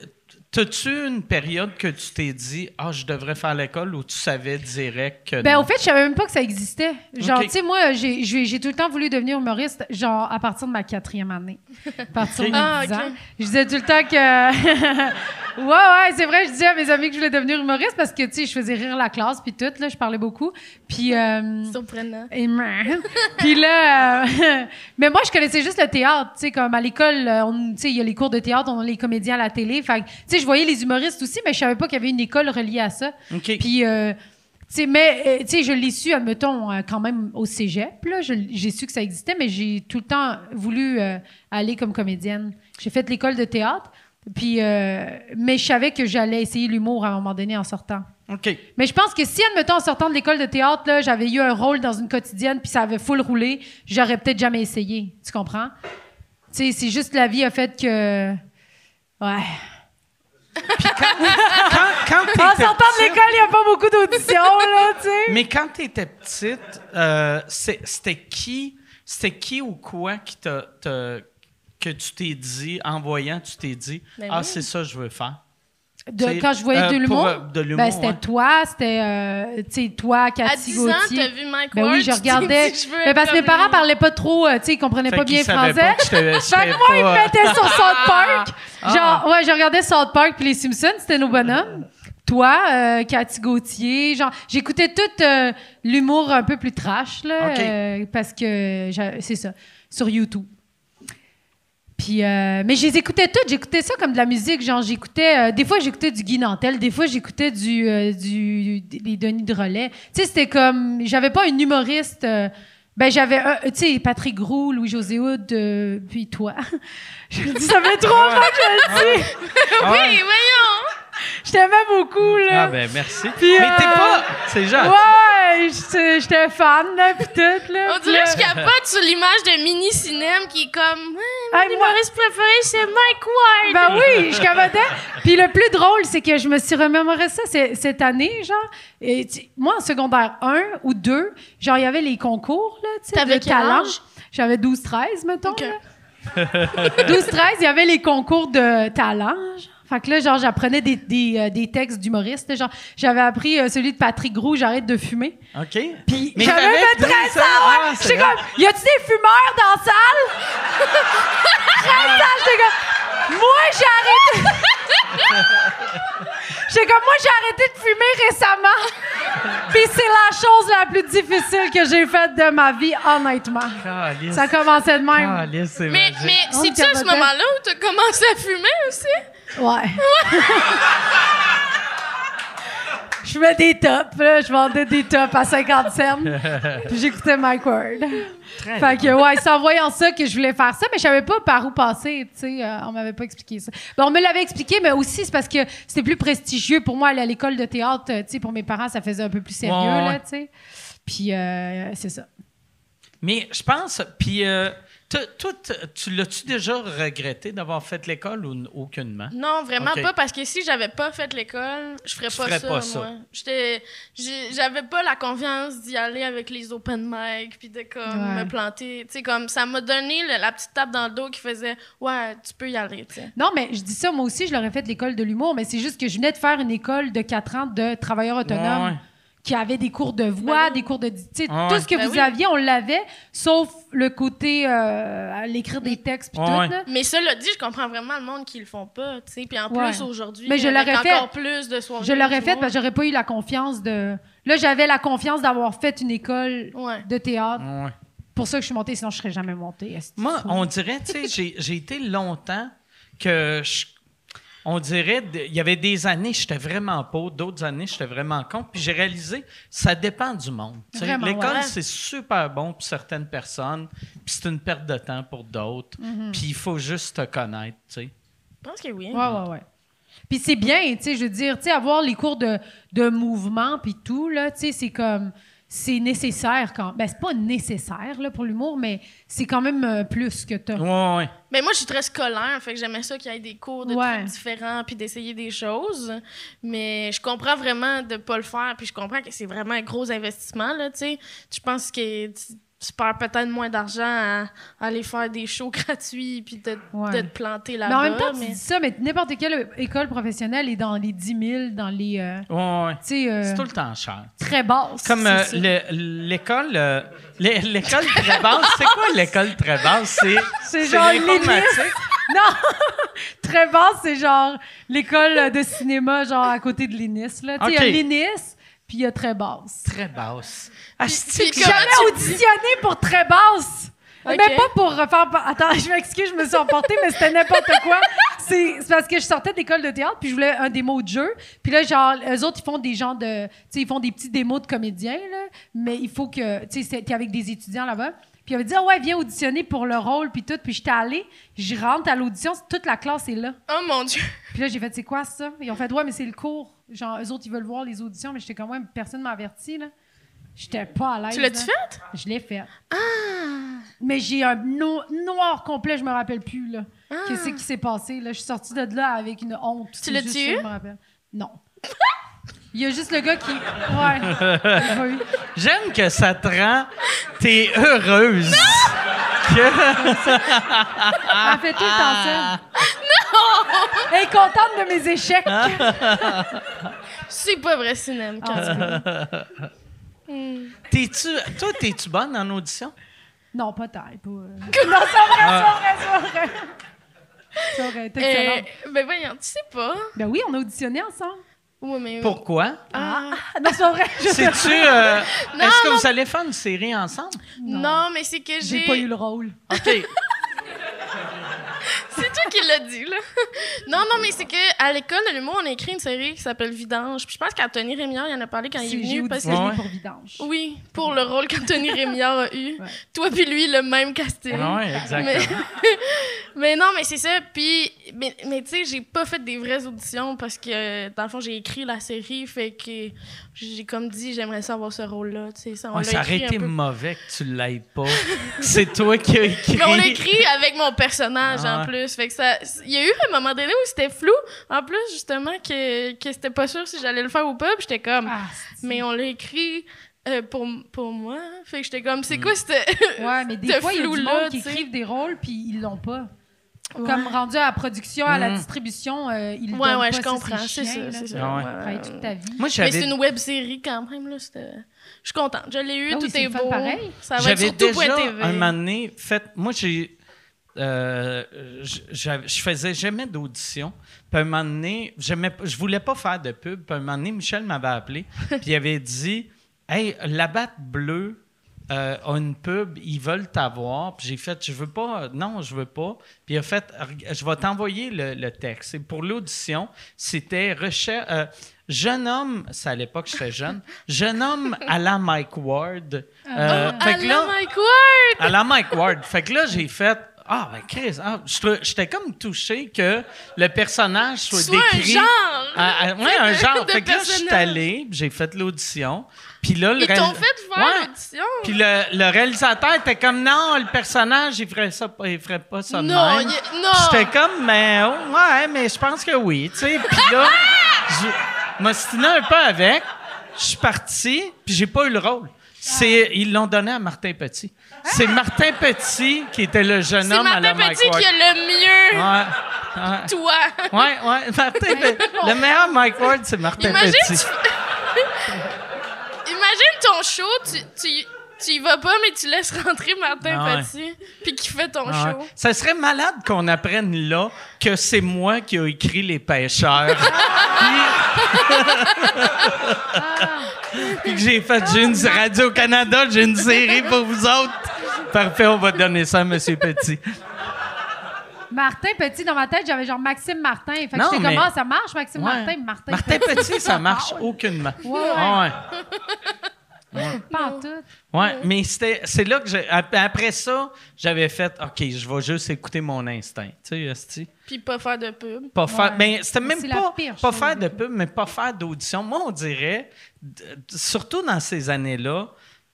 C: t'as-tu une période que tu t'es dit, ah, je devrais faire l'école ou tu savais direct que.
E: Ben,
C: non?
E: au fait, je savais même pas que ça existait. Genre,
C: Ok.
E: tu sais, moi, j'ai- j'ai j'ai tout le temps voulu devenir humoriste, genre, à partir de ma quatrième année. À partir de mes
F: Ah,
E: 10
F: ok.
E: ans. Je disais tout le temps que. ouais, ouais, c'est vrai, je disais à mes amis que je voulais devenir humoriste parce que, tu sais, je faisais rire la classe, puis tout, là, je parlais beaucoup. Puis. euh,
F: Surprenant.
E: Et meh. Puis là, euh, mais moi, je connaissais juste le théâtre. Tu sais, comme à l'école, euh, on- tu sais, il y a les cours de théâtre, on a les comédiens à la télé. Fait que, tu sais, je voyais les humoristes aussi, mais je savais pas qu'il y avait une école reliée à ça.
C: OK.
E: Puis, euh, tu sais, mais, euh, tu sais, je l'ai su, admettons, euh, quand même au cégep. Là, Je- j'ai su que ça existait, mais j'ai tout le temps voulu euh, aller comme comédienne. J'ai fait l'école de théâtre. Puis, euh, mais je savais que j'allais essayer l'humour à un moment donné en sortant.
C: OK.
E: Mais je pense que si, admettons, en sortant de l'école de théâtre, là, j'avais eu un rôle dans une quotidienne puis ça avait full roulé, j'aurais peut-être jamais essayé. Tu comprends? Tu sais, c'est juste la vie a fait que. Ouais.
C: Quand, quand t'étais
E: En sortant de
C: petite-
E: l'école, il n'y a pas beaucoup d'auditions, là, tu sais.
C: Mais quand tu étais petite, euh, c'est- c'était qui, c'était qui ou quoi qui t'a, t'a- que tu t'es dit, en voyant, tu t'es dit,
F: Ben
C: ah,
F: oui.
C: c'est ça que je veux faire.
E: De-
C: C'est-
E: quand je voyais
C: euh,
E: de
C: pour,
E: l'humour,
C: euh, de l'humour,
E: ben, c'était
C: ouais.
E: toi, c'était, euh, tu sais, toi,
F: À
E: Cathy
F: 10 ans,
E: Gauthier.
F: t'as vu Mike
E: ben
F: Ward,
E: oui, je
F: tu t'es
E: regardais.
F: dit, je veux
E: Mais
F: être
E: parce que mes
F: comme lui.
E: parents parlaient pas trop, euh, tu sais, ils comprenaient pas
C: Fait qu'ils
E: bien
C: savaient
E: français.
C: pas que j'étais-
E: Fait
C: j'étais
E: que moi, ils
C: pas-
E: me mettaient sur South Park. Genre, ouais, je regardais South Park puis les Simpsons, c'était nos bonhommes. Toi, euh, Cathy Gauthier, genre, j'écoutais tout euh, l'humour un peu plus trash, là,
C: Ok.
E: euh, parce que j'a- c'est ça, sur YouTube. Puis, euh, mais je les écoutais toutes, j'écoutais ça comme de la musique, genre, j'écoutais, euh, des fois j'écoutais du Guy Nantel, des fois j'écoutais du, euh, du, des Denis de Relais. Tu sais, c'était comme, j'avais pas une humoriste, euh, ben j'avais, un- tu sais, Patrick Roux, Louis-José Hood, euh, puis toi. je dis, ça fait trop
C: Ah
F: Ah Oui, voyons!
E: je t'aimais beaucoup, là.
C: Ah, ben ah, merci.
E: Puis,
C: Mais t'es
E: euh,
C: pas. C'est genre.
E: Ouais, j'étais j'étais fan, là, pis tout, là.
F: On dirait
E: Puis,
F: que je capote sur l'image de Mini Cinem qui est comme
E: euh,
F: Mon
E: hey, moi-
F: humoriste préféré, c'est Mike Ward!
E: Ben oui, je capotais. Puis le plus drôle, c'est que je me suis remémoré ça c'est- cette année, genre. Et, tu- moi, en secondaire 1 ou 2, genre, il y avait les concours, là, tu sais,
F: T'avais
E: de
F: quel
E: talent.
F: âge?
E: J'avais 12-13, mettons,
F: Ok.
E: là. 12-13, il y avait les concours de talent. genre. Fait que là, genre, j'apprenais des, des, euh, des textes d'humoristes. Genre, j'avais appris euh, celui de Patrick Groux, J'arrête de fumer.
C: OK.
E: Puis
C: Mais
E: j'avais
C: t'avais
E: même
C: pris
E: 13
C: ça,
E: ans, ouais.
C: ah, c'est
E: J'étais
C: vrai.
E: comme, y a-tu des fumeurs dans la salle? 13 ans, j'étais comme, moi, j'ai arrêté. J'étais comme, moi, j'ai arrêté de fumer récemment. Puis c'est la chose la plus difficile que j'ai faite de ma vie, honnêtement.
C: Calisse.
E: Ça commençait de même.
C: Calisse, c'est
F: Mais,
C: magique.
F: mais
E: On
F: c'est-tu à ce
E: capotait.
F: moment-là où t'as commencé à fumer aussi?
E: Ouais. Je mets des tops, là. Je vendais des tops à 50 cents. Puis j'écoutais Mike Ward. fait que, ouais, c'est en voyant ça que je voulais faire ça, mais je savais pas par où passer, tu sais. euh, on m'avait pas expliqué ça. Bon, on me l'avait expliqué, mais aussi, c'est parce que c'était plus prestigieux pour moi aller à l'école de théâtre, euh, tu sais. Pour mes parents, ça faisait un peu plus sérieux,
C: Ouais, ouais.
E: là, tu sais. Puis, euh, c'est ça.
C: Mais je pense. Puis, euh, t'as- toi, t'as- tu l'as-tu déjà regretté d'avoir fait l'école ou n- aucunement?
F: Non, vraiment
C: Ok.
F: pas, parce que si j'avais pas fait l'école, je ferais
C: Tu
F: pas,
C: ferais
F: ça,
C: pas ça.
F: moi. J'étais, j'ai- j'avais pas la confiance d'y aller avec les open mic, puis de comme
E: Ouais.
F: me planter. Tu sais, comme ça m'a donné le- la petite tape dans le dos qui faisait ouais, tu peux y aller. tu sais.
E: Non, mais je dis ça, moi aussi, je l'aurais fait l'école de l'humour, mais c'est juste que je venais de faire une école de 4 ans de travailleurs autonomes.
C: Ouais, ouais.
E: qui avait des cours de voix, des cours de... tu sais,
C: Ah ouais.
E: Tout ce que
F: Ben
E: vous
F: oui.
E: aviez, on l'avait, sauf le côté euh, à l'écrire des textes puis
C: Ah
E: tout.
C: ouais.
E: là.
F: Mais cela dit, je comprends vraiment le monde qui le font pas, tu sais. Puis en
E: Ouais.
F: plus, aujourd'hui,
E: Mais je
F: avec
E: l'aurais fait.
F: encore plus de soirées.
E: Je l'aurais fait
F: d'humour.
E: parce que j'aurais pas eu la confiance de... Là, j'avais la confiance d'avoir fait une école
F: Ouais.
E: de théâtre.
C: Ouais.
E: Pour ça que je suis montée, sinon je serais jamais montée. Est-ce que
C: Moi,
E: tu-
C: on dirait, tu sais, j'ai- j'ai été longtemps que je- On dirait, de- il y avait des années, j'étais vraiment pauvre, d'autres années, j'étais vraiment con. Puis j'ai réalisé, ça dépend du monde. tu sais.
E: Vraiment,
C: L'école,
E: ouais.
C: c'est super bon pour certaines personnes, puis c'est une perte de temps pour d'autres.
E: Mm-hmm.
C: Puis il faut juste te connaître, tu sais.
F: Je pense que oui.
E: Ouais, ouais, ouais. Puis c'est bien, tu sais, je veux dire, tu sais, avoir les cours de, de mouvement puis tout, là, tu sais, c'est comme... C'est nécessaire quand... Ben, c'est pas nécessaire, là, pour l'humour, mais c'est quand même euh, plus que t'as.
C: Ouais, ouais.
F: Mais Ben, moi, je suis très scolaire, fait que j'aimais ça qu'il y ait des cours de
E: Ouais.
F: trucs différents puis d'essayer des choses. Mais je comprends vraiment de pas le faire, puis je comprends que c'est vraiment un gros investissement, là, tu sais. Je pense que tu, tu perds peut-être moins d'argent à, à aller faire des shows gratuits puis de,
E: Ouais.
F: de te planter
E: Mais en
F: là-bas.
E: même temps, tu
F: mais-
E: dis ça, mais n'importe quelle école professionnelle est dans les 10 000, dans les... euh,
C: ouais, ouais.
E: tu sais, euh,
C: C'est tout le temps cher.
E: très basse.
C: Comme
E: c'est
C: euh,
E: ça.
C: le- l'école euh, l'é- l'école très basse, c'est quoi l'école très basse? C'est
E: C'est genre
C: l'informatique.
E: Non! très basse, c'est genre l'école de cinéma, genre à côté de l'INIS, là. Tu sais, il y a
C: Ok.
E: l'INIS, puis il y a très basse.
C: Très basse.
F: Puis
C: Asti, que-
F: comment
E: J'avais auditionné pour très basse.
F: Ok.
E: Mais pas pour refaire. pa- Attends, je m'excuse, je me suis emportée, mais c'était n'importe quoi. C'est c'est parce que je sortais d'école de théâtre, puis je voulais un démo de jeu. Puis là, genre, eux autres, ils font des gens de. Tu sais, ils font des petits démos de comédiens, là. Mais il faut que. Tu sais, c'est- t'es avec des étudiants là-bas. Puis ils avaient dit, ah ouais, viens auditionner pour le rôle, puis tout. Puis j'étais allée, je rentre à l'audition, toute la classe est là.
F: Oh mon Dieu!
E: Puis là, j'ai fait, c'est quoi ça? Ils ont fait, ouais, mais c'est le cours. Genre, eux autres, ils veulent voir les auditions, mais j'étais quand même, personne m'a averti, là. J'étais pas à l'aise.
F: Tu l'as-tu
E: là.
F: fait?
E: Je l'ai fait.
F: Ah!
E: Mais j'ai un no- noir complet, je me rappelle plus, là.
F: Ah!
E: Qu'est-ce qui s'est passé, là? Je suis sortie de là avec une honte. C'est
F: l'as-tu
E: juste ça que
F: eu?
E: je me rappelle. Non. Il y a juste le gars qui. Ouais. Il l'a eu.
C: J'aime que ça te rend. T'es heureuse.
E: Elle fait tout le temps ça.
F: Ah!
E: Non! Elle est contente de mes échecs.
F: C'est pas vrai, Sinem.
E: En tout cas.
C: T'es-tu, toi, t'es-tu bonne en audition?
E: Non, pas taille. Pas... euh. Non, c'est vrai, c'est vrai, c'est vrai. C'est vrai, t'es
F: Ah! Euh,
E: excellente.
F: ben voyons, tu sais pas.
E: Ben oui, on a auditionné ensemble.
F: Oui, mais...
C: Pourquoi?
E: Ah! Non, c'est pas vrai. Je sais
C: C'est-tu, euh,
F: Non,
C: est-ce que vous allez faire une série ensemble?
F: Non, mais c'est que j'ai...
E: J'ai pas eu le rôle.
C: OK.
F: C'est toi qui l'as dit, là. Non, non, mais c'est que à l'école de l'humour, on a écrit une série qui s'appelle Vidange. Puis je pense qu'Anthony Rémillard, il en a parlé quand il
E: C'est-
F: est
E: J'ai
F: venu. Parce que...
E: auditionné
C: Ouais.
E: pour Vidange.
F: Oui, pour le rôle qu'Anthony Rémillard a eu.
E: Ouais.
F: Toi puis lui, le même casting.
C: oui, Ah exactement.
F: mais... mais non, mais c'est ça. Puis, mais, mais tu sais, j'ai pas fait des vraies auditions parce que, dans le fond, j'ai écrit la série. Fait que j'ai comme dit, j'aimerais ça avoir ce rôle-là. Tu sais, ça, on
C: Ouais,
F: l'a
C: ça aurait
F: écrit un
C: été
F: peu.
C: mauvais que tu l'aies pas. C'est toi qui as écrit.
F: Mais on l'écrit avec mon personnage
C: Ah ouais.
F: en plus. Fait que ça, il y a eu un moment donné où c'était flou. En plus, justement, que, que c'était pas sûr si j'allais le faire ou pas. Puis j'étais comme,
E: Ah, c'est-
F: mais on l'a écrit euh, pour, pour moi. Fait que j'étais comme,
C: Mm.
F: c'est quoi c'était.
E: Ouais, mais des
F: Euh, ce
E: fois, il y a du
F: flou-là,
E: monde qui
F: tu sais.
E: écrivent des rôles puis ils l'ont pas.
F: Ouais.
E: Comme rendu à la production, à la
C: Mm.
E: distribution, euh, ils l'ont
F: ouais,
E: pas.
F: ouais, je
E: ça,
F: comprends. C'est
E: chiant,
F: ça,
E: là.
F: c'est ça.
C: Ah ouais.
F: ouais, ouais,
E: Travaille
F: ouais.
E: toute ta vie.
C: Moi,
F: Mais
C: j'avais.
F: c'est une web série quand même. Là, c'était- je suis contente. Je l'ai eu,
E: Ah oui,
F: tout
E: c'est
F: est,
E: le fun
F: beau.
E: pareil.
F: Ça va être
C: J'avais
F: sur
C: déjà
F: tout.tv.
C: un moment donné fait. Moi, j'ai. euh, j- j'avais- je faisais jamais d'audition. Puis un moment donné, j'aimais pas- je voulais pas faire de pub. Puis un moment donné, Michel m'avait appelé. Puis il avait dit Hey, la batte bleue euh, a une pub, ils veulent t'avoir. Puis j'ai fait Je veux pas, euh, non, je veux pas. Puis il a fait Reg- Je vais t'envoyer le, le texte. Et pour l'audition, c'était recherche. euh, Jeune homme, c'est à l'époque j'étais jeune, jeune homme à la Mike Ward. Euh,
F: Ah,
C: fait que là-
F: là, my God!
C: à la Mike Ward. Fait que là, j'ai fait. Ah, ben Chris, ah, je trou- j'étais comme touché que le personnage soit,
F: Soit un
C: décrit.
F: genre.
C: à- à- ouais, un genre.
F: De
C: Fait que là, je suis
F: personnage.
C: allé, puis j'ai fait l'audition. Puis là, le
F: Ils
C: réal-
F: t'ont fait faire
C: Ouais.
F: l'audition.
C: Puis le, le réalisateur était comme non, le personnage, il ferait ça, pas- il ferait pas ça de
F: Non,
C: même.
F: il- non.
C: Puis J'étais comme mais oh, ouais, mais je pense que oui, tu sais. Puis là, je m'ostinais un peu avec. Je suis parti, puis j'ai pas eu le rôle. C'est ils l'ont donné à Martin Petit. C'est Martin Petit qui était le jeune
F: Ah! C'est
C: homme à
F: Martin
C: la Mike
F: Petit
C: Ward. Ah.
F: qui a le mieux.
C: Ouais, ouais.
F: Toi.
C: Ouais, ouais, Martin Pe- Le meilleur Mike Ward, c'est Martin
F: Imagine,
C: Petit.
F: tu- ton show, tu, tu, tu y vas pas, mais tu laisses rentrer Martin
C: Ah ouais.
F: Petit, puis qui fait ton
C: Ah,
F: show.
C: Ça serait malade qu'on apprenne là que c'est moi qui ai écrit Les Pêcheurs. Puis- Puis que j'ai fait, j'ai une Radio-Canada, j'ai une série pour vous autres. Parfait, on va donner ça à M. Petit.
E: Martin Petit, dans ma tête, j'avais genre Maxime Martin. Fait que
C: Non,
E: j'étais
C: mais-
E: comme, ah, ça marche, Maxime
C: Ouais.
E: Martin, Martin,
C: Martin Petit, ça marche aucunement.
E: Ouais,
C: Ah ouais.
E: Pas en tout.
C: Ouais, mais c'était, c'est là que j'ai. ap- Après ça, j'avais fait, OK, je vais juste écouter mon instinct. Tu sais, esti.
F: Puis pas faire de pub.
C: Pas faire.
E: Ouais.
C: Mais c'était
E: Mais
C: même
E: c'est la
C: pas.
E: pire
C: Pas
E: chose.
C: faire de pub, mais pas faire d'audition. Moi, on dirait, d- d- surtout dans ces années-là,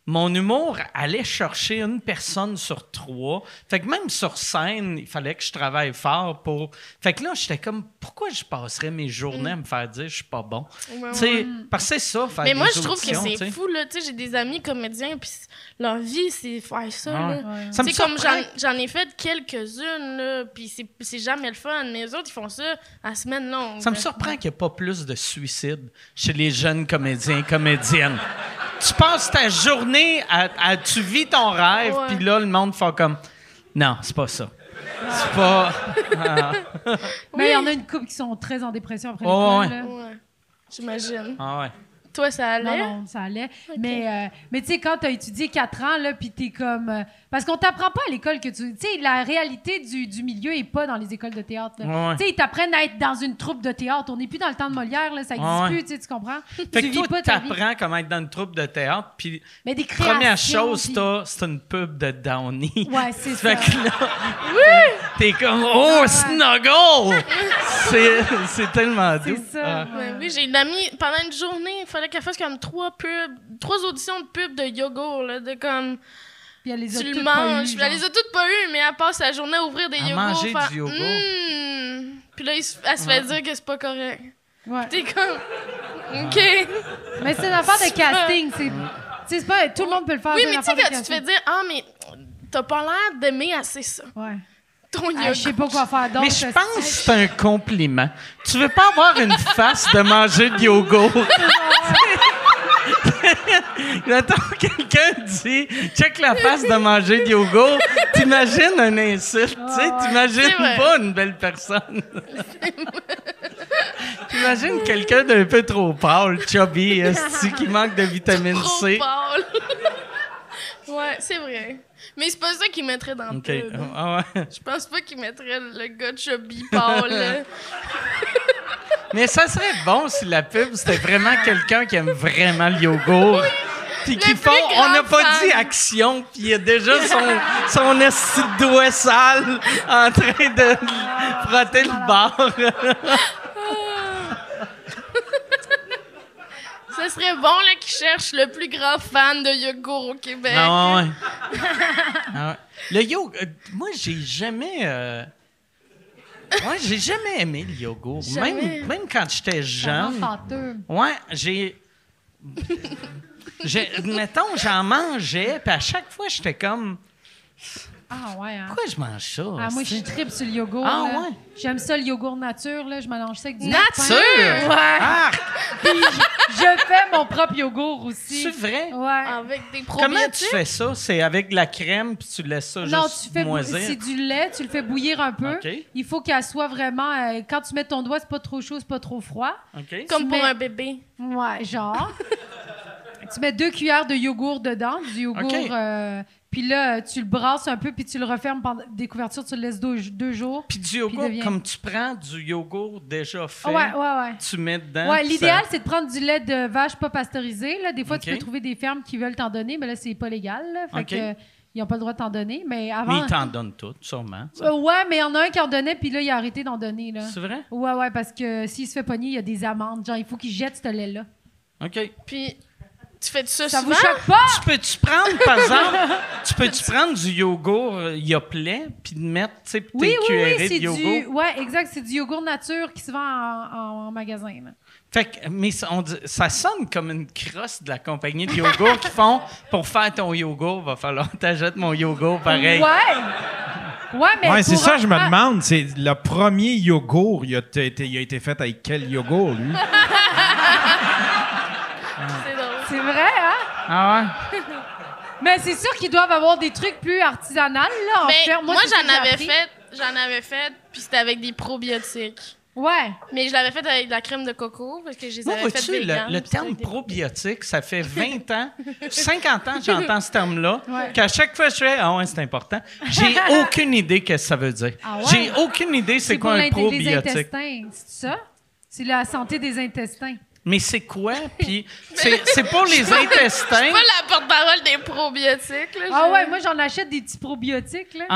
C: mon humour allait chercher une personne sur trois. Fait que même sur scène, il fallait que je travaille fort pour. Fait que là, j'étais comme, pourquoi je passerais mes journées à me faire dire je suis pas bon?
F: Ouais,
C: Tu sais, parce que c'est ça, faire
F: Mais moi,
C: des
F: je trouve que
C: auditions, tu
F: c'est
C: sais.
F: fou, là. Tu sais, j'ai des amis comédiens, puis c- leur vie, c'est faire ça,
C: Ah Ouais.
F: là.
C: Ça me
F: Tu sais, comme
C: surprend.
F: j'en j'en ai fait quelques-unes, là, puis c'est- c'est jamais le fun. Mais les autres, ils font ça à semaine longue.
C: Ça me surprend qu'il n'y ait pas plus de suicides chez les jeunes comédiens et comédiennes. tu passes ta journée à, à- tu vis ton rêve,
F: Ouais.
C: puis là, le monde fait comme Non, c'est pas ça. C'est pas. ah,
E: Mais il y en a une couple qui sont très en dépression après
C: Oh,
E: l'école, là.
F: Ouais, j'imagine.
C: Ah ouais.
F: Toi, ça allait?
E: Non, non, ça allait. Mais, euh, mais tu sais, quand tu as étudié 4 ans, là, puis t'es comme. euh, parce qu'on t'apprend pas à l'école que tu. Tu sais, la réalité du, du milieu est pas dans les écoles de théâtre. là.
C: Ouais, ouais.
E: Tu sais, ils t'apprennent à être dans une troupe de théâtre. On n'est plus dans le temps de Molière, là, ça existe
C: Ouais, ouais.
E: plus, tu sais, tu comprends?
C: Fait
E: tu
C: que toi,
E: ta vie.
C: t'apprends comment être dans une troupe de théâtre, puis
E: Mais des créations.
C: première chose,
E: puis-
C: t'as, c'est une pub de Downey.
E: Ouais, c'est
C: Fait
E: ça.
C: que là, t'es comme Oh, snuggle! c'est, c'est tellement
E: C'est
C: doux.
E: ça.
C: Ah.
E: ouais.
F: Ben oui, j'ai une amie, pendant une journée, il fallait qu'elle fasse comme trois pubs, trois auditions de pubs de yogourt, là, de comme,
E: Puis elle les a
F: tu le
E: toutes pas
F: manges. Ben,
E: eues,
F: Puis elle les a toutes pas eues, mais elle passe la journée à ouvrir des
C: À
F: yogourts.
C: manger
F: faire,
C: du yogourt.
F: Hmm. Puis là, il se- elle se fait dire que c'est pas correct.
E: genre. Ouais.
F: T'es comme, OK.
E: Mais c'est une affaire de
F: C'est pas-
E: casting. C'est, tu sais, c'est pas tout le monde peut le faire.
F: Oui,
E: c'est une
F: mais tu sais,
E: affaire de
F: quand tu te fais
E: casting.
F: dire, ah, mais t'as pas l'air d'aimer assez ça,
E: Ouais.
F: ton
E: Ah, je sais
F: yogourt.
E: pas quoi faire d'autre.
C: Mais je
E: ça,
C: pense que c'est un compliment. Tu veux pas avoir une face de manger de yogourt. Mettons, quelqu'un dit check la face de manger de yogourt. T'imagines un insulte, tu sais, t'imagines
F: C'est vrai.
C: pas une belle personne. T'imagines quelqu'un d'un peu trop pâle, chubby, esti, qui manque de vitamine
F: Trop
C: C.
F: pâle. ouais, c'est vrai. Mais c'est pas ça qu'il mettrait dans le
C: Ok,
F: pub.
C: ah ouais.
F: Je pense pas qu'il mettrait le gars de chubby pâle. là.
C: Mais ça serait bon si la pub, c'était vraiment quelqu'un qui aime vraiment le yogourt. Puis qui
F: plus
C: font, on
F: grand
C: n'a pas
F: fan.
C: dit action, puis il y a déjà son, son esti de doigt sale en train de frotter le bord.
F: Euh, Ça serait bon là qu'il cherche le plus grand fan de yogourt au Québec.
C: Non, ouais. Ah ouais. Le yogourt, moi, j'ai jamais. euh, Moi, j'ai jamais aimé le yogourt.
F: Jamais.
C: Même, même quand j'étais
E: c'est vraiment
C: jeune.
E: fantôme.
C: Ouais, j'ai. j'ai- Mettons, j'en mangeais, puis à chaque fois, j'étais comme.
E: Ah ouais, hein.
C: Pourquoi je mange ça?
E: Ah, moi, je
C: hostie?
E: tripe sur le yogourt.
C: Ah,
E: là.
C: ouais?
E: J'aime ça, le yogourt nature. Là. Je mélange ça avec du
C: Nature?
E: lapin. Ouais.
C: Arc!
E: Je fais mon propre yogourt aussi.
C: C'est vrai? Ah,
E: Ouais.
F: Avec des
C: Comment tu
F: probiotiques.
C: fais ça? C'est avec de la crème puis tu laisses ça
E: Non,
C: juste
E: tu fais bou-
C: moisir?
E: c'est du lait, tu le fais bouillir un peu.
C: OK.
E: Il faut qu'elle soit vraiment euh, quand tu mets ton doigt, c'est pas trop chaud, c'est pas trop froid.
C: OK.
F: Comme
E: Tu
F: pour
E: mets-
F: un bébé.
E: Ouais, genre. tu mets deux cuillères de yogourt dedans, du yogourt.
C: OK.
E: euh, puis là, tu le brasses un peu, puis tu le refermes pendant des couvertures, tu le laisses deux, deux jours.
C: Puis du yogourt,
E: devient-
C: comme tu prends du yogourt déjà fait,
E: Ah ouais, ouais, ouais.
C: tu mets dedans.
E: Ouais,
C: puis
E: l'idéal,
C: ça-
E: c'est de prendre du lait de vache pas pasteurisé. Là. Des fois, tu
C: OK.
E: peux trouver des fermes qui veulent t'en donner, mais là, c'est pas légal. là. Fait
C: OK.
E: que, euh, ils n'ont pas le droit de t'en donner. Mais
C: Mais
E: avant.
C: ils t'en donnent tout, sûrement. ça.
E: Euh, ouais, mais il y en a un qui en donnait, puis là, il a arrêté d'en donner. Là.
C: C'est vrai?
E: Ouais, ouais, parce que s'il se fait pogner, il y a des amendes. Genre, il faut qu'il jette ce lait-là.
C: OK.
F: Puis tu fais ça,
E: Ça
F: souvent.
E: vous choque pas?
C: Tu peux-tu prendre, par exemple, tu peux-tu prendre du yogourt euh, Yoplait puis le mettre, tu sais, puis
E: Oui,
C: tes
E: oui,
C: cuillerées
E: oui,
C: de
E: c'est
C: yogourt?
E: du. Ouais, exact, c'est du yogourt nature qui se vend en, en- en magasin. là.
C: Fait que, mais ça, on dit- ça sonne comme une crosse de la compagnie de yogourt qui font pour faire ton yogourt, va falloir que t'achètes mon yogourt pareil.
E: Ouais! Ouais, mais.
D: Ouais, c'est
E: pour
D: ça,
E: un-
D: je me
E: ah,
D: demande. C'est le premier yogourt, il a, t- été- il a été fait avec quel yogourt, lui?
F: C'est drôle.
E: C'est vrai, hein?
C: Ah ouais?
E: Mais c'est sûr qu'ils doivent avoir des trucs plus artisanaux, là, en
F: Ben,
E: ferme.
F: moi,
E: c'est ce que
F: j'en
E: j'ai
F: avais
E: appris.
F: fait, j'en avais fait, puis c'était avec des probiotiques.
E: Ouais.
F: Mais je l'avais fait avec de la crème de coco parce que je les
C: Moi,
F: avais
C: vois-tu,
F: fait
C: le,
F: vegan,
C: le
F: puis c'était
C: terme
F: avec des-
C: probiotique, ça fait 20 ans, 50 ans que j'entends ce terme-là, qu'à chaque fois je fais Ah ouais, c'est important. J'ai aucune idée qu'est-ce que ça veut dire.
E: Ah ouais?
C: J'ai aucune idée c'est quoi
E: pour
C: un
E: l'int- les
C: probiotique.
E: intestins, c'est ça? C'est la santé des intestins.
C: Mais c'est quoi? Puis c'est c'est pour les intestins.
F: Pas la porte-parole des probiotiques, là.
E: Ah
F: je-
E: ouais, moi, j'en achète des petits probiotiques, là.
C: En,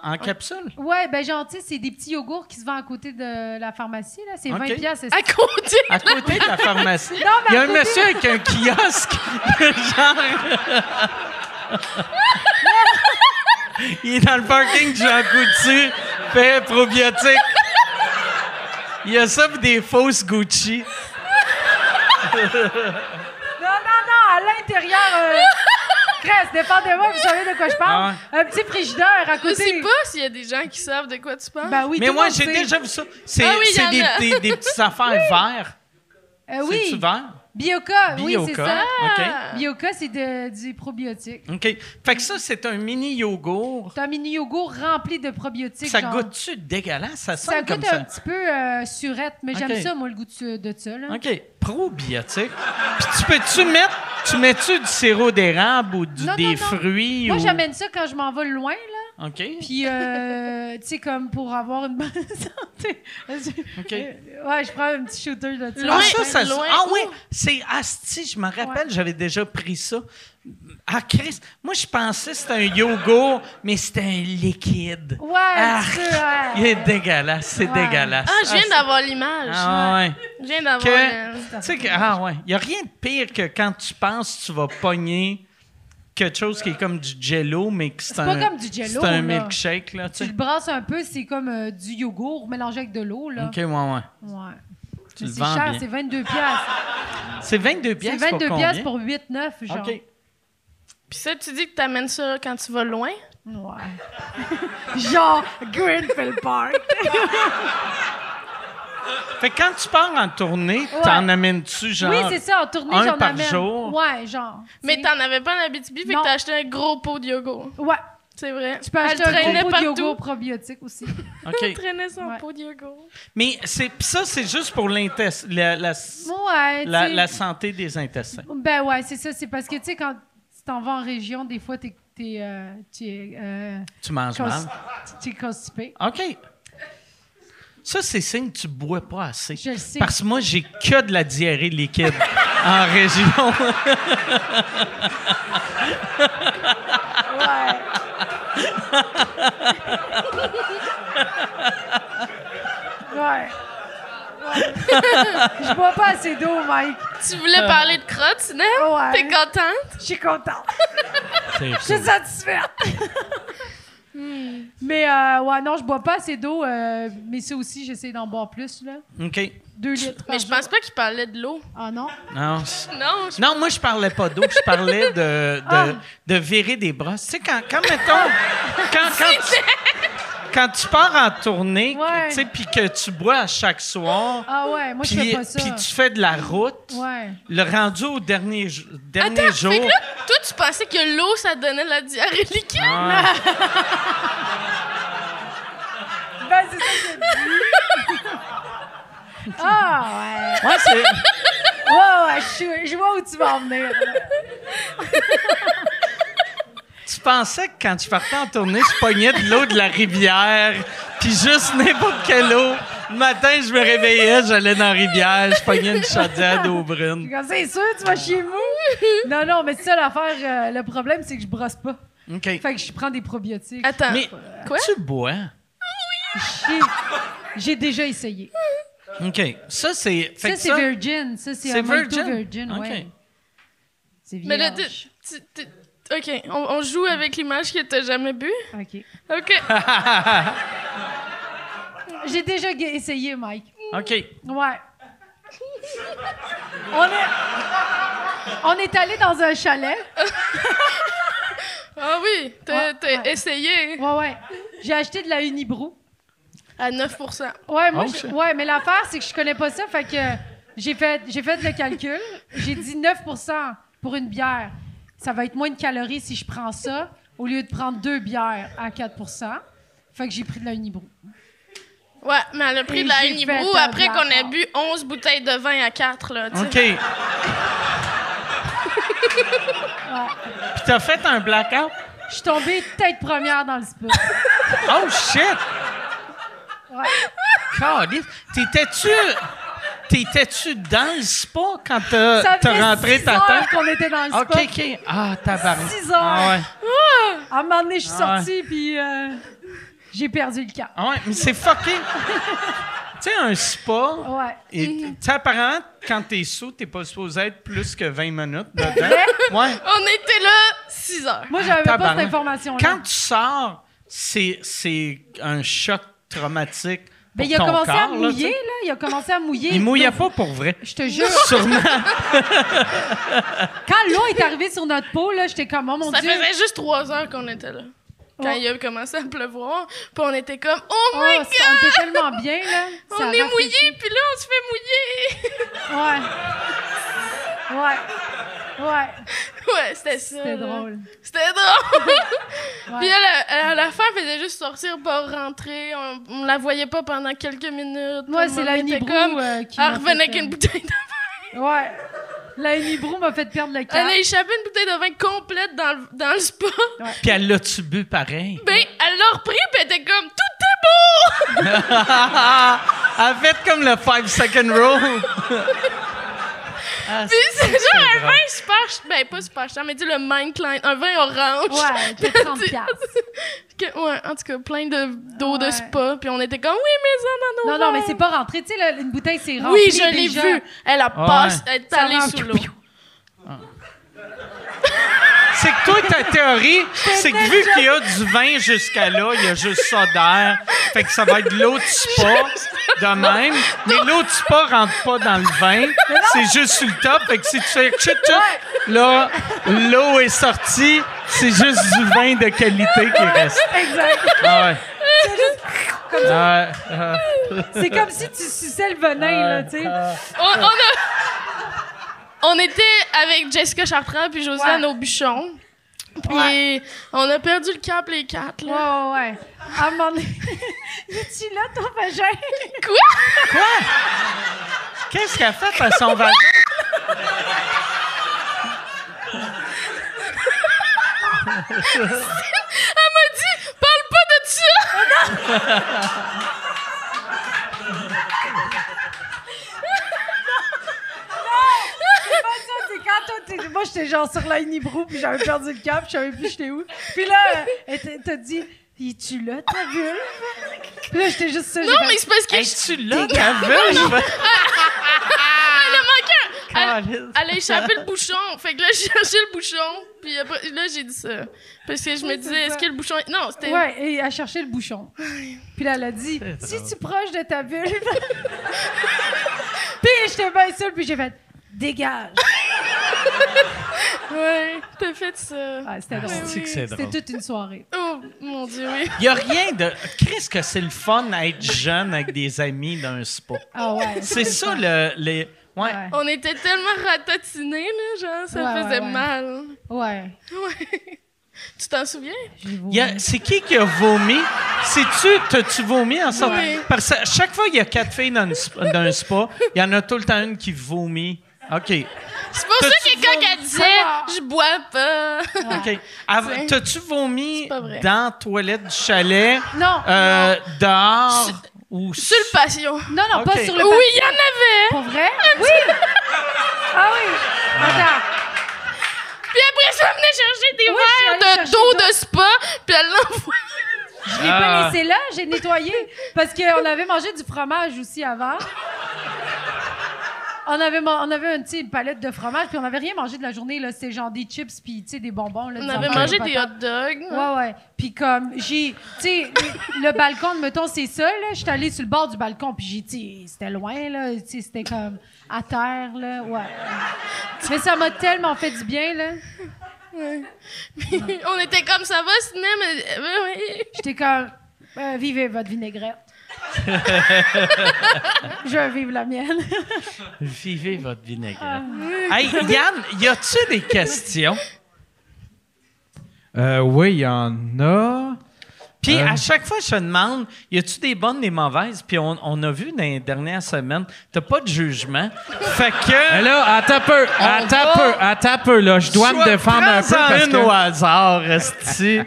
C: en- en- en capsule?
E: Ouais, ben genre, tu sais, c'est des petits yogourts qui se vendent à côté de la pharmacie, là. C'est
C: Ok.
E: 20 piastres.
F: À côté.
C: À côté de la pharmacie.
E: mais
C: Il y a
E: à
C: un
E: côté-
C: monsieur avec un kiosque, genre. Il est dans le parking de Jean Coutu, fait probiotique. Il y a ça pour des fausses Gucci.
E: Non, non, non, à l'intérieur... Euh... Crèce, dépendamment, vous savez de quoi je parle.
C: Ah
E: Un petit frigidaire à
F: Je
E: côté.
F: sais pas s'il y a des gens qui savent de quoi tu parles.
E: Ben oui,
C: Mais
E: tout le
C: moi,
E: monde
C: j'ai
E: sait.
C: déjà vu ça. C'est
F: Ah oui, il y
C: c'est
F: en
C: des,
F: a.
C: des- des petites affaires vertes.
E: Euh, oui,
C: C'est-tu vert?
E: Bioca, oui, c'est
C: Bioca.
E: ça.
C: OK.
F: Ah!
E: Bioca, c'est de- du probiotique.
C: OK. Fait que ça, c'est un mini yogourt.
E: C'est un mini yogourt rempli de probiotiques.
C: Ça
E: genre.
C: goûte-tu dégueulasse? Ça sent
E: Ça
C: comme
E: goûte
C: ça.
E: un petit peu euh, surette, mais
C: Ok.
E: j'aime ça, moi, le goût de, ce- de ça. Là.
C: OK. Probiotique. Puis tu peux-tu mettre. Tu mets-tu du sirop d'érable ou du,
E: Non, non,
C: des
E: non.
C: fruits?
E: Moi,
C: ou...
E: j'amène ça quand je m'en vais loin, là.
C: OK.
E: Puis, euh, tu sais, comme pour avoir une bonne santé.
C: OK.
E: euh, Ouais, je prends un petit shooter de ça.
C: ah,
F: Loin,
C: ça,
E: hein,
C: ça se-
F: loin
C: ah
F: où?
C: oui, c'est asti, je me rappelle, j'avais déjà pris ça. Ah, Chris, moi, je pensais que c'était un yogourt, mais c'était un liquide.
E: Ouais,
C: Ah,
E: tu sais, ouais.
C: Il est dégueulasse, c'est
E: Ouais.
C: dégueulasse.
F: Ah, je viens d'avoir l'image.
C: Ah, ouais.
F: Je viens d'avoir.
C: Que,
F: euh,
E: hein,
C: tu sais que, ah ouais, il n'y a rien de pire que quand tu penses que tu vas pogner quelque chose qui est comme du jello, mais que c'est
E: C'est
C: un...
E: pas comme du Jell-O,
C: C'est un
E: là.
C: milkshake, là, tu
E: Tu
C: sais.
E: le brasses un peu, c'est comme euh, du yogourt mélangé avec de l'eau, là.
C: OK, ouais, ouais.
E: Ouais.
C: Tu le
E: Mais c'est
C: vends
E: cher,
C: bien.
E: c'est 22 piastres.
C: C'est 22
E: C'est
C: piastres
E: 22
C: pour
E: piastres
C: combien?
E: pour 8-9, genre.
C: OK.
F: Puis ça, tu dis que t'amènes ça quand tu vas loin.
E: Ouais. genre Greenfield Park.
C: Fait que quand tu pars en tournée, t'en amènes-tu genre...
E: oui, c'est ça, en tournée,
C: un
E: j'en
C: par
E: amène.
C: jour.
E: Ouais, genre.
F: Mais t'en avais pas en Abitibi, fait
E: Non.
F: que t'as acheté un gros pot de yogourt.
E: Ouais,
F: C'est vrai.
E: tu peux
F: Elle
E: acheter un
F: traînait
E: gros pot de
F: partout.
E: yogourt probiotique aussi.
C: OK.
F: Elle traînait son
E: Ouais.
F: pot de yogourt.
C: Mais c'est, pis ça, c'est juste pour l'intestin, la, la,
E: Ouais,
C: la-
E: tu sais.
C: la santé des intestins.
E: Ben ouais, c'est ça, c'est parce que, tu sais, quand tu t'en vas en région, des fois, t'es... t'es, euh, tu es, euh,
C: Tu manges
E: cons-
C: mal.
E: tu es constipé.
C: OK. Ça, c'est signe que tu bois pas assez.
E: Je le sais.
C: Parce que moi, j'ai que de la diarrhée liquide en région.
E: Ouais. ouais. Je bois pas assez d'eau, Mike.
F: Tu voulais parler de crottes, Sinem?
E: Ouais.
F: T'es contente?
E: Je suis contente. Je suis satisfaite. Mais euh, ouais, non, je bois pas assez d'eau, euh, mais ça aussi, j'essaie d'en boire plus, là.
C: OK.
E: Deux litres par
F: Mais je pense pas qu'il parlait de l'eau.
E: Ah non?
C: Non, c'est-
F: Non, je...
C: Non, moi, je parlais pas d'eau. Je parlais de, de,
E: Ah.
C: de virer des brosses. Tu sais, quand, quand mettons... Quand, quand, tu, quand tu pars en tournée,
E: Ouais.
C: tu sais, puis que tu bois à chaque soir,
E: Ah ouais, moi, je
C: puis
E: fais pas ça.
C: puis tu fais de la route,
E: Ouais.
C: le rendu au dernier, jo- dernier
F: Attends,
C: jour...
F: fait que là, toi, tu pensais que l'eau, ça donnait de la diarrhée liquide?
C: Ah,
E: Ben, c'est ça que j'ai dit. Ah
C: ouais, c'est...
E: ouais. Ouais, ouais, je, suis- je vois où tu vas en venir.
C: Tu pensais que quand tu partais en tournée, je pognais de l'eau de la rivière, puis juste n'importe quelle eau. Le matin, je me réveillais, j'allais dans la rivière, je pognais une chaudière d'eau brune.
E: Quand c'est sûr, tu vas chez vous. Non, non, mais c'est ça l'affaire. euh, le problème, c'est que je brosse pas.
C: OK.
E: Fait que euh, je prends des probiotiques.
F: Attends.
C: Mais
F: Quoi?
C: tu bois.
E: J'ai- J'ai déjà essayé.
C: OK. Ça, c'est... fait que
E: Ça, c'est virgin. Ça, c'est
C: c'est
E: un mojito
C: virgin?
E: virgin,
C: OK.
E: ouais. C'est
F: Mais là,
E: vierge.
F: tu- tu- tu- OK, on, on joue avec l'image que t'as jamais bu?
E: OK.
F: OK.
E: J'ai déjà gue- essayé, Mike.
C: OK.
E: Ouais. On est, on est allé dans un chalet.
F: Ah oui, t'as
E: Ouais,
F: t'as
E: ouais.
F: essayé
E: Ouais, ouais. J'ai acheté de la Unibrou.
F: à 9 OK.
E: Ouais, moi,
C: Oh,
E: je-
C: shit.
E: ouais, mais l'affaire, c'est que je connais pas ça. Fait que j'ai fait, j'ai fait le calcul. J'ai dit 9 pour une bière, ça va être moins de calories si je prends ça, au lieu de prendre deux bières à 4 Fait que j'ai pris de la Unibrew.
F: Ouais, mais elle a pris
E: Et
F: de la
E: j'ai fait
F: Unibrew
E: un
F: après qu'on ait
E: blackout.
F: bu 11 bouteilles de vin à 4, là, tu sais.
C: OK. Puis t'as fait un blackout?
E: Je suis tombée tête première dans le spa.
C: Oh shit!
E: Ouais.
C: Caliste. T'étais-tu. T'étais-tu dans le spa quand t'as
E: Ça
C: t'as
E: fait
C: rentré
E: six
C: ta
E: heures
C: tête?
E: qu'on était dans le spa.
C: Ok, ok. Ah, tabarnak.
E: Six heures.
C: Ah ouais.
E: À un moment donné, je suis
C: Ah ouais.
E: sortie, puis euh, j'ai perdu le cap.
C: Ah ouais, mais c'est fucking. tu sais, un spa.
E: Ouais.
C: et- Tu sais, apparemment, quand t'es sous, t'es pas supposé être plus que 20 minutes dedans. ouais.
F: On était là 6 heures.
E: Moi, j'avais pas
C: Tabarnak.
E: cette information-là.
C: Quand tu sors, c'est, c'est un choc traumatique.
E: Ben,
C: pour
E: il a
C: ton
E: commencé à
C: corps, là,
E: mouiller,
C: tu
E: là.
C: sais.
E: Il a commencé à mouiller.
C: Il mouillait pas pour vrai.
E: Je te jure,
C: Sûrement.
E: quand l'eau est arrivée sur notre peau, là, j'étais comme, oh mon
F: ça
E: Dieu.
F: faisait juste 3 heures qu'on était là. Quand
E: Ouais.
F: il a commencé à pleuvoir, puis on était comme Oh
E: Oh,
F: my
E: on
F: god!
E: était tellement bien, là. Ça
F: On
E: a
F: est
E: rafraîchi.
F: mouillé, puis là, on se fait
E: Ouais. Ouais. Ouais. Euh,
F: mouiller! ouais, c'était ça.
E: C'était
F: là.
E: drôle.
F: C'était drôle!
E: Ouais.
F: Puis elle, elle, à la fin, elle faisait juste sortir, pas rentrer. On, on la voyait pas pendant quelques minutes.
E: Moi,
F: On
E: c'est la
F: était
E: Nibrou
F: comme,
E: euh, qui. m'a
F: Elle revenait
E: fait,
F: avec une
E: euh,
F: bouteille de
E: Ouais. La Nibrou m'a fait perdre le cap.
F: Elle a échappé une bouteille de vin complète dans le, dans le spa.
C: Puis elle l'a-tu bu pareil?
F: Ben, elle l'a repris, puis elle était comme « Tout est beau!
C: Ah, elle fait comme le 5 second rule. Ah, »
F: Puis c'est genre un
C: drôle.
F: vin super... ch- Ben, pas super cher, mais dis le Minecline, un vin orange.
E: Ouais, c'était 30 piastres.
F: Que- ouais, en tout cas, plein de d'eau
E: Ouais.
F: de spa. Puis on était comme « Oui, mais ça, dans nos
E: Non, non, mais
F: verres.
E: c'est pas rentré. Tu sais, là, une bouteille, c'est rentré.
F: Oui, je l'ai
E: déjà.
F: vu. Elle a
C: Ouais.
F: passé, elle est
E: Ça
F: allée
E: rentre.
F: sous l'eau.
C: C'est que toi, ta théorie, c'est que vu qu'il y a du vin jusqu'à là, il y a juste ça d'air. Fait que ça va être l'eau du spa de même. Mais l'eau du spa rentre pas dans le vin. C'est juste sur le top. Fait que si tu fais chut chut, là, l'eau est sortie. C'est juste du vin de qualité qui reste.
E: Exact.
C: Ah ouais. Ah, ah.
E: C'est comme si tu suçais le venin, là, tu sais.
F: On, on a- on était avec Jessica Chartrand puis Josiane
E: Ouais.
F: au bûchon. Puis
E: Ouais.
F: on a perdu le cap, les quatre,
E: Ouais,
F: là.
E: ouais, ouais. À un moment donné. tu là, ton vagin?
C: Qu'est-ce qu'elle fait à son vagin?
F: Elle m'a dit, parle pas de ça!
E: Pas ça, c'est quand toi, t'es- moi, j'étais genre sur la Unibrou, puis j'avais perdu le cap, je savais plus j'étais où. Puis là, elle t'a- t'a dit, es-tu là, ta vulve? Puis là, j'étais juste ça. j'ai
F: Non,
E: fait-
F: mais c'est parce que je-
C: Es-tu là, ta veuve?
F: elle a manqué un- elle-
C: Caliste.
F: Elle a échappé le bouchon. Fait que là, j'ai cherché le bouchon. Puis après- là, j'ai dit ça. Parce que je me disais, est-ce que le bouchon. est- Non, c'était.
E: Ouais, et elle cherchait le bouchon. Puis là, elle a dit, si tu proche de ta vulve. puis j'étais bien seule, puis j'ai fait, dégage.
F: Ouais, t'as fait ça.
E: Ah, c'était drôle.
F: c'est que c'est
E: C'était toute une soirée.
F: Oh mon dieu, oui.
C: Il n'y a rien de. Qu'est-ce que c'est le fun à être jeune avec des amis dans un spa?
E: Ah ouais.
C: C'est ça le. Les... Ouais.
E: Ouais.
F: On était tellement ratatinés, là, genre, ça
E: Ouais,
F: faisait
E: ouais, ouais.
F: mal.
E: Ouais.
F: Ouais. Tu t'en souviens?
E: J'ai vomi.
C: Il y a- C'est qui qui a vomi? C'est-tu, t'as-tu vomi en sortant?
F: Oui.
C: Parce que à chaque fois qu'il y a quatre filles dans, une spa- dans un spa, il y en a tout le temps une qui vomit. OK.
F: C'est pour ça que quand elle
E: Ah.
F: disait, je bois pas.
C: OK. Av- T'as-tu vomi
F: Ah, C'est pas vrai.
C: dans la toilette du chalet,
E: Non,
C: euh, dehors ou
F: Sur le passion.
E: non, non,
C: ok.
E: pas sur
F: Oui,
E: le
F: il y en avait.
E: Pour vrai? Oui! Ah oui! Attends.
F: Puis après, ça venait chercher des
E: Oui, je suis allée
F: verres de
E: chercher
F: dos
E: d'eau.
F: de spa, puis elle l'envoie.
E: Je l'ai
C: Ah.
E: pas laissé là, j'ai nettoyé. Parce qu'on avait mangé du fromage aussi avant. On avait, man- on avait une, tu sais, une palette de fromage, puis on n'avait rien mangé de la journée. là. C'était genre des chips, puis tu sais, des bonbons. Là,
F: On
E: des
F: avait
E: affaires
F: mangé
E: de
F: des
E: patates.
F: hot dogs.
E: Ouais, ouais. Puis comme, j'ai. Tu sais, le- le balcon, mettons, c'est ça, là. J'étais allée sur le bord du balcon, puis j'ai dit, c'était loin, là. Tu sais, c'était comme à terre, là. Ouais. Mais ça m'a tellement fait du bien, là.
F: on était comme ça va, cinéma. Oui, oui.
E: J'étais comme, euh, vivez votre vinaigrette. Je vais vivre la mienne.
C: Vivez votre
F: Ah,
C: vinaigrette. Hey, Yann, y a-tu des questions?
D: Euh, oui, il y en a.
C: Puis à chaque fois, je te demande, y a-tu des bonnes, des mauvaises? Puis on, on a vu dans les dernières semaines, t'as pas de jugement. Fait
B: Mais
C: que.
B: là, attends un peu, attends un peu, attends un peu, là. Je dois me
C: Soit-
B: défendre un peu
C: prends-en
B: parce
C: une au
B: que...
C: hasard, Esti.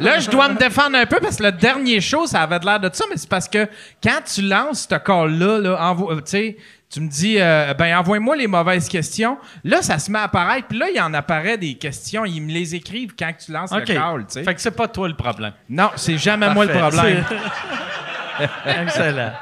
B: Là, je dois me défendre un peu parce que le dernier show, ça avait de l'air de ça, mais c'est parce que quand tu lances ce call-là, là, envo- euh, tu sais, tu me dis, euh, ben, envoie-moi les mauvaises questions. Là, ça se met à apparaître, puis là, il en apparaît des questions. Ils me les écrivent quand tu lances
C: OK.
B: le call, tu sais.
C: Fait que c'est pas toi le problème.
B: Non, c'est jamais moi le
C: Parfait.
B: problème.
C: C'est- Excellent.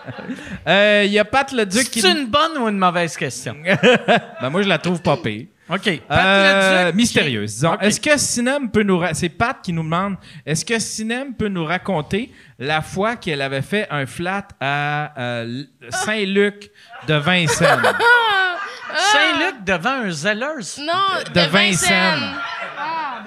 B: Euh, Il y a Pat le Duc qui...
C: C'est une bonne ou une mauvaise question?
B: Ben, moi, je la trouve pas pire.
C: OK. Pat
B: Euh,
C: Leduc qui-
B: mystérieuse, disons.
C: Ok.
B: Est-ce que Sinem peut nous... ra- C'est Pat qui nous demande, est-ce que Sinem peut nous raconter la fois qu'elle avait fait un flat à euh, L- Saint-Luc de Vincennes? Ah!
C: Saint-Luc devant un zèleuse.
F: Non, de,
B: de Vincennes.
F: Vincennes.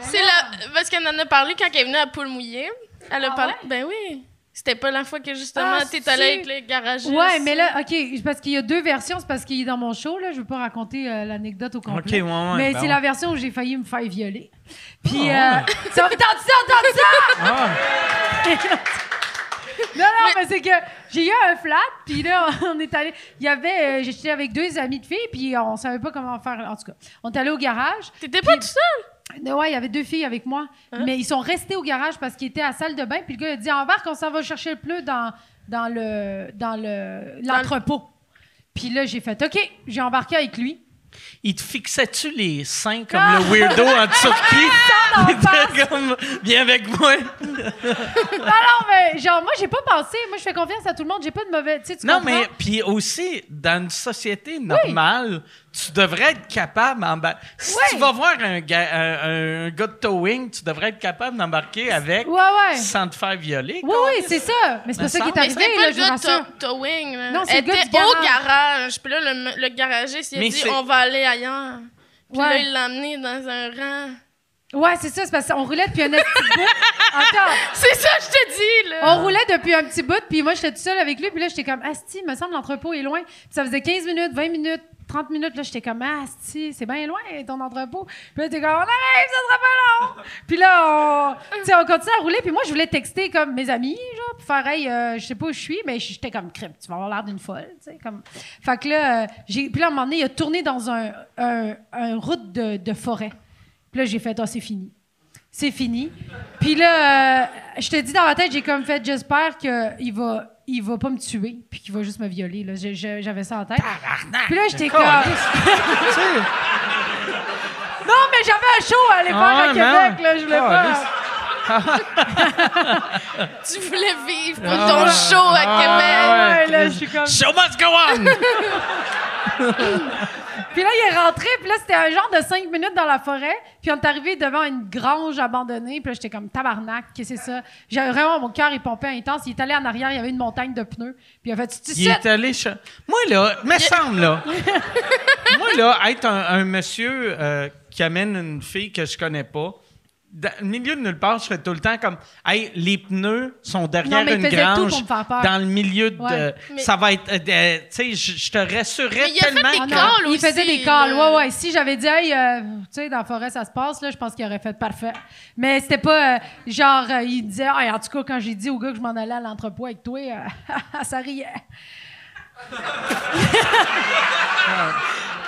F: C'est la... Parce qu'elle en a parlé quand elle est venue à Poule Mouillée. Elle a parlé. Ben oui. C'était pas la fois que justement
E: Ah,
F: t'es
E: si.
F: allé avec les garagistes.
E: Ouais, mais là, OK, c'est parce qu'il y a deux versions. C'est parce qu'il est dans mon show, là. Je veux pas raconter euh, l'anecdote au complet.
C: Ok, ouais, ouais,
E: mais
C: ben
E: c'est
C: ouais. Ah,
E: la version où j'ai failli me faire violer. Puis, euh, ça vous tente ça, tente ça! Non, non, mais, c'est que j'ai eu un flat, puis là, on est allé. Il y avait. euh, J'étais avec deux amis de filles, puis on savait pas comment faire. En tout cas, on est allé au garage.
F: T'étais pas tout seul?
E: Euh, Ouais, il y avait deux filles avec moi.
F: Hein?
E: Mais ils sont restés au garage parce qu'ils étaient à la salle de bain. Puis le gars a dit Embarque, on s'en va chercher le pleu dans, dans le dans le l'entrepôt. Puis là, j'ai fait OK, j'ai embarqué avec lui.
C: Il te fixait-tu les seins comme
E: Ah!
C: le weirdo en Turquie?
E: Non,
C: Il était comme, viens avec moi.
E: Alors, Ah mais genre, moi, j'ai pas pensé. Moi, je fais confiance à tout le monde. J'ai pas de mauvais. Tu sais, tu
C: Non,
E: comprends?
C: mais puis aussi, dans une société normale, tu devrais être capable d'embarquer. Si
E: Oui.
C: tu vas voir un, ga- un- un gars de towing, tu devrais être capable d'embarquer avec
E: Ouais, ouais.
C: sans te faire violer.
E: Oui, oui, c'est ça. Mais c'est pas ça qui est
F: Mais
E: arrivé,
F: c'était pas
E: là,
F: le
E: je vous
F: gars
E: rassure.
F: de Towing. là.
E: Non, c'est
F: Elle
E: le gars
F: était
E: du garage.
F: au garage. Puis là, le, le garagiste, il a
C: Mais
F: dit
C: c'est-
F: on va aller ailleurs. Puis là,
E: Ouais.
F: il l'a amené dans un rang.
E: Ouais, c'est ça. C'est parce qu'on roulait depuis un petit bout. Attends.
F: C'est ça, je te dis, là.
E: On roulait depuis un petit bout, puis moi, j'étais toute seule avec lui, puis là, j'étais comme, Asti, il me semble, l'entrepôt est loin. Puis ça faisait 15 minutes, 20 minutes, 30 minutes, là, j'étais comme, Asti, c'est bien loin, ton entrepôt. Puis là, t'es comme, on arrive, ça sera pas long. Puis là, on, tu sais, on continue à rouler, puis moi, je voulais texter comme mes amis, genre, pour faire, hey, euh, je sais pas où je suis, mais j'étais comme, crème, tu vas avoir l'air d'une folle, tu sais, comme. Fait que là, euh, j'ai, puis là, à un moment donné, il a tourné dans un, un, un route de, de forêt. Puis là, j'ai fait, ah, c'est fini c'est fini. Puis là, euh, je te dis dans la tête, j'ai comme fait, j'espère qu'il va, il va pas me tuer, puis qu'il va juste me violer. là. Je- je- J'avais ça en tête. Puis là, j'étais comme. non, mais j'avais un show à aller faire
C: Ah,
E: à
C: non.
E: Québec, là, je voulais pas. Oh.
F: Tu voulais vivre pour ton show à
E: Ouais,
F: Québec.
E: là, je suis comme.
C: Ah, Show must go on!
E: Puis là, il est rentré, puis là, c'était un genre de cinq minutes dans la forêt. Puis on est arrivé devant une grange abandonnée, puis là, j'étais comme tabarnak, qu'est-ce que c'est ça? J'avais vraiment, mon cœur, il pompait intense. Il est allé en arrière, il y avait une montagne de pneus. Puis il a fait, tu
C: Il
E: sais,
C: est allé. cha- Moi, là, me semble, là. moi, là, être un, un monsieur euh, qui amène une fille que je connais pas, dans le milieu de nulle part, je fais tout le temps comme. Hey, les pneus sont derrière
E: Non, mais il
C: une
E: faisait tout
C: grange.
E: pour me faire peur.
C: Dans le milieu de.
E: Ouais.
F: Mais-
C: Ça va être. euh, euh, tu sais, je je te rassurerais
F: Mais il a fait
C: tellement.
F: des
E: Ah non,
F: calls
E: il faisait
F: aussi,
E: des calls,
F: là.
E: ouais, ouais. Si j'avais dit, hey, euh, tu sais, dans la forêt, ça se passe, là, je pense qu'il aurait fait parfait. Mais c'était pas, euh, genre, euh, il disait, Hey, en tout cas, quand j'ai dit au gars que je m'en allais à l'entrepôt avec toi, euh, ça riait.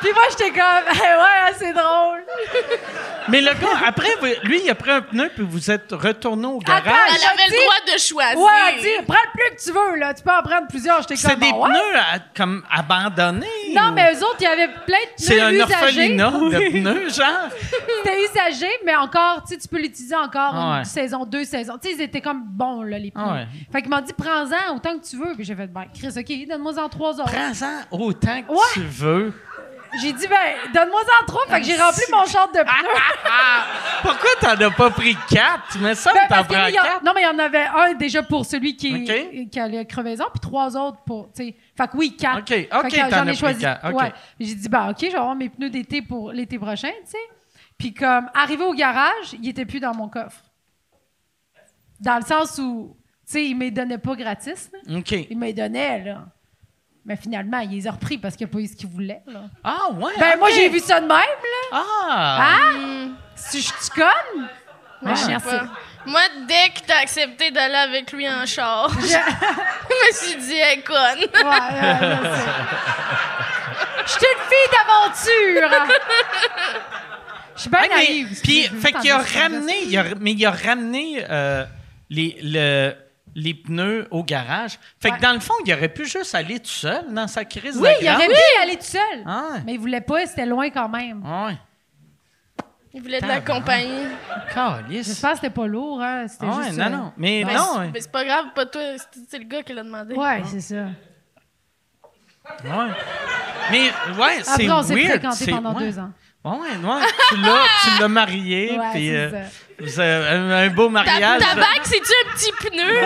E: Puis moi, j'étais comme, Hey, ouais, hein, c'est drôle.
C: Mais le gars, après, vous- lui, il a pris un pneu, puis vous êtes retourné au garage.
E: Attends,
F: Elle
E: Ah je
F: avait
E: dis-
F: le droit de choisir.
E: Ouais, elle dit, prends le plus que tu veux, là. Tu peux en prendre plusieurs. J'étais
C: C'est
E: comme,
C: des
E: Ah, ouais?
C: pneus à- comme abandonnés.
E: Non,
C: ou-
E: mais eux autres, il y avait plein de
C: C'est
E: pneus
C: un
E: usagés.
C: orphelinat de pneus, genre.
E: C'était usagé, mais encore, tu sais, tu peux l'utiliser encore
C: Ah ouais.
E: une saison, deux saisons. Tu sais, ils étaient comme bons, là, les pneus.
C: Ah ouais.
E: Fait qu'ils m'ont dit, prends-en autant que tu veux. Puis j'ai fait, ben, Chris, OK, donne-moi-en trois autres.
C: Prends-en autant que
E: Ouais.
C: tu veux.
E: J'ai dit, ben, donne-moi-en trois. Fait que j'ai rempli mon char de pneus.
C: Ah! Pourquoi t'en as pas pris quatre? Mais ça,
E: Ben,
C: t'en
E: parce que
C: prends
E: il y en-
C: quatre.
E: non, mais il y en avait un déjà pour celui qui, euh,
C: OK.
E: qui a la crevaison, puis trois autres pour. tu sais. Fait que oui, quatre.
C: OK,
E: Fait
C: OK,
E: que, euh,
C: t'en
E: j'en
C: as
E: ai
C: pris
E: choisi-
C: quatre, OK.
E: ouais. J'ai dit, ben, OK, je vais avoir mes pneus d'été pour l'été prochain, tu sais. Puis comme, arrivé au garage, il était plus dans mon coffre. Dans le sens où Tu sais, ils ne me les donnaient pas gratis. là.
C: OK.
E: Ils me les donnaient, là. Mais finalement, ils les ont repris parce qu'il n'y a pas eu ce qu'ils voulaient. là.
C: Ah, ouais.
E: Ben,
C: ok.
E: moi, j'ai vu ça de même, là.
C: Ah.
E: Hein? Si je suis conne? Ouais,
F: Je sais
E: merci.
F: pas. Moi, dès que t'as accepté d'aller avec lui en char, je me suis dit, elle est conne.
E: Ouais, ouais, je sais. J'étais une fille d'aventure. Je suis bien
C: Ah, mais-
E: naïve.
C: Puis,
E: Excuse-moi,
C: fait
E: je
C: qu'il a
E: parle de ça,
C: ramené,
E: de ça.
C: il a- mais il a ramené euh, les, le- les pneus au garage. Fait
E: Ouais.
C: que dans le fond, il aurait pu juste aller tout seul dans sa crise
E: Oui,
C: de
E: il
C: grande.
E: aurait pu y aller tout seul.
C: Ah.
E: Mais il voulait pas, c'était loin quand même.
C: Ouais.
F: Il voulait de la compagnie.
C: Calice.
E: J'espère que c'était pas lourd, hein. C'était
C: Ah, Ouais,
E: juste,
C: non,
E: euh,
C: non. Mais
F: Mais
C: non, hein.
F: c'est- mais Ben, c'est pas grave, pas toi, c'est c'est le gars qui l'a demandé.
E: Ouais, c'est ça.
C: Ouais. Mais ouais, c'est
E: Après, on s'est
C: weird.
E: fréquentés
C: c'est-
E: pendant
C: ouais.
E: deux ans.
C: Ouais, ouais, ouais. tu l'as, tu l'as marié,
E: Ouais,
C: puis
E: c'est
C: euh,
E: ça.
C: vous avez un un beau
F: Ta,
C: mariage.
F: ta bague, c'est-tu un petit pneu?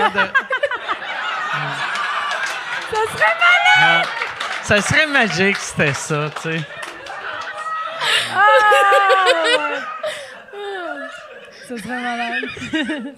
C: Ah, Ça serait magique, si c'était ça, tu sais.
E: C'est serait malade.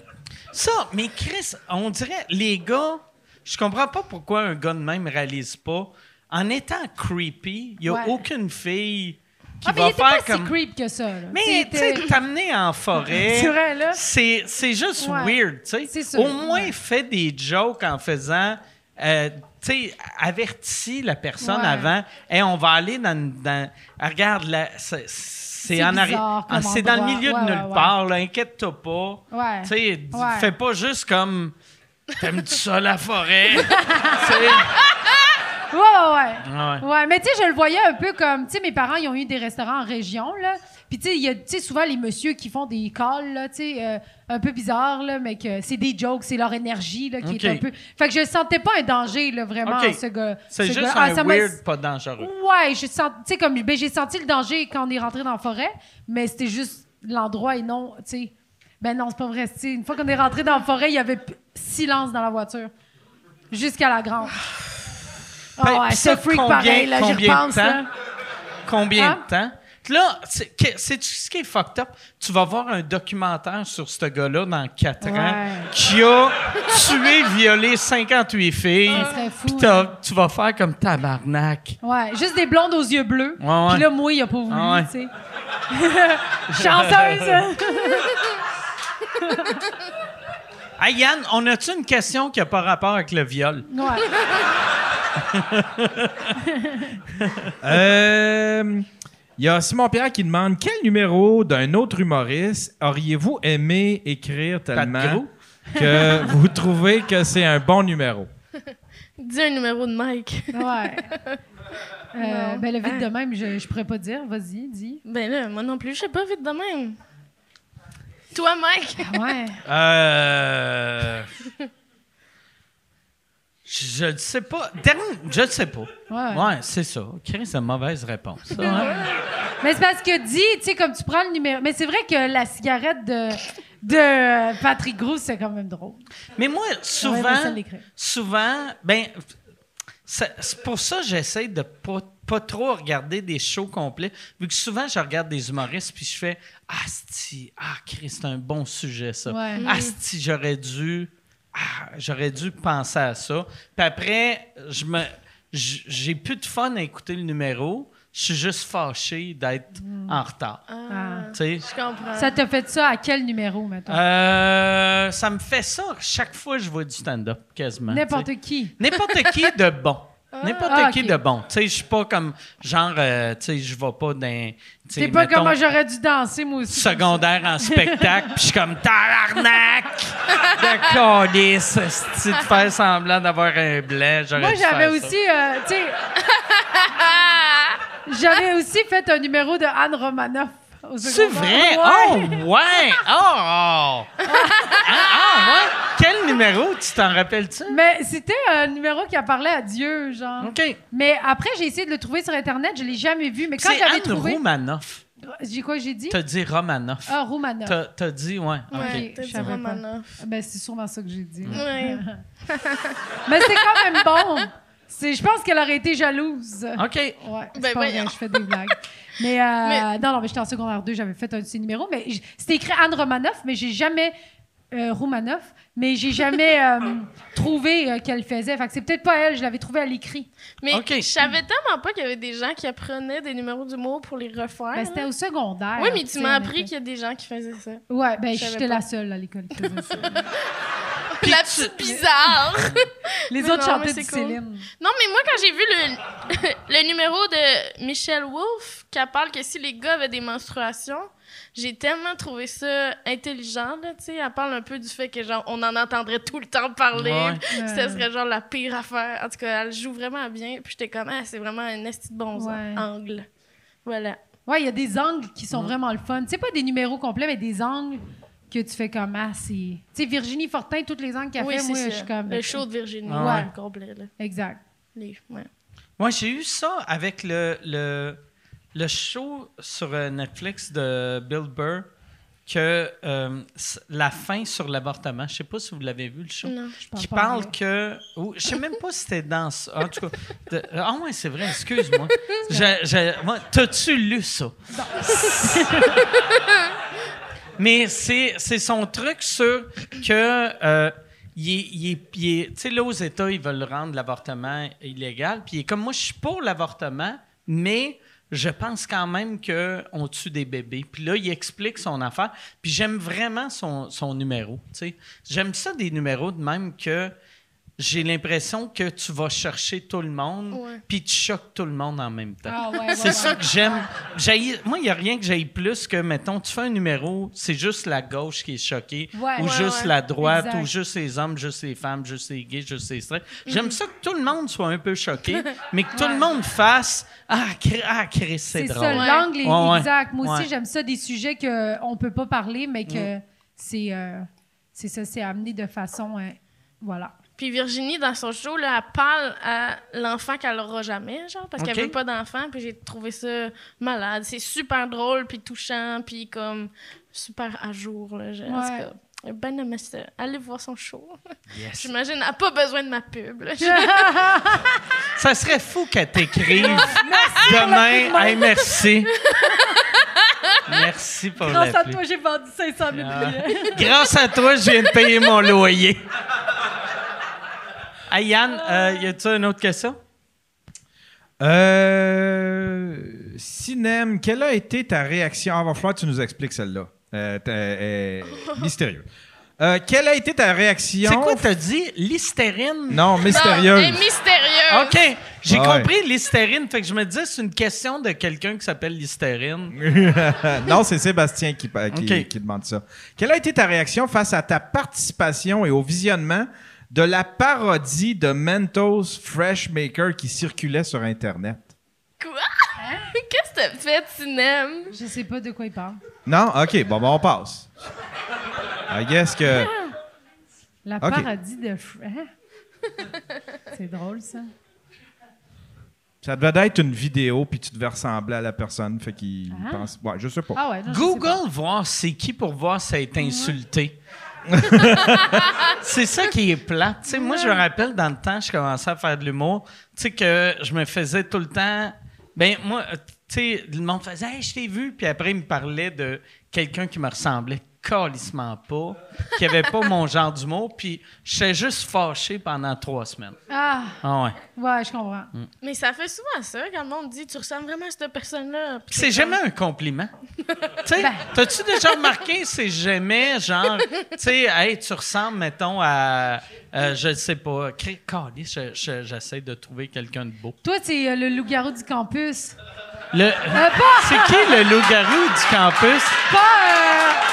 C: Ça, mais Chris, on dirait, les gars, je comprends pas pourquoi un gars de même réalise pas. En étant creepy, il y a
E: Ouais.
C: aucune fille qui
E: Ah, mais il
C: va
E: était pas
C: faire
E: si
C: comme.
E: creep que ça, là.
C: mais
E: C'était-
C: tu sais, t'amener en forêt.
E: C'est vrai, là.
C: C'est, c'est juste
E: Ouais.
C: weird, tu
E: C'est
C: sais.
E: sûr,
C: Au moins,
E: ouais.
C: fais des jokes en faisant. euh, tu sais, avertis la personne
E: Ouais.
C: avant. Et on va aller dans. une- dans- ah, regarde, là, c'est, c'est
E: C'est
C: en arri-
E: bizarre
C: ah,
E: comme
C: C'est dans le
E: endroit.
C: milieu de
E: Ouais,
C: nulle
E: ouais, ouais.
C: part, là. Inquiète-toi pas.
E: Ouais.
C: Tu sais, d-
E: Ouais.
C: fais pas juste comme. T'aimes-tu ça, la forêt? Tu sais,
E: Ouais, ouais,
C: Ah
E: ouais. Ouais, mais tu sais, je le voyais un peu comme, tu sais, mes parents, ils ont eu des restaurants en région, là. Puis, tu sais, il y a, tu sais, souvent les messieurs qui font des calls, là, tu sais, euh, un peu bizarres, là, mais que c'est des jokes, c'est leur énergie, là, qui
C: Ok.
E: est un peu. Fait que je sentais pas un danger, là, vraiment,
C: Ok.
E: ce gars.
C: c'est
E: ce
C: juste
E: gars. Ah,
C: un
E: ça m'a-
C: weird, pas dangereux.
E: Ouais, je sens, tu sais, comme, ben, j'ai senti le danger quand on est rentré dans la forêt, mais c'était juste l'endroit et non, tu sais. Ben non, c'est pas vrai. tu sais, une fois qu'on est rentré dans la forêt, il y avait p- silence dans la voiture. Jusqu'à la grange. Ah
C: Ben,
E: ouais,
C: pis
E: c'est
C: ça,
E: freak
C: combien-
E: pareil, là, j'y
C: combien de
E: repense,
C: temps?
E: là.
C: Combien
E: Hein?
C: de temps? Là, c'est que- sais-tu ce qui est fucked up? Tu vas voir un documentaire sur ce gars-là dans 4
E: Ouais.
C: ans qui a tué, violé 58 filles.
E: Ça serait fou,
C: Puis t'as- tu vas faire comme tabarnak.
E: Ouais, juste des blondes aux yeux bleus.
C: Ouais, ouais.
E: Puis là, moi, il a pas voulu,
C: Ah ouais.
E: tu sais. Chanceuse! hein.
C: Hey Yann, on a-tu une question qui n'a pas rapport avec le viol?
E: ouais.
D: Euh, Il y a Simon Pierre qui demande quel numéro d'un autre humoriste auriez-vous aimé écrire tellement
C: Gros?
D: que vous trouvez que c'est un bon numéro?
F: Dis un numéro de Mike.
E: Ouais. Euh,
F: Non.
E: ben, le vide de même, je, je pourrais pas dire. Vas-y, dis.
F: Ben là, moi non plus, je sais pas vite de même. Toi, Mike?
E: Ouais.
C: Euh. Je ne sais pas. Dernier- je ne sais pas.
E: Ouais.
C: Ouais, c'est ça. Chris, c'est une mauvaise réponse. ça, hein?
E: Mais c'est parce que dis, tu sais, comme tu prends le numéro. Mais c'est vrai que la cigarette de, de Patrick Gros, c'est quand même drôle.
C: Mais moi,
E: Ouais,
C: souvent,
E: mais ça l'écrit.
C: souvent, ben, ça- c'est pour ça que j'essaie de pas, pas trop regarder des shows complets, vu que souvent, je regarde des humoristes, puis je fais « Asti, ah, Chris, c'est un bon sujet, ça.
E: Ouais. Mm.
C: Asti, j'aurais dû... ah, j'aurais dû penser à ça. » Puis après, je me... j- J'ai plus de fun à écouter le numéro. Je suis juste fâché d'être
E: Mm.
C: en retard.
F: Ah,
C: Tu sais,
F: Je comprends.
E: Ça t'a fait ça à quel numéro, maintenant?
C: Ah, Euh, ça me fait ça chaque fois que je vois du stand-up, quasiment. tu sais.
E: N'importe qui.
C: N'importe qui de bon. N'importe
E: Ah,
C: qui
E: ok.
C: de bon. Tu sais, je suis pas comme genre, euh, tu sais, je vais pas dans. tu sais,
E: C'est pas
C: mettons,
E: comment j'aurais dû danser, moi aussi.
C: Secondaire en spectacle, puis je suis comme tabarnak de calice, esti, de faire semblant d'avoir un blanc. J'aurais
E: Moi,
C: dû faire
E: j'avais
C: ça.
E: aussi, euh, tu sais, j'avais aussi fait un numéro de Anne Romanoff. au
C: C'est
E: secondaire.
C: vrai? Oh,
E: Ouais.
C: ouais! Oh! oh. ah, ah, ouais. Quel numéro? Tu t'en rappelles-tu?
E: Mais c'était un numéro qui a parlé à Dieu, genre.
C: OK.
E: Mais après, j'ai essayé de le trouver sur Internet, je l'ai jamais vu. Mais quand
C: C'est
E: j'avais
C: Anne
E: trouvé.
C: Roumanoff.
E: J'ai quoi, j'ai dit?
C: T'as dit Romanoff.
E: Ah, Roumanoff.
C: T'as t'as dit, ouais. ok.
F: Ouais, t'as
E: Je
F: dit
E: savais pas.
F: Romanoff.
E: Ben, c'est sûrement ça que j'ai dit.
F: Ouais.
E: Mais c'est quand même bon. C'est, je pense qu'elle aurait été jalouse.
C: OK.
E: Ouais, c'est
F: Ben
E: pas vrai,
F: voyons.
E: je fais des blagues. Mais, euh,
F: Mais-
E: non, non, mais j'étais en secondaire 2, j'avais fait un de ces numéros, mais j- c'était écrit Anne Romanoff, mais j'ai jamais euh, Roumanoff, mais j'ai jamais euh, trouvé euh, qu'elle faisait. Fait que c'est peut-être pas elle, je l'avais trouvée à l'écrit.
F: Mais
C: OK.
F: je savais tellement pas qu'il y avait des gens qui apprenaient des numéros d'humour pour les refaire.
E: Ben, c'était
F: là.
E: au secondaire.
F: oui, mais
E: tu sais,
F: tu m'as
E: en
F: appris
E: effet.
F: qu'il y a des gens qui faisaient ça.
E: Ouais, ben
F: Je savais
E: j'étais
F: pas.
E: la seule à l'école qui faisait ça.
F: La petite bizarre.
E: Les
F: Mais
E: autres
F: non,
E: chantaient
F: mais
E: du
F: c'est cool.
E: Céline.
F: Non, mais moi, quand j'ai vu le, le numéro de Michelle Wolf, qui parle que si les gars avaient des menstruations, j'ai tellement trouvé ça intelligent, là, tu sais. Elle parle un peu du fait que, genre, on en entendrait tout le temps parler.
C: Ouais.
F: Ce serait, genre, la pire affaire. En tout cas, elle joue vraiment bien. Puis j'étais comme, ah, c'est vraiment un esti de bon
E: Ouais.
F: angle. Voilà.
E: Ouais, il y a des angles qui
F: Mm-hmm.
E: sont vraiment le fun. C'est pas des numéros complets, mais des angles que tu fais comme ah, c'est. Tu sais, Virginie Fortin, toutes les angles qu'elle
F: oui,
E: fait, moi,
F: c'est
E: je
F: ça.
E: suis comme.
F: Le show de Virginie,
E: Ah ouais.
F: ouais, complet, là.
E: Exact.
F: Les- ouais.
C: Moi, j'ai eu ça avec le, le, le show sur euh, Netflix de Bill Burr, que euh, s- la fin sur l'avortement, je sais pas si vous l'avez vu, le show,
F: Non.
E: Je
C: qui
E: pas en
C: parle
E: vrai.
C: que... ou- je sais même pas si c'était dans ça. En tout cas, de- ah ouais, c'est vrai, excuse-moi. Je- je- moi, T'as-tu lu ça? Mais c'est c'est son truc sur que. euh, il est- il est- il est- tu sais, là, aux États, ils veulent rendre l'avortement illégal. Puis il est comme moi, je suis pour l'avortement, mais je pense quand même qu'on tue des bébés. Puis là, il explique son affaire. Puis j'aime vraiment son, son numéro. tu sais. J'aime ça des numéros de même que j'ai l'impression que tu vas chercher tout le monde,
F: Ouais.
C: puis tu choques tout le monde en même temps.
E: Ah ouais, ouais,
C: C'est
E: ouais.
C: ça que j'aime. J'haïs- Moi, il n'y a rien que j'aille plus que, mettons, tu fais un numéro, c'est juste la gauche qui est choquée,
E: Ouais.
C: ou
E: Ouais,
C: juste
F: ouais.
C: la droite,
E: Exact. Mhm.
C: ou juste les hommes, juste les femmes, juste les gays, juste les straight. J'aime ça que tout le monde soit un peu choqué, mais que tout le
E: Ouais.
C: monde fasse Ah, cri- ah, Chris, c'est
E: C'est
C: drôle.
E: ça, l'angle est
C: Ouais, ouais.
E: exact. Moi aussi,
C: Ouais. Mm.
E: j'aime ça, des sujets qu'on ne peut pas parler, mais que c'est euh, c'est ça, c'est amené de façon. euh, voilà.
F: Puis Virginie, dans son show, là, elle parle à l'enfant qu'elle aura jamais, genre, parce
C: Ok.
F: qu'elle veut pas d'enfant. Puis j'ai trouvé ça malade. C'est super drôle, puis touchant, puis comme super à jour, là. j'ai- en tout
E: Ouais.
F: cas, Ben aimé ça. Allez voir son show.
C: Ben, Yes.
F: J'imagine, elle n'a pas besoin de ma pub. là.
C: Ça serait fou qu'elle t'écrive demain. Hey, merci. merci pour
E: Grâce à
C: l'appui.
E: toi, j'ai vendu 500 000
C: Ah.
E: billets.
C: Grâce à toi, je viens de payer mon loyer. Hey Yann, euh, y a-tu une autre question?
D: Euh. Sinem, quelle a été ta réaction? Ah, va falloir que tu nous expliques celle-là. Euh, t'as- euh, mystérieux. Euh, quelle a été ta réaction?
C: C'est quoi, t'as dit? L'hystérine?
D: Non,
F: Non,
D: mystérieuse.
F: elle est mystérieuse.
C: OK, j'ai
D: Ouais.
C: compris l'hystérine. Fait que je me disais, c'est une question de quelqu'un qui s'appelle l'hystérine.
D: non, c'est Sébastien qui, pa- qui-
C: Ok.
D: qui demande ça. Quelle a été ta réaction face à ta participation et au visionnement de la parodie de Mentos Fresh Maker qui circulait sur Internet?
F: Quoi? Qu'est-ce que t'as fait, Sinem?
E: Je sais pas de quoi il parle.
D: Non? OK, bon, ben, on passe. I guess que...
E: La
D: Ok.
E: parodie de. Fr- hein? C'est drôle, ça.
D: Ça devait être une vidéo, puis tu devais ressembler à la personne. Fait qu'il
E: Ah.
D: pense. Ouais, je sais pas.
E: Ah ouais, non, je sais pas.
C: Google voir c'est qui pour voir ça a été insulté. c'est ça qui est plat. Tu sais, moi, je me rappelle dans le temps, je commençais à faire de l'humour. Tu sais, que je me faisais tout le temps. Ben, moi, euh, tu sais, le monde faisait, hey, je t'ai vu. Puis après, il me parlait de quelqu'un qui me ressemblait calissement pas, qui avait pas mon genre d'humour. Puis j'étais juste fâché pendant trois semaines.
E: Ah,
C: Ah ouais.
E: ouais, je comprends.
F: Mais ça fait souvent ça quand le monde dit Tu ressembles vraiment à cette personne-là. Puis
C: Puis C'est
F: comme-
C: jamais un compliment. tu sais,
E: Ben.
C: t'as-tu déjà remarqué, c'est jamais genre, tu sais, hey, tu ressembles, mettons, à, euh, je sais pas, cré- calice, je- je- j'essaie de trouver quelqu'un de beau.
E: Toi, t'es euh, le loup-garou du campus.
C: Le-
E: Euh, pas,
C: c'est qui le loup-garou du campus?
E: pas, euh,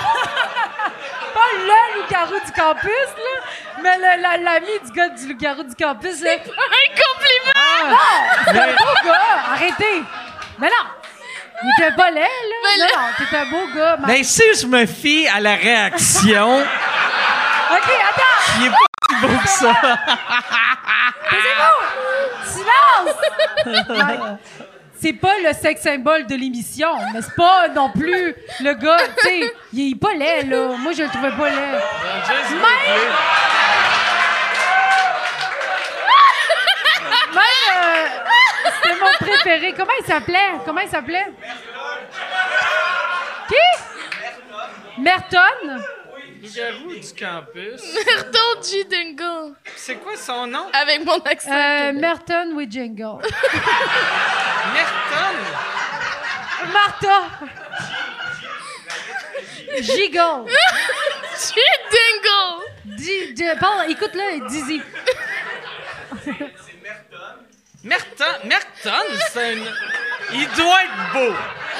E: pas, pas le loup-garou du campus, là, mais le- la- l'ami du gars du loup-garou du campus. là.
F: Un compliment!
E: C'est un beau gars, arrêtez. Mais non, il était pas laid, là.
F: Mais
E: non, non, t'es un beau gars. ma-
C: Ben, si je me fie à la réaction,
E: OK, attends,
C: il est pas si beau que ça.
E: silence! Ouais. C'est pas le sex symbole de l'émission, mais c'est pas non plus le gars, tu sais, il est pas laid, là. Moi, je le trouvais pas laid. Même, euh, c'était mon préféré. Comment il s'appelait? Comment il s'appelait? Merton?
C: Loup-garou du campus.
F: Retourne G. Dingle
C: C'est quoi son nom?
F: avec mon accent.
E: Euh,
F: québécois.
E: Merton with Jingle.
C: Merton.
E: Martha! Gigon!
F: G. Dingle
E: Dis, dis- parle, écoute-le, dis-y.
C: Merton. Merton, c'est un... Il doit être beau.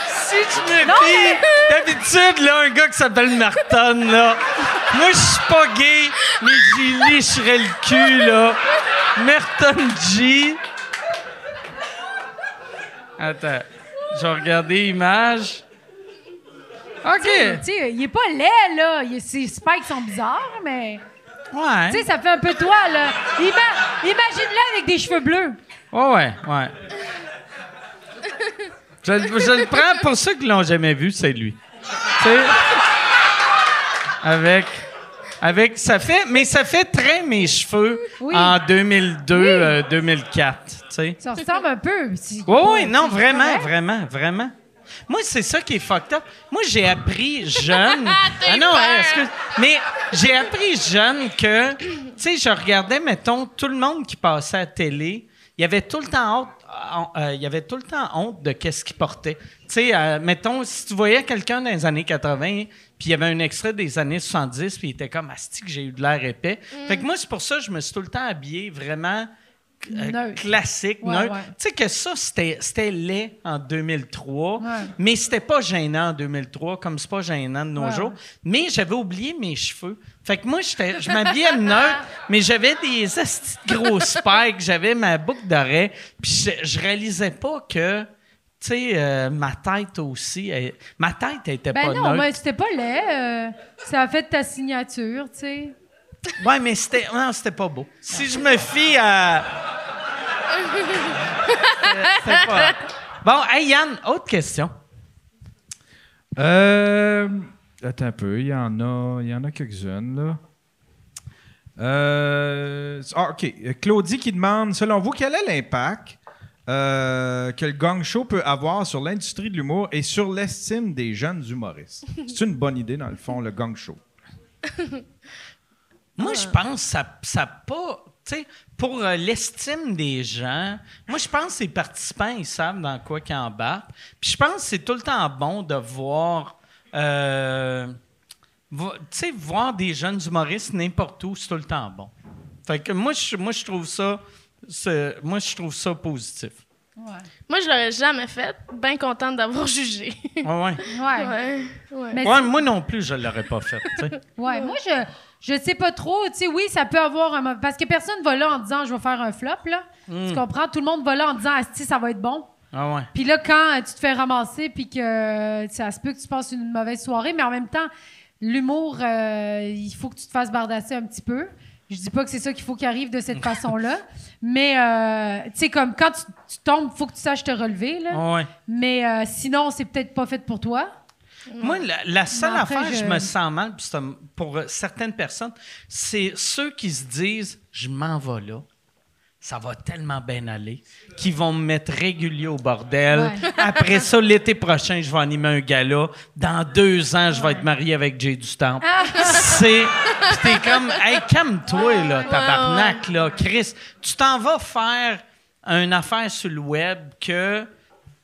C: Si tu me
E: Non,
C: fie, d'habitude, là, un gars qui s'appelle Merton, là, moi, je suis pas gay, mais j'y licherais le cul, là. Merton G. Attends, je vais regarder l'image. OK.
E: Tu sais, il est pas laid, là. Il- ses spikes sont bizarres, mais.
C: Ouais.
E: Tu sais, ça fait un peu toi, là. Ima- Imagine-le avec des cheveux bleus.
C: Ouais, ouais, ouais. Je, le- je le prends pour ceux qui l'ont jamais vu, c'est lui. Tu sais? Avec. Avec. Ça fait. Mais ça fait très mes cheveux
E: Oui.
C: en 2002, euh, 2004. Tu sais?
E: Ça ressemble un peu. si-
C: Oui, oui,
E: bon,
C: non,
E: c'est correct.
C: vraiment, vraiment, vraiment. Moi, c'est ça qui est fucked up. Moi, j'ai appris jeune.
F: T'as eu
C: non,
F: peur.
C: hein, excuse. Mais j'ai appris jeune que, tu sais, je regardais, mettons, tout le monde qui passait à la télé. Il y avait tout le temps honte, euh, il y avait tout le temps honte de qu'est-ce qu'il portait. Tu sais, euh, mettons, si tu voyais quelqu'un dans les années 80, puis il y avait un extrait des années 70, puis il était comme, asti que j'ai eu de l'air épais. Fait que moi, c'est pour ça que je me suis tout le temps habillé vraiment euh,
E: Neutre.
C: classique,
E: Ouais,
C: neutre.
E: ouais.
C: Tu sais que ça, c'était c'était laid en 2003,
E: Ouais.
C: mais c'était pas gênant en 2003, comme c'est pas gênant de nos
E: Ouais.
C: jours. Mais j'avais oublié mes cheveux. Fait que moi, j'étais- je m'habillais neutre, mais j'avais des asti de gros spikes, j'avais ma boucle d'oreille, puis je, je réalisais pas que, tu sais, euh, ma tête aussi, elle- ma tête, elle était
E: Ben
C: pas
E: non,
C: neutre.
E: mais c'était pas laid. euh, ça a fait ta signature, tu sais.
C: Ouais, mais c'était non, c'était pas beau. Si je me fie à C'était- c'était pas- Bon, hey Yann, autre question.
D: Euh, attends un peu, il y en a, il y en a quelques-unes là. Euh, ah, ok. Euh, Claudie qui demande, selon vous, quel est l'impact euh, que le gang show peut avoir sur l'industrie de l'humour et sur l'estime des jeunes humoristes C'est une bonne idée dans le fond, le gang show.
C: Moi, je pense que ça ça a pas, tu sais, pour euh, l'estime des gens, moi je pense que les participants ils savent dans quoi qu'ils embarquent. Puis je pense que c'est tout le temps bon de voir euh, vo- tu sais voir des jeunes humoristes n'importe où, c'est tout le temps bon. Fait que moi je moi je trouve ça c'est- moi je trouve ça positif.
F: Moi, je l'aurais jamais fait. Bien contente d'avoir jugé.
C: Ouais, ouais.
E: Ouais.
F: ouais. ouais.
E: Mais
C: Ouais, moi non plus, je l'aurais pas fait. tu sais.
E: Ouais, moi, je, je sais pas trop. Tu sais, oui, ça peut avoir un. mauvais- Parce que personne va là en disant je vais faire un flop, là.
C: Hmm.
E: Tu comprends? Tout le monde va là en disant Asti, ça va être bon.
C: Ah ouais.
E: Puis là, quand euh, tu te fais ramasser, puis que euh, ça se peut que tu passes une mauvaise soirée, mais en même temps, l'humour, euh, il faut que tu te fasses bardasser un petit peu. Je dis pas que c'est ça qu'il faut qu'il arrive de cette façon-là, mais euh, tu sais, comme quand tu, tu tombes, faut que tu saches te relever, là.
C: Ah ouais.
E: Mais euh, sinon, c'est peut-être pas fait pour toi.
C: Moi, la, la seule
E: Mais après,
C: affaire que je
E: je-
C: me sens mal puis c'est un- pour euh, certaines personnes, c'est ceux qui se disent « je m'en vais là ». Ça va tellement bien aller qu'ils vont me mettre régulier au bordel.
E: Ouais.
C: Après ça, l'été prochain, je vais animer un gala. Dans deux ans, je vais être marié avec Jay du Temple.
F: Ah.
C: C'est. puis T'es comme, hey, calme-toi, là, tabarnak, là, Chris. Tu t'en vas faire une affaire sur le web que.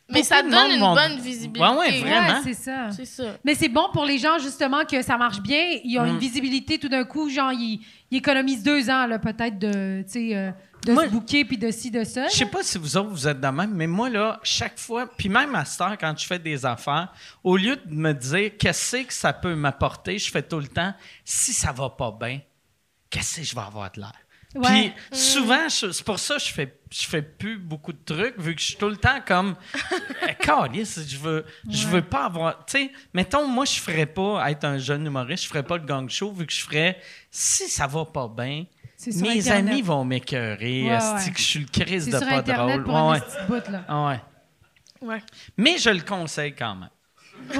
F: Mais ça
C: Beaucoup de
F: donne
C: monde
F: une
C: vont-
F: bonne visibilité.
C: Ouais, ouais, vraiment.
E: Ouais, c'est ça.
F: C'est ça.
E: Mais c'est bon pour les gens, justement, que ça marche bien. Ils ont
C: Mm.
E: une visibilité tout d'un coup. Genre, ils, ils économisent deux ans, là, peut-être, de, tu sais, euh, de
C: Moi,
E: se bouquer puis de ci, de ça.
C: Je sais pas si vous autres, vous êtes de même, mais moi, là, chaque fois, puis même à cette heure, quand je fais des affaires, au lieu de me dire qu'est-ce que ça peut m'apporter, je fais tout le temps, si ça va pas bien, qu'est-ce que je vais avoir de l'air?
E: Ouais.
C: Puis souvent, je- c'est pour ça que je fais, je fais plus beaucoup de trucs, vu que je suis tout le temps comme, Eh, câlisse, je veux, je veux pas avoir. Tu sais, mettons, moi, je ferais pas être un jeune humoriste, je ferais pas de gang show, vu que je ferais, si ça va pas bien,
E: C'est sur
C: mes
E: Internet.
C: amis vont m'écœurer,
E: Ouais,
C: esti
E: ouais.
C: que je suis le crise
E: C'est
C: de
E: sur
C: pas
E: Internet
C: drôle.
E: pour
C: Ouais,
E: un
C: ouais.
E: petit bout, là.
C: Ah ouais.
F: Ouais.
C: Mais je le conseille quand même.
E: Ouais.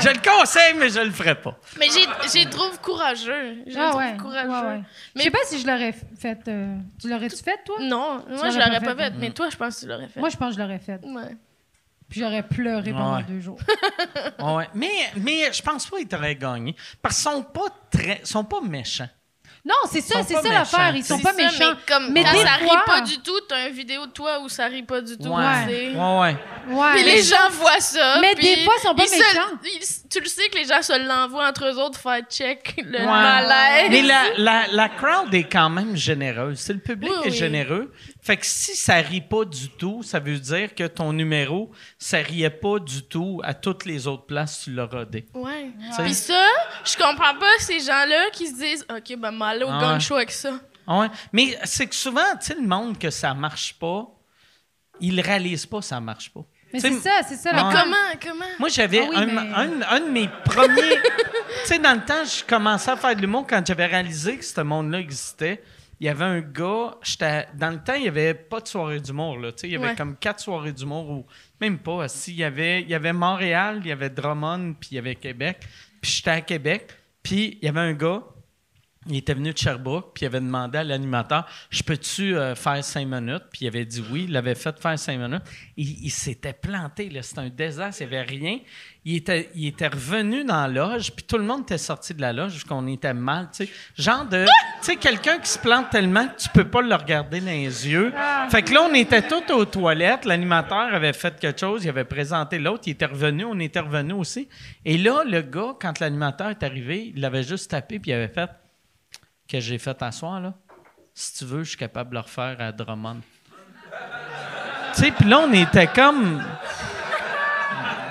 C: Je le conseille, mais je le ferai pas.
F: Mais j'ai, j'ai trouve courageux. Je
E: Ah
F: le trouve
E: ouais.
F: courageux.
E: ouais, ouais. Je sais pas si je l'aurais f- fait. euh, Tu l'aurais-tu fait, toi?
F: Non, moi,
E: l'aurais
F: je
E: pas
F: l'aurais pas
E: fait,
C: Mm.
F: fait. Mais toi, je pense que tu l'aurais fait.
E: Moi, je pense que je l'aurais fait.
F: Ouais.
E: Puis j'aurais pleuré pendant
C: Ouais.
E: deux jours.
C: Ouais. Mais, mais je pense pas qu'ils t'auraient gagné. Parce qu'ils sont pas très, sont pas méchants.
E: Non, c'est ça,
C: Ils sont
E: c'est
C: pas
E: ça l'affaire.
C: méchants.
E: Ils sont
F: C'est
E: pas
F: ça,
E: méchants.
F: Mais comme
E: Mais
F: quand
E: des
F: ça rit
E: fois-
F: pas du tout, t'as une vidéo de toi où ça rit pas du tout.
C: Ouais.
F: tu sais.
C: Ouais, ouais.
E: Ouais.
F: Puis les gens voient ça.
E: Mais
F: puis
E: des fois, ils sont pas
F: se-
E: méchants.
F: ils- tu le sais que les gens se l'envoient entre eux autres faire check le
C: Ouais.
F: malaise.
C: Mais la, la, la crowd est quand même généreuse. C'est le public
F: Oui,
C: est
F: oui.
C: généreux. Fait que si ça rit pas du tout, ça veut dire que ton numéro, ça riait pas du tout à toutes les autres places tu l'as rodé.
F: Ouais.
C: sais.
F: Puis ça, je comprends pas ces gens-là qui se disent OK, ben, m'aller au
C: Ah
F: gun
C: ouais.
F: show avec ça.
C: Ah ouais. Mais c'est que souvent, tu sais, le monde que ça marche pas, il réalise pas que ça marche pas.
E: Mais
C: Tu sais,
E: c'est ça, c'est ça.
C: Mais
E: l'affaire.
F: Comment, comment?
C: Moi, j'avais
E: Ah oui,
C: un,
E: mais-
C: un- un de mes premiers. tu sais, dans le temps, je commençais à faire de l'humour quand j'avais réalisé que ce monde-là existait. Il y avait un gars, j'étais- dans le temps, il n'y avait pas de soirée d'humour. Là, tu sais, il y avait
F: Ouais.
C: comme quatre soirées d'humour, ou même pas. Si, il, y avait, il y avait Montréal, il y avait Drummond, puis il y avait Québec. Puis j'étais à Québec, puis il y avait un gars, il était venu de Sherbrooke, puis il avait demandé à l'animateur Je peux-tu euh, faire cinq minutes Puis il avait dit oui, il l'avait fait faire cinq minutes. Il, il s'était planté, là, c'était un désastre, il n'y avait rien. Il était, il était revenu dans la loge, puis tout le monde était sorti de la loge, parce qu'on était mal, tu sais. Genre de. Tu sais, quelqu'un qui se plante tellement que tu peux pas le regarder dans les yeux. Fait que là, on était tous aux toilettes, l'animateur avait fait quelque chose, il avait présenté l'autre, il était revenu, on était revenu aussi. Et là, le gars, quand l'animateur est arrivé, il l'avait juste tapé, puis il avait fait que j'ai fait à soir, là, si tu veux, je suis capable de le refaire à Drummond. tu sais, puis là, on était comme.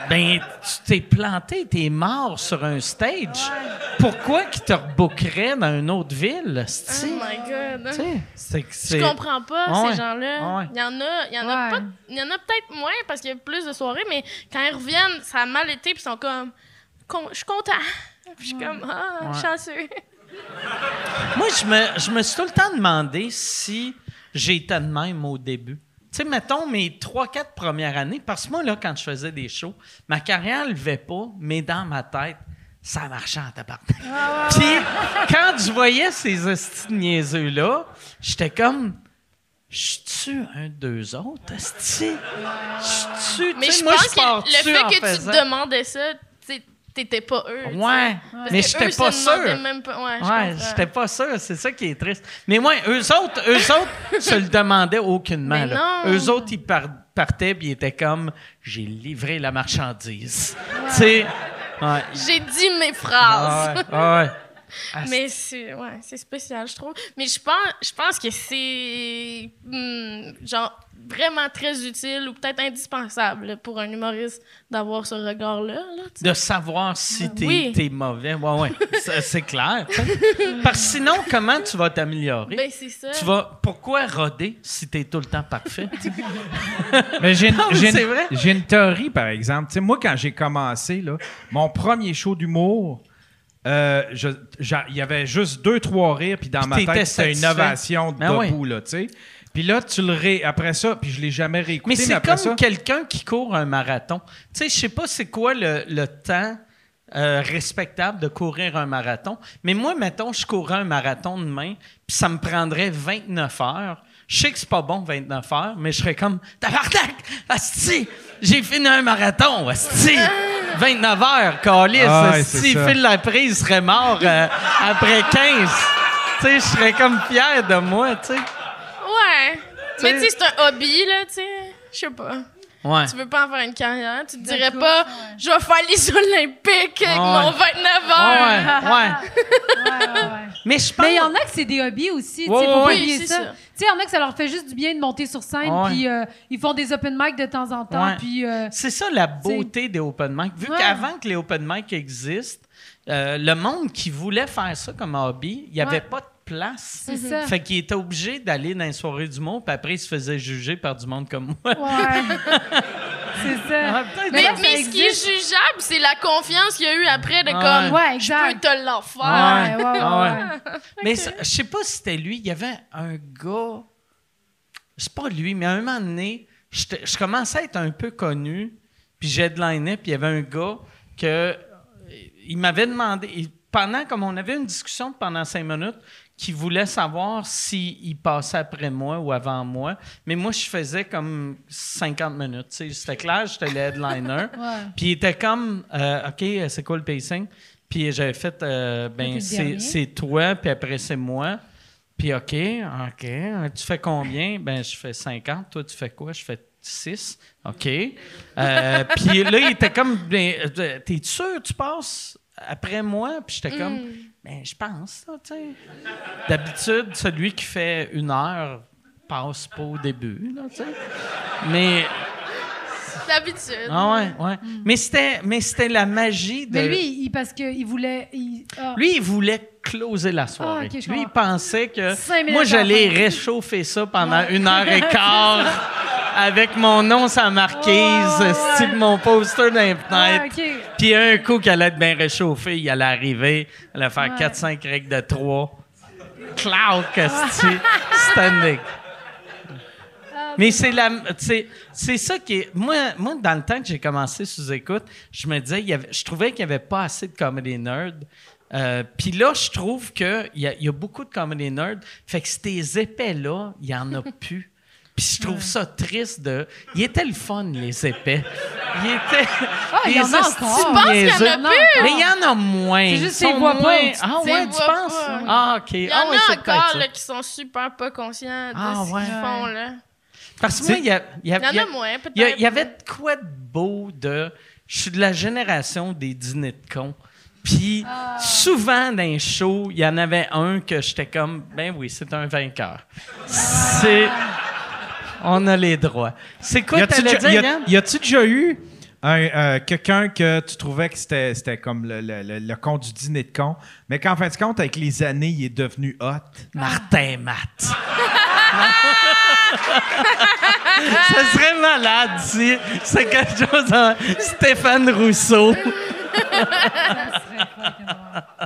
C: Ben, tu t'es planté, t'es mort sur un stage. Pourquoi qu'ils te rebookerait dans une autre ville,
F: Oh
C: c'ti?
F: my god.
C: Tu sais, c'est que c'est.
F: Je comprends pas
C: Ah ouais.
F: ces
C: Ah
F: gens-là.
C: ouais.
F: Il y en a, il y en a
E: Ouais.
F: pas, il y en a peut-être moins parce qu'il y a plus de soirées, mais quand ils reviennent, ça a mal été puis ils sont comme Con- je suis content. Puis je suis comme ah,
C: Ouais.
F: chanceux.
C: Moi, je me, je me suis tout le temps demandé si j'étais de même au début. Tu sais, mettons mes trois, quatre premières années, parce que moi, là, quand je faisais des shows, ma carrière ne levait pas, mais dans ma tête, ça marchait en tabarnak.
F: Ah,
C: Puis, quand je voyais ces hosties de niaiseux-là, j'étais comme, je suis-tu un d'eux autres, hostie? Je suis-tu?
F: Mais
C: Tu sais,
F: je
C: moi,
F: pense que
C: pars-tu
F: le fait
C: en
F: que tu
C: faisant?
F: te demandais ça, tu sais, t'étais pas eux. tu sais.
C: Ouais,
F: Parce
C: mais
F: que
C: j'étais
F: eux se
C: pas
F: demandaient
C: sûr.
F: Même pas. Ouais, je
C: Ouais,
F: comprends.
C: j'étais pas sûr, c'est ça qui est triste. Mais moi, eux autres, eux autres se le demandaient aucunement.
F: Mais
C: là.
F: non.
C: Eux autres, ils par- partaient puis ils étaient comme j'ai livré la marchandise. Tu sais, ouais.
F: J'ai dit mes
C: Ah
F: phrases.
C: ouais, ah ouais.
F: Mais c'est ouais, c'est spécial, je trouve. Mais je pense, je pense que c'est hmm, genre vraiment très utile ou peut-être indispensable là, pour un humoriste d'avoir ce regard-là. là, tu sais.
C: De savoir si t'es
F: Ben oui.
C: t'es mauvais. Ouais, ouais. Ça, c'est clair. tu sais. Parce que sinon, comment tu vas t'améliorer?
F: Ben c'est ça.
C: tu vas pourquoi roder si t'es tout le temps parfait?
D: Mais j'ai une,
C: Non, mais
D: j'ai
C: c'est
D: une-
C: vrai.
D: j'ai une théorie, par exemple. Tu sais, moi, quand j'ai commencé, là, mon premier show d'humour, euh, je- j'a- il y avait juste deux, trois rires, puis dans
C: Puis
D: ma
C: t'étais
D: tête, c'était une
C: satisfait.
D: ovation
C: Ben
D: debout, là, tu sais. Puis là, tu le ré... Après ça, puis je l'ai jamais réécouté,
C: Mais
D: mais,
C: c'est
D: après
C: comme
D: ça...
C: quelqu'un qui court un marathon. Tu sais, je sais pas c'est quoi le, le temps euh, respectable de courir un marathon, mais moi, mettons, je courrais un marathon demain, puis ça me prendrait 29 heures. Je sais que c'est pas bon 29 heures, mais je serais comme tabarnak, asti, j'ai fini un marathon, asti. 29 heures, calice,
D: Ah ouais,
C: asti,
D: c'est ça.
C: Phil Laprise serait mort euh, après 15. Tu sais, je serais comme fier de moi, tu sais.
F: Ouais.
C: T'sais-
F: Mais tu sais, c'est un hobby là, tu sais. Je sais pas.
C: Ouais.
F: Tu veux pas en faire une carrière. Tu te dirais
E: course,
F: pas,
E: Ben, ouais.
F: je vais faire les Olympiques avec
C: Ouais.
F: mon 29
C: Ouais,
F: heures.
C: ouais.
E: Ouais.
C: Mais je pense
E: Mais il y en a que c'est des hobbies aussi, tu
C: Ouais,
E: sais,
C: ouais,
E: faut pas
F: ouais.
E: oublier
F: Oui, c'est
E: ça.
F: ça.
E: Tu sais, il y en a que ça leur fait juste du bien de monter sur scène,
C: Ouais.
E: puis euh, ils font des open mic de temps en temps,
C: Ouais.
E: puis... euh,
C: C'est ça la beauté des open mic. Vu
E: Ouais.
C: qu'avant que les open mic existent, euh, le monde qui voulait faire ça comme hobby, il n'y avait
E: Ouais.
C: pas de place.
E: C'est
F: Mhm.
E: ça.
C: Fait qu'il était obligé d'aller dans les soirées du monde, puis après, il se faisait juger par du monde comme moi.
E: Ouais. c'est ça.
C: Ah, peut-être.
E: Mais
F: Mais,
E: là, ça
F: mais ce qui est
E: existe.
F: jugeable, c'est la confiance qu'il y a eu après de
C: Ouais.
F: comme,
E: Ouais,
F: je
E: exact.
F: peux te l'en
E: Ouais,
F: faire.
E: ouais, ouais,
C: Ah
E: ouais.
C: Mais ça- je sais pas si c'était lui. Il y avait un gars. C'est pas lui, mais à un moment donné, j'étais- je commençais à être un peu connu. Puis j'headlinais, puis il y avait un gars que euh, il m'avait demandé. il- pendant, comme on avait une discussion pendant cinq minutes, qui voulait savoir s'il passait après moi ou avant moi. Mais moi, je faisais comme 50 minutes. tu sais. C'était clair, j'étais le headliner. Puis il était comme, euh, OK, c'est quoi le pacing? Puis j'avais fait, euh,
E: T'es
C: ben,
E: le
C: c'est
E: dernier.
C: c'est toi, puis après c'est moi. Puis OK, OK, tu fais combien? Ben, je fais 50. Toi, tu fais quoi? Je fais 6. OK. Euh, puis là, il était comme, ben, euh, t'es sûr tu passes après moi? Puis j'étais comme,
E: Hmm.
C: ben, je pense, là, tu sais. D'habitude, celui qui fait une heure passe pas au début, là, tu sais. Mais...
F: D'habitude.
C: Ah ouais, ouais. Mais c'était, mais c'était la magie de.
E: Mm. Mais lui, il, parce qu'il voulait. Il, ah.
C: Lui, il voulait closer la soirée.
E: Ah, ok, je
C: lui, il
E: comprends.
C: pensait que
E: Cinq minutes
C: moi, j'allais
E: avant la fin.
C: réchauffer ça pendant une heure et quart avec mon nom sa marquise,
E: Ouais, ouais, ouais.
C: style mon poster d'un fenêtre.
E: Ah, ok.
C: Puis un coup qu'elle allait être bien réchauffée, il allait arriver, elle allait faire
E: Ouais.
C: 4-5 règles de 3. Cloud, Casti, standing. Mais c'est la, c'est, c'est ça qui est. Moi, moi, dans le temps que j'ai commencé sous écoute, je me disais, il y avait- je trouvais qu'il n'y avait pas assez de comedy nerd. Euh, Puis là, je trouve qu'il y, a- il y a beaucoup de comedy nerd. Fait que ces épais-là, il n'y en a plus. Puis je trouve ça triste de. Il était le fun, les épais. Il était.
E: Ah, il y
C: les
E: en a
C: hosties
E: encore. Tu
F: penses qu'il y en a
C: niaiseux.
E: Non, encore.
C: Mais il y en a moins.
E: C'est juste
C: Ils sont
E: qu'ils voient pas,
C: moins-
E: tu-
C: Ah
F: tu les
C: ouais, tu
F: vois
C: penses?
F: pas.
C: Ah, OK.
F: Il y
C: ah,
F: en
C: ouais,
F: a
C: c'est peut-être
F: encore
C: ça.
F: là, qui sont super pas conscients de
C: Ah,
F: ce
C: ouais.
F: qu'ils font. Là.
C: Parce que moi, il y, a- il y a-
F: Il y en a
C: il y a-
F: moins, peut-être.
C: il y a- il y avait
F: ben.
C: de quoi de beau de. Je suis de la génération des dîners de cons. Puis souvent dans les shows, il y en avait un que j'étais comme, ben oui, c'est un vainqueur. C'est. On a les droits. C'est quoi
D: Y
C: que
D: a-tu
C: t'allais
D: déjà-
C: dire,
D: y a-
C: Yann?
D: y a-tu déjà eu un, euh, quelqu'un que tu trouvais que c'était c'était comme le, le- le- le con du dîner de con, mais qu'en fin de compte, avec les années, il est devenu hot?
C: Martin Matt. Ça serait malade si c'est quelque chose en Stéphane Rousseau.
E: Ah,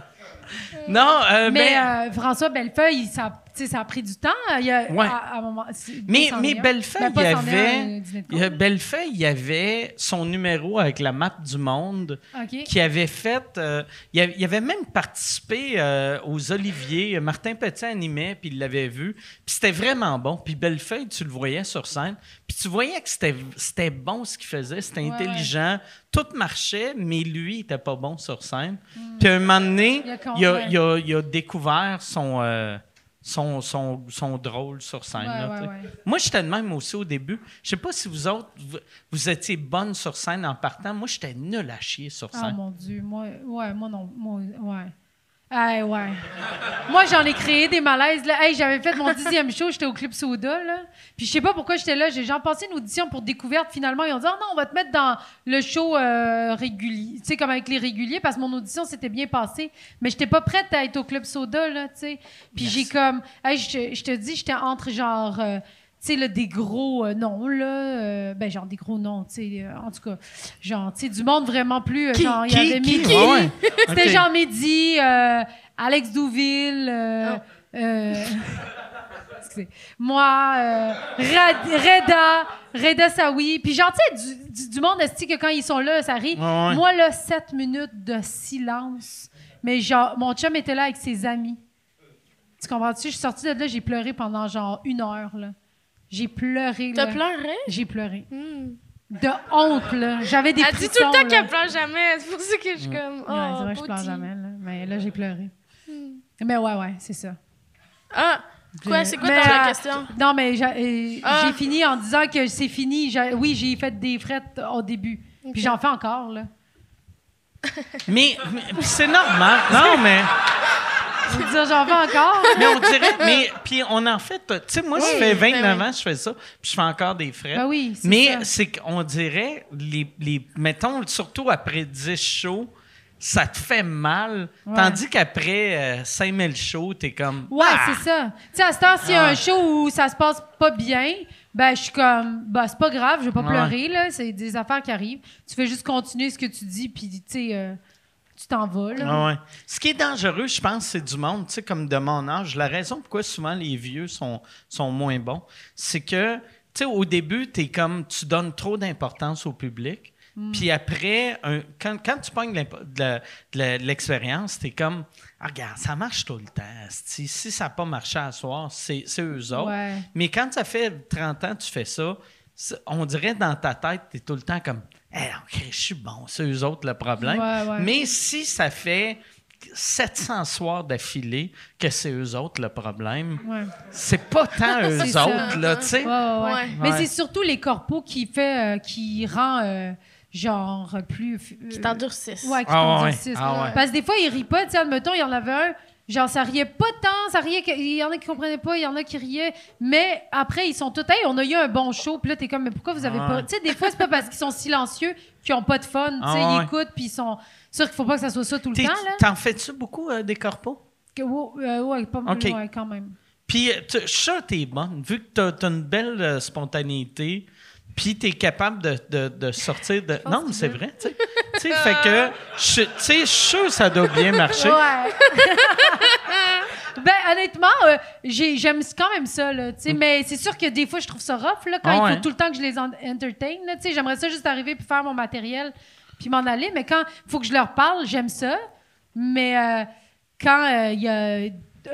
C: non, euh,
E: Mais
C: mais,
E: euh, François Bellefeuille, il- ça, a- tu sais, ça a pris du temps. Il y a,
C: Ouais.
E: à, à un moment, c'est-
C: mais,
E: pas
C: mais
E: 101.
C: Bellefeuille,
E: Ben,
C: il
E: pas
C: y
E: 101,
C: avait,
E: euh, dîner de
C: il y a-
E: con.
C: Bellefeuille, il y avait son numéro avec la map du monde
E: OK.
C: qui avait fait. euh, il, y avait, il avait même participé euh, aux Oliviers. Martin Petit animait, puis il l'avait vu. Puis c'était vraiment bon. Puis Bellefeuille, tu le voyais sur scène. Puis tu voyais que c'était, c'était bon ce qu'il faisait. C'était
E: Ouais,
C: intelligent. Tout marchait, mais lui, il était pas bon sur scène. Puis à un moment donné,
E: Hmm. Il a con-
C: il a,
E: ouais.
C: il a- il a découvert son. euh, son, son, son drôle sur scène.
E: Ouais,
C: là,
E: ouais,
C: tu sais.
E: ouais.
C: Moi, j'étais de même aussi au début. Je sais pas si vous autres, vous, vous étiez bonne sur scène en partant. Moi, j'étais nul à chier sur
E: Ah
C: scène.
E: mon Dieu, moi, ouais, moi non, moi, ouais. Hey, ouais. Moi, j'en ai créé des malaises. Là. Hey, j'avais fait mon dixième show, j'étais au Club Soda. Là. Puis je sais pas pourquoi j'étais là. J'ai genre passé une audition pour découverte. Finalement, ils ont dit oh, non, on va te mettre dans le show euh, régulier. Tu sais, comme avec les réguliers, parce que mon audition s'était bien passée. Mais j'étais pas prête à être au Club Soda, là, tu sais. Puis j'ai comme. Hey, je je te dis, j'étais entre genre. euh, tu sais, là, des gros euh, noms, là. euh, ben, genre, des gros noms, tu sais. euh, en tout cas, genre, tu sais, du monde vraiment plus. euh,
C: Qui-
E: genre, il y
C: qui-
E: avait
C: qui-
E: Mickey.
C: qui? Ah ouais.
E: C'était
C: Ok.
E: Jean Mehdi, euh, Alex Douville. euh,
C: Ah.
E: euh, excusez. Moi, euh, Rad- Reda, Reda Sawi. Puis genre, tu sais, du, du- du monde, est que quand ils sont là, ça rit.
C: Ouais, ouais.
E: Moi, là, sept minutes de silence. Mais genre, mon chum était là avec ses amis. Tu comprends-tu? Je suis sortie de là, j'ai pleuré pendant genre une heure, là. J'ai pleuré,
F: T'as
E: là.
F: pleuré?
E: J'ai pleuré.
F: Hmm.
E: De honte, là. J'avais des
F: Elle dit tout le
E: frissons,
F: temps
E: là.
F: qu'elle pleure jamais. C'est pour ça que je suis comme. Oh,
E: Ouais, c'est vrai, que je pleure
F: Cody.
E: jamais, là. Mais là, j'ai pleuré.
F: Hmm.
E: Mais ouais, ouais, c'est ça.
F: Ah, quoi? C'est quoi
E: Mais,
F: dans la
E: euh,
F: question?
E: Non, mais j'a- euh,
F: Ah.
E: j'ai fini en disant que c'est fini. J'a- Oui, j'ai fait des frettes au début.
F: Ok.
E: Puis j'en fais encore, là.
C: Mais, mais- puis c'est normal. Non, mais,
E: Je veux dire, j'en fais encore.
C: mais on dirait. Mais, puis on en fait. Tu sais, moi, ça
F: Oui,
C: fait
F: ben
C: 29
F: oui.
C: ans que je fais ça, puis je fais encore des frais.
E: Ben oui, c'est
C: mais
E: ça.
C: c'est qu'on dirait, les, les, mettons, surtout après 10 shows, ça te fait mal.
E: Ouais.
C: Tandis qu'après euh, 5000 shows, t'es comme.
E: Ouais,
C: Ah!
E: c'est ça. Tu sais, à cette heure, s'il y a
C: Ah.
E: un show où ça se passe pas bien, ben, je suis comme, ben, c'est pas grave, je vais pas
C: Ouais.
E: pleurer, là. C'est des affaires qui arrivent. Tu fais juste continuer ce que tu dis, puis, tu sais, euh, tu t'en vas, là.
C: Ah ouais. Ce qui est dangereux, je pense, c'est du monde, tu sais, comme de mon âge. La raison pourquoi souvent les vieux sont, sont moins bons, c'est que, tu sais, au début, t'es comme, tu donnes trop d'importance au public.
E: Hmm.
C: Puis après, un- quand, quand tu pognes l'impo- de la- de la- de l'expérience, t'es comme, Ah, regarde, ça marche tout le temps. asti. Si ça n'a pas marché à soir, c'est c'est eux autres.
E: Ouais.
C: Mais quand ça fait 30 ans que tu fais ça, c'est- on dirait dans ta tête, tu es tout le temps comme, Eh, non, Chris, je suis bon, c'est eux autres le problème.
E: Ouais, ouais.
C: Mais si ça fait 700 soirs d'affilée que c'est eux autres le problème,
E: Ouais.
C: c'est pas tant eux
E: C'est ça.
C: autres, là, tu sais.
E: Ouais, ouais, ouais.
F: Ouais.
E: Mais
C: Ouais.
E: c'est surtout les corpos qui fait, euh, qui rend euh, genre plus. euh,
F: Qui t'endurcissent.
E: Ouais, qui
C: Ah ouais,
E: t'endurcissent.
C: ah ouais.
E: Parce que des fois, ils rient pas. Tu sais, admettons, il y en avait un, genre, ça riait pas tant, ça riait, que- il y en a qui comprenaient pas, il y en a qui riaient. Mais après, ils sont tous, hey, on a eu un bon show, puis là, t'es comme, mais pourquoi vous avez
C: Ah ouais.
E: pas. Tu sais, des fois, c'est pas parce qu'ils sont silencieux qu'ils ont pas de fun. Tu sais,
C: Ah ouais.
E: ils écoutent, puis ils sont. Sûr qu'il faut pas que ça soit ça tout le temps,
C: T'es-
E: là.
C: T'en fais-tu beaucoup euh, des corpos?
E: Que- oh, euh, ouais, pas mal,
C: Ok.
E: ouais, quand même.
C: Puis, euh, tu- je suis sûr que t'es bonne, vu que t'as- t'as une belle euh, spontanéité, puis t'es capable de, de- de sortir de... Non, mais c'est vrai, tu sais. Tu sais, fait que, je- tu sais, je suis sûr que ça doit bien marcher.
E: Ouais. ben, honnêtement, euh, j'ai- j'aime quand même ça, là, tu sais, mais c'est sûr que des fois, je trouve ça rough, là, quand
C: Mm. Ah
E: il faut
C: ouais.
E: tout le temps que je les en- entertain, là, tu sais, j'aimerais ça juste arriver puis faire mon matériel puis m'en aller, mais quand il faut que je leur parle, j'aime ça, mais euh, quand euh, il y a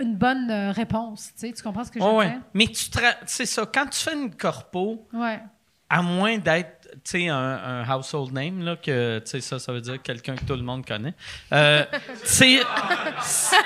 E: une bonne euh, réponse, tu sais, tu comprends ce que je veux
C: Ouais, Ah ouais.
E: dire?
C: Mais tu te ra- c'est ça, quand tu fais une corpo,
E: Ouais.
C: à moins d'être tu sais, un, un household name, là, que tu sais, ça, ça veut dire quelqu'un que tout le monde connaît, euh, c'est... c'est-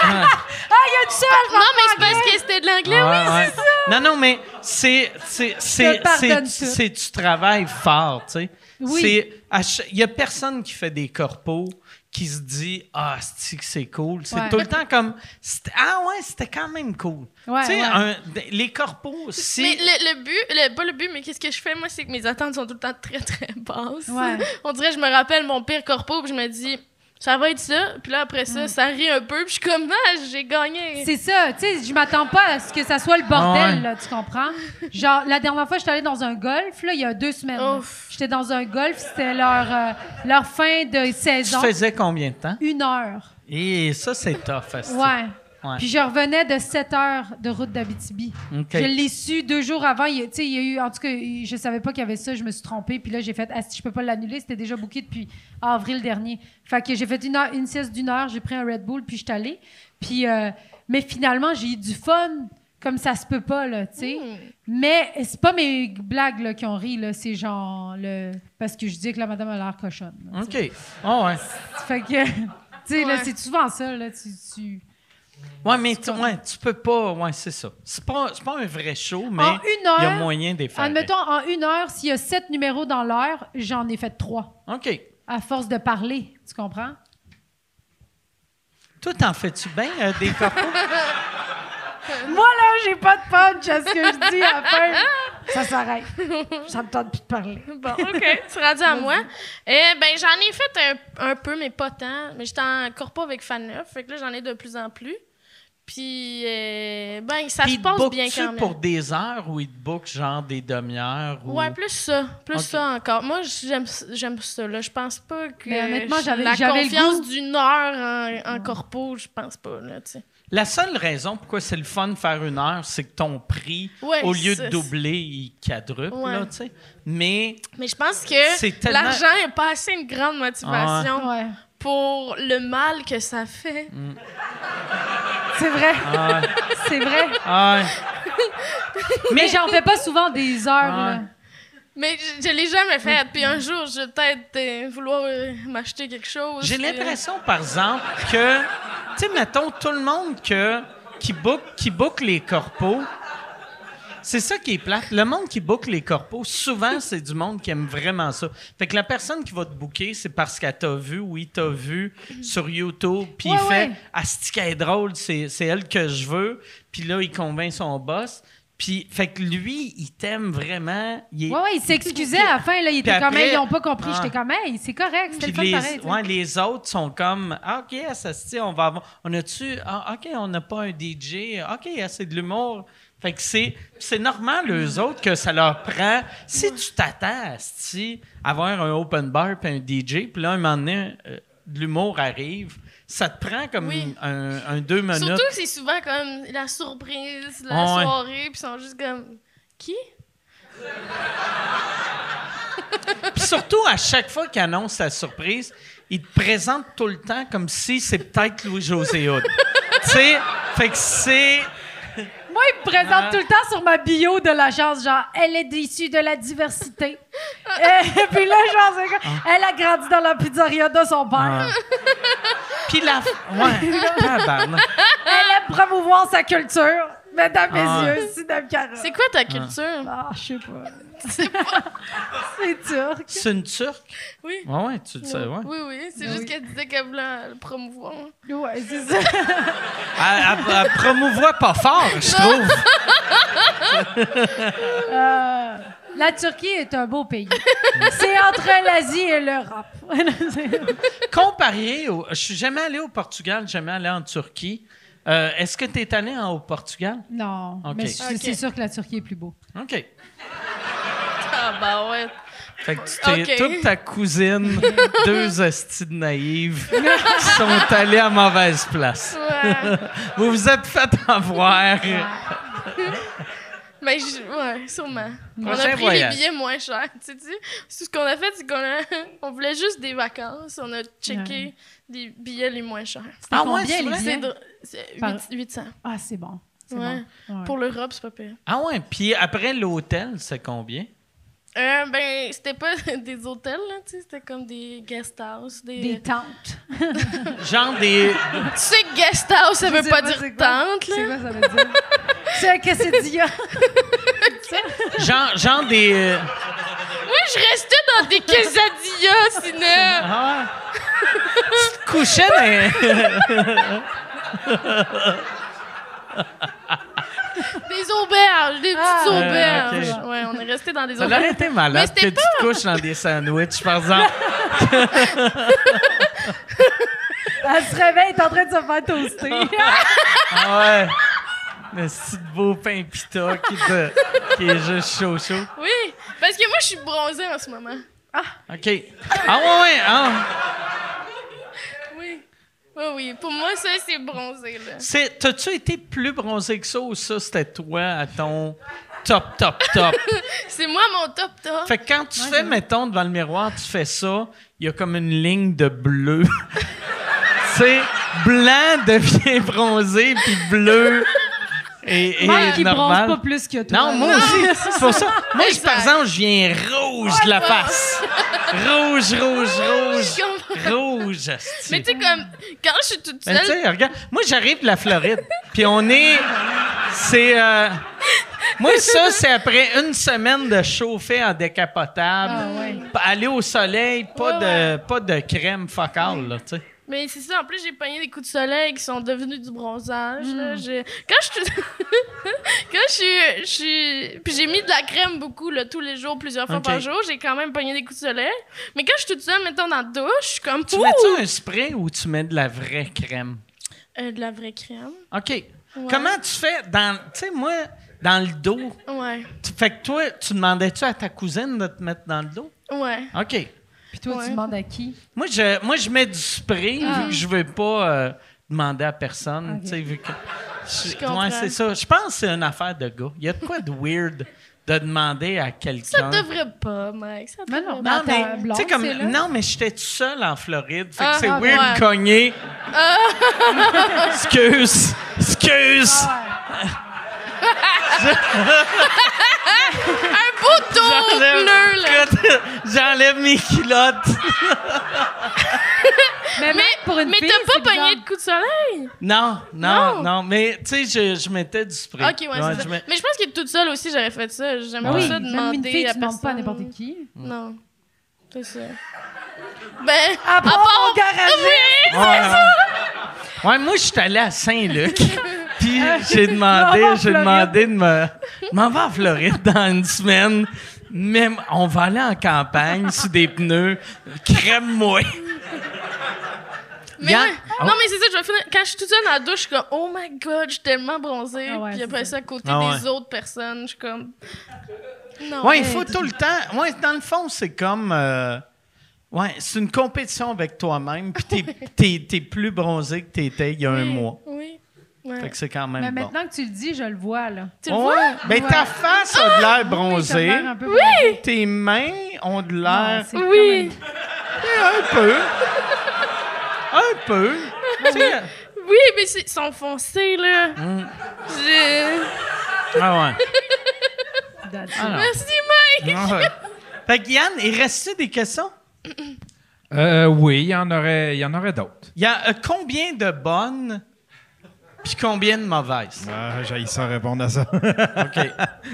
C: ah.
E: Ah, il y a du seul!
F: Non, mais c'est parce que c'était de l'anglais, oui.
C: Ouais, ouais. Non, non, mais c'est, c'est, c'est,
E: te pardonne
C: c'est,
E: tout.
C: c'est du travail fort, tu sais.
E: Oui.
C: C'est, à cha- il y a personne qui fait des corpos qui se dit ah c'est c'est cool c'est
E: Ouais.
C: tout le temps comme C'était- ah ouais c'était quand même cool
E: Ouais,
C: tu sais
E: ouais.
C: un- les corpos si
F: Mais le, le but, le- pas le but, mais qu'est-ce que je fais, moi, c'est que mes attentes sont tout le temps très, très basses.
E: Ouais.
F: On dirait, je me rappelle mon pire corpo, puis je me dis, ça va être ça. Puis là, après ça, ça rit un peu, puis je suis comme, ah, j'ai gagné.
E: C'est ça, tu sais, je m'attends pas à ce que ça soit le bordel,
C: Ah ouais.
E: là, tu comprends? Genre, la dernière fois, j'étais allée dans un golf, là, il y a deux semaines.
F: Ouf.
E: J'étais dans un golf, c'était leur, euh, leur fin de
C: tu
E: saison.
C: faisais combien de temps
E: Une heure.
C: et ça c'est tough asti.
E: Ouais.
C: Ouais.
E: Puis je revenais de 7 heures de route d'Abitibi.
C: Ok.
E: Je l'ai su deux jours avant. Il, y a- tu sais, il y a eu, en tout cas, il- je savais pas qu'il y avait ça. Je me suis trompée. Puis là, j'ai fait, ah, si je peux pas l'annuler, c'était déjà booké depuis avril dernier. Fait que j'ai fait une, heure- une sieste d'une heure, j'ai pris un Red Bull, puis je suis allée. Puis, euh, mais finalement, j'ai eu du fun, comme ça se peut pas, là, tu sais. Mais c'est pas mes blagues là, qui ont ri, là. C'est genre, le... parce que je dis que la madame a l'air cochonne. là, tu sais.
C: ok Ah ouais
E: Fait que, tu sais, là,
F: Ouais.
E: c'est souvent ça, là. Tu, tu-
C: ouais mais tu, ouais, tu peux pas ouais c'est ça c'est pas c'est pas un vrai show mais
E: En
F: Ah,
E: une heure,
C: il y a moyen d'y faire
E: Admettons, en une heure, s'il y a sept numéros dans l'heure, j'en ai fait trois.
C: ok
E: À force de parler, tu comprends?
C: Toi, t'en fais-tu bien euh, des corpos?
E: Moi, là, j'ai pas de punch à ce que je dis à la fin. Ça s'arrête. Ça me tente plus de parler.
F: Bon, OK. tu es rendu à moi. Eh ben j'en ai fait un, un peu, mais pas tant. Mais j'étais en corpo avec Fan 9, fait que là, j'en ai de plus en plus. Puis, euh, ben, ça
C: Puis
F: se passe bien
C: bookes-tu
F: quand même.
C: pour des heures ou ils te bookent genre des demi-heures? Ou...
F: Ouais, plus ça. Plus
C: Ok.
F: ça encore. Moi, j'aime j'aime ça. Là. Je pense pas que.
E: Mais Ben, honnêtement,
F: je-
E: j'avais-
F: La
E: j'avais le
F: confiance
E: goût.
F: d'une heure en, en corpo, je pense pas. Là, tu sais.
C: La seule raison pourquoi c'est le fun de faire une heure, c'est que ton prix,
F: Ouais,
C: au lieu de
F: c'est-
C: doubler, il quadruple,
F: Ouais.
C: là, tu sais. Mais
F: Mais je pense
C: C'est
F: que
C: tellement-
F: l'argent n'est pas assez une grande motivation
E: Ouais.
F: pour le mal que ça fait.
E: C'est vrai. C'est vrai.
C: ah,
E: Mais j'en fais pas souvent des heures,
C: Ouais.
E: là.
F: Mais je, je l'ai jamais fait. Puis un jour, je vais peut-être euh, vouloir euh, m'acheter quelque chose. euh,
C: j'ai
F: puis-
C: l'impression, par exemple, que, tu sais, mettons, tout le monde que, qui, book, qui book les corpos, c'est ça qui est plate. Le monde qui book les corpos, souvent, c'est du monde qui aime vraiment ça. Fait que la personne qui va te booker, c'est parce qu'elle t'a vu, oui, t'a vu sur YouTube, puis
E: Ouais,
C: il fait
E: ouais.
C: Asti qu'elle est drôle, c'est c'est elle que je veux. Puis là, il convainc son boss. Puis, fait que lui, il t'aime vraiment. Il est-
E: Ouais, ouais, il s'excusait à la fin, là. Il était
C: Puis
E: comme,
C: après-
E: hey, ils ont pas compris.
C: Ouais.
E: J'étais comme, hey, c'est correct.
C: Puis
E: C'était le fun
C: les,
E: pareil. tu sais.
C: ouais, les autres sont comme ah, OK, yes, asti, on va avoir. On a-tu. ah, OK, on n'a pas un DJ. OK, yes, c'est de l'humour. Fait que c'est, c'est normal, eux
E: Mm.
C: autres, que ça leur prend. Si tu t'attends, asti, à avoir un open bar puis un DJ, puis là, un moment donné, euh, de l'humour arrive, ça te prend comme
F: Oui.
C: un, un deux minutes.
F: Surtout que c'est souvent comme la surprise, la
C: Ah ouais.
F: soirée, puis ils sont juste comme. Qui?
C: Puis surtout, à chaque fois qu'il annonce sa surprise, il te présente tout le temps comme si c'est peut-être Louis-José Hood. tu sais, fait que c'est...
E: Moi, il me présente
C: Hein?
E: tout le temps sur ma bio de l'agence, genre, elle est issue de la diversité. Et puis là, genre, c'est comme,
C: Ah.
E: elle a grandi dans la pizzeria de son père.
C: Puis la... Ouais, tabarnak.
E: Elle aime promouvoir sa culture. Mesdames,
C: Ah.
E: messieurs, Sinem Cara.
F: C'est quoi ta culture?
E: Ah, je sais pas. C'est turc.
C: C'est une Turque?
F: Oui.
C: Ouais, ouais, tu le sais, ben ouais.
F: Oui, Ah oui. C'est juste qu'elle disait qu'elle voulait le promouvoir.
E: Ouais, c'est ça.
C: Elle, elle- elle promouvoit pas fort, je trouve.
E: Euh, la Turquie est un beau pays. C'est entre l'Asie et l'Europe.
C: Comparé au... Je suis jamais allé au Portugal, jamais allé en Turquie. Euh, Est-ce que tu es allé en- au Portugal?
E: non,
C: Ok.
E: mais c'est
F: Ok.
E: c'est sûr que la Turquie est plus beau.
C: OK.
F: Ah, bah ouais.
C: Fait que tu t'es...
F: Ok.
C: Toute ta cousine, deux hosties de naïves qui sont allées à mauvaise place.
F: Ouais.
C: Vous vous êtes fait avoir.
F: Mais Ben, je- ouais, sûrement. on
C: Prochain
F: a pris
C: voyage.
F: les billets moins chers. Tu sais, tu sais, ce qu'on a fait, c'est qu'on a... on voulait juste des vacances. On a checké des billets les moins chers.
E: C'était
C: Ah ouais,
E: combien
C: c'est
E: les
C: vrai?
E: billets?
F: C'est dr- c'est
E: Par-
F: huit- 800.
E: Ah, c'est bon. C'est
F: Ouais.
E: bon. Ouais.
F: Pour l'Europe, c'est pas pire.
C: Ah ouais, puis après l'hôtel, c'est combien?
F: Euh, ben, c'était pas des hôtels, là, tu sais, c'était comme des guest house. Des...
E: Des tentes.
C: Genre des.
F: Tu sais que guest house, ça
E: Je
F: veut
E: sais
F: pas,
E: pas
F: dire
E: c'est quoi.
F: tente,
E: C'est
F: là.
E: quoi ça veut dire? C'est que c'est dit.
C: Genre, genre des.
F: Oui, je restais dans des quesadillas, sinon.
C: Ah ouais. Tu te couchais dans.
F: Des auberges, des petites
E: Ah, ouais,
F: auberges.
C: ok.
F: Ouais, on est resté dans des
C: Ça aurait
F: auberges.
C: été malade
F: Mais
C: que
F: c'était
C: tu te couches dans des sandwichs, par exemple.
E: Elle se réveille, elle est en train de se faire toaster.
C: Ah ouais. Le petit beau pain pita qui, te- qui est juste chaud chaud.
F: Oui, parce que moi, je suis bronzée en ce moment.
C: OK. Ah ouais, ouais. ah.
F: Oui. Oui, oui. Pour moi, ça, c'est bronzé, là.
C: C'est- T'as-tu été plus bronzé que ça ou ça, c'était toi à ton top, top, top?
F: C'est moi mon top top.
C: Fait que quand tu fais, mettons, devant le miroir, tu fais ça, il y a comme une ligne de bleu. c'est blanc devient bronzé, puis bleu et, et
E: Même qui bronze
C: normal.
E: pas plus que toi.
C: non, moi aussi, c'est pour ça. Moi, je, par
F: Exact.
C: exemple, je viens rouge de la face. Rouge, rouge,
F: Comme-
C: rouge. Rouge, asti.
F: Mais tu sais, comme, quand je suis toute
C: Ben, tu
F: seule,
C: sais, regarde, moi, j'arrive de la Floride, puis on est... C'est... euh, moi, ça, c'est après une semaine de chauffer en décapotable,
E: Ah, ouais.
C: p- aller au soleil, pas,
F: Ouais,
C: de, pas de crème focale, là, tu sais.
F: Mais c'est ça, en plus, j'ai pogné des coups de soleil qui sont devenus du bronzage.
E: Hmm.
F: là. J'ai- Quand je suis- Quand je suis. je suis- Puis j'ai mis de la crème beaucoup, là, tous les jours, plusieurs fois
C: Ok.
F: par jour. J'ai quand même pogné des coups de soleil. Mais quand je suis toute seule, mettons dans la douche, je suis comme.
C: Tu
F: Ouh!
C: mets-tu un spray ou tu mets de la vraie crème?
F: Euh, de la vraie crème.
C: OK. Comment tu fais dans... Tu sais, moi, dans le dos...
F: Ouais.
C: tu- fait que toi, tu demandais-tu à ta cousine de te mettre dans le dos?
F: Ouais.
C: OK.
E: Puis toi,
F: Ouais.
E: tu demandes à qui?
C: Moi, je, moi, je mets du spray
F: Ah.
C: vu que je veux pas euh, demander à personne. tu sais, Vu que, je,
F: comprends.
C: ouais, c'est ça. Je pense que c'est une affaire de gars. Il y a de quoi de weird de demander à
F: Ça
C: quelqu'un.
F: devrait pas, mec. Ça
E: Mais
F: devrait
C: Non,
E: non, mais-
F: pas.
C: mais,
E: Attends,
C: tu sais,
E: blonde,
C: comme,
E: c'est là?
C: non, mais j'étais tout seul en Floride. Fait que
F: Ah,
C: c'est
F: ah,
C: weird
F: ouais. Ah.
C: de cogner. Excuse! Excuse!
F: Ah. Un poteau au pneu, Oh, là.
C: Écoute, J'enlève mes culottes.
E: Mais, même pour une
F: Mais
E: fille,
F: t'as pas
E: c'est
F: pogné de
E: bizarre.
F: coups de soleil?
C: Non, non, non.
F: Non.
C: mais tu sais, je, je mettais du spray.
F: Ok, ouais, c'est
C: je
F: ça.
C: mets-
F: Mais je pense que toute seule aussi, j'aurais fait ça. J'aime
E: Ah
F: pas
E: oui,
F: ça
E: même
F: demander
E: une fille,
F: à
E: tu demandes pas à
F: personne.
E: n'importe qui.
F: Non. C'est ça. Ben,
E: À part mon
F: Oui!
C: Ouais, ouais. Ouais, moi, je suis allé à Saint-Luc. Puis j'ai demandé,
E: m'en vais en
C: j'ai
E: Floride.
C: demandé de me. je M'en va en Floride dans une semaine. Même, on va aller en campagne sur des pneus. Crème-moi.
F: Mais
C: Yann-
F: ouais.
E: Ah
F: Non, mais c'est ça, je vais finir. Quand je suis toute seule dans la douche, je suis comme, oh my god, je suis tellement bronzée.
E: Ah ouais,
F: Puis
E: c'est
F: après
E: ça.
F: ça, à côté
C: Ah ouais.
F: des autres personnes, je suis comme. Non.
C: Ouais, il faut tout le temps. Ouais, dans le fond, c'est comme. euh, Ouais, c'est une compétition avec toi-même. Puis t'es, t'es- t'es plus bronzé que t'étais il y a un
F: Oui,
C: mois.
F: Oui. Ouais.
C: Fait que c'est quand même
E: Mais
C: bon.
E: maintenant que tu le dis, je le vois, là.
F: Tu le vois?
C: Mais ta face a de l'air bronzée.
E: Oui!
C: Tes mains ont de l'air
F: Oui,
C: un peu. un peu. Tu sais,
F: oui, mais c'est- ils sont foncés, là.
E: Hmm.
F: Je-
C: ah ouais.
E: Ah.
C: Ah,
F: Merci, Mike!
C: Fait que Yann, il restait des questions.
H: Euh, oui, il y en aurait, il y en aurait d'autres.
C: Il y a euh, combien de bonnes puis combien de mauvaises?
D: Ah, j'ai ça répondre à ça.
C: OK.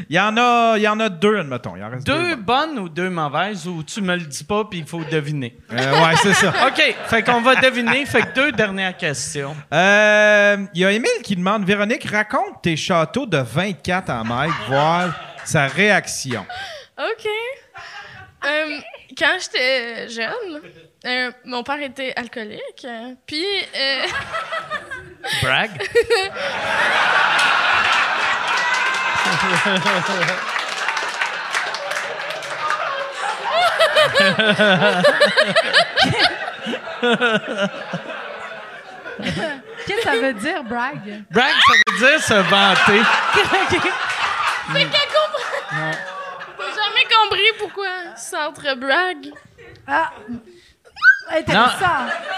D: il, y en a, il y en a deux, admettons. Il en reste deux.
C: Deux bonnes ou deux mauvaises ou tu me le dis pas puis il faut deviner.
D: Euh, ouais, c'est ça.
C: OK, fait qu'on va deviner. Fait que deux dernières questions.
D: Euh, Il y a Émile qui demande Véronique, raconte tes châteaux de 24 à Mike, voir sa réaction.
F: OK. Euh, quand j'étais jeune, euh, mon père était alcoolique. euh, Puis, euh,
C: Brag.
E: Qu'est-ce que ça veut dire, brag?
C: Brag, ça veut dire se vanter.
F: c'est qu'elle comprend. J'ai jamais compris pourquoi centre-brague.
E: Ah! Intéressant!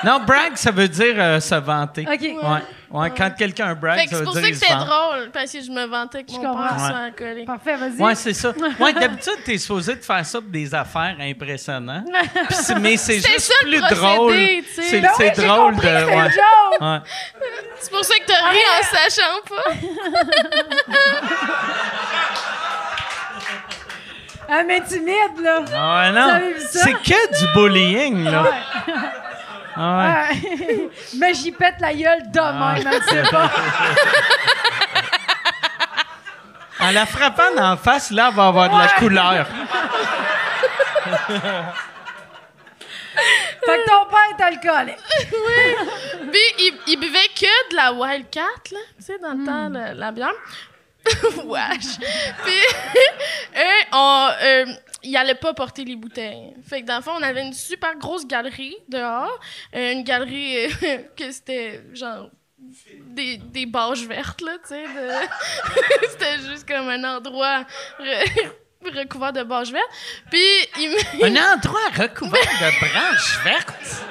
C: Non, brag, ça veut dire euh, se vanter.
E: OK.
C: Ouais. Ouais, quand quelqu'un brag,
F: Fait que
C: ça
F: c'est
C: veut
F: pour
C: dire
F: ça que
C: il se
F: c'était
C: vante.
F: drôle, parce que je me vantais que
E: Je
F: mon
E: comprends.
F: père soit
C: Ouais.
F: alcoolique.
E: Parfait, vas-y.
C: Ouais, c'est ça. Ouais, d'habitude, t'es supposé de faire ça pour des affaires impressionnantes. Puis c'est- mais c'est
F: C'est
C: juste
F: ça, le
C: plus
F: procédé,
C: drôle.
F: tu sais.
C: C'est
F: Ben
C: c'est
E: oui, j'ai
C: drôle
E: compris,
C: de.
E: c'est une
C: ouais.
E: joke.
C: Ouais.
F: C'est pour ça que t'as ri en sachant pas.
E: Ah, mais timide, là!
C: Ah ouais,
E: Vous
C: non.
E: avez vu ça?
C: C'est que du bullying, là. Ah ouais. Ah.
E: Ouais. mais j'y pète la gueule demain, même hein. si c'est pas.
C: En la frappant en face, là, elle va avoir de la couleur.
E: Fait que ton père est alcoolique.
F: Puis il, il buvait que de la Wildcat, là, tu sais, dans le temps, le- la bière. Wesh! Puis, eux, on, euh, ils n'allaient pas porter les bouteilles. Fait que dans le fond, on avait une super grosse galerie dehors. Euh, une galerie euh, que c'était genre des, des bâches vertes, là, tu sais. de- c'était juste comme un endroit re- recouvert de bâches vertes. Puis, ils me-
C: Un endroit recouvert de branches vertes.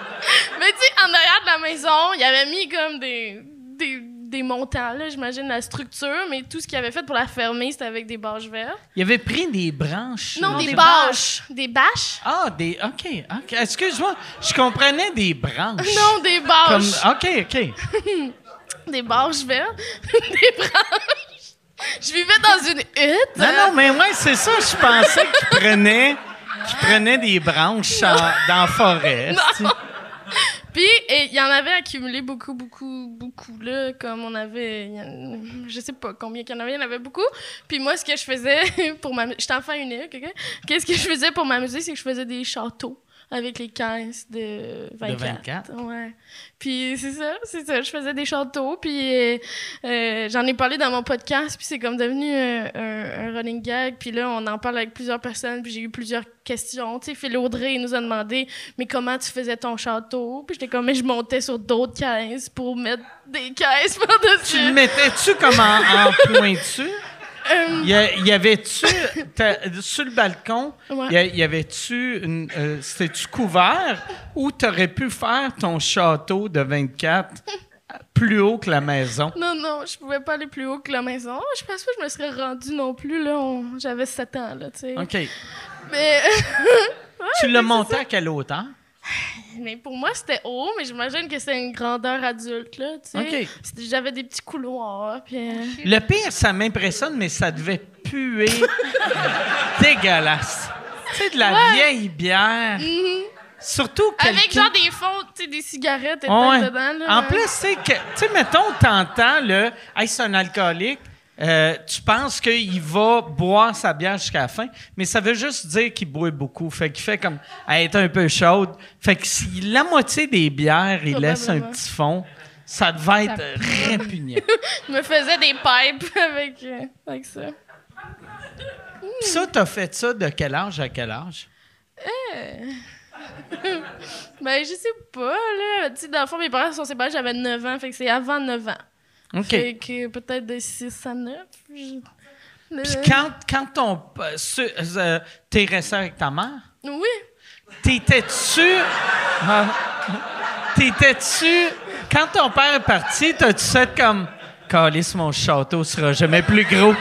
F: Mais tu sais, en arrière de la maison, il avait mis comme des, des, des montants, là, j'imagine, la structure, mais tout ce qu'il avait fait pour la fermer, c'était avec des bâches vertes.
C: Il avait pris des branches.
F: Non,
C: là.
F: des, bâches. Des bâches?
C: Ah, des. OK, OK. Excuse-moi, je comprenais des branches.
F: Non, des
C: Comme,
F: bâches.
C: OK, OK.
F: Des bâches vertes. des branches. Je vivais dans une hutte.
C: Non, non, mais ouais, c'est ça, je pensais qu'il prenait, qu'il prenait des branches en- dans la forêt. tu sais.
F: Puis, et il y en avait accumulé beaucoup, beaucoup, beaucoup, là, comme on avait, il y en- je sais pas combien qu'il y en avait, il y en avait beaucoup. Puis moi, ce que je faisais pour m'amuser, j'étais enfant unique, OK? Qu'est-ce que je faisais pour m'amuser, c'est que je faisais des châteaux avec les caisses de 24.
C: 24.
F: Ouais. Puis c'est ça, c'est ça, je faisais des châteaux, puis euh, euh, j'en ai parlé dans mon podcast, puis c'est comme devenu euh, un, un running gag, puis là, on en parle avec plusieurs personnes, puis j'ai eu plusieurs questions, tu sais, Phil Audrey, il nous a demandé mais comment tu faisais ton château? Puis j'étais comme, mais je montais sur d'autres caisses pour mettre des
C: Tu
F: caisses
C: le
F: par-dessus.
C: mettais-tu comme en, en pointu?
F: Euh,
C: Y, a- y avait-tu, t'as- sur le balcon,
F: Ouais.
C: y, a- y avait-tu, une- euh, c'était-tu couvert ou t'aurais pu faire ton château de 24 plus haut que la maison?
F: Non, non, je pouvais pas aller plus haut que la maison. Oh, Je pense pas que je me serais rendue non plus, là. on- J'avais 7 ans, là, tu sais.
C: OK.
F: Mais,
C: tu l'as monté à quelle hauteur?
F: mais pour moi, c'était haut, mais j'imagine que c'était une grandeur adulte, là, tu sais.
C: OK.
F: C'était- J'avais des petits couloirs, puis... euh,
C: Le pire, ça m'impressionne, mais ça devait puer dégueulasse. Tu sais, de la vieille bière.
F: euh,
C: Surtout quelqu'un...
F: Avec genre des fonds, tu sais, des cigarettes et
C: Ouais.
F: tout dedans, là. ben,
C: En plus, c'est que, tu sais, mettons, t'entends le Hey, c'est un alcoolique. Euh, tu penses qu'il va boire sa bière jusqu'à la fin, mais ça veut juste dire qu'il boit beaucoup. Fait qu'il fait comme elle est un peu chaude. Fait que si la moitié des bières, il laisse un
F: Probablement.
C: petit fond, ça devait être répugnant.
F: Je me faisais des pipes avec, euh, avec ça.
C: Puis ça, t'as fait ça de quel âge à quel âge?
F: Ben, je sais pas, là. Tu sais, dans le fond, mes parents se sont séparés, j'avais 9 ans, fait que c'est avant 9 ans.
C: OK.
F: Fait que peut-être de 6 à 9. je-
C: Puis
F: Euh,
C: quand, quand ton, euh, ce- euh, t'es resté avec ta mère,
F: euh, Oui.
C: t'étais-tu... Ah. t'étais-tu... Quand ton père est parti, t'as-tu fait comme... Calice, mon château sera jamais plus gros.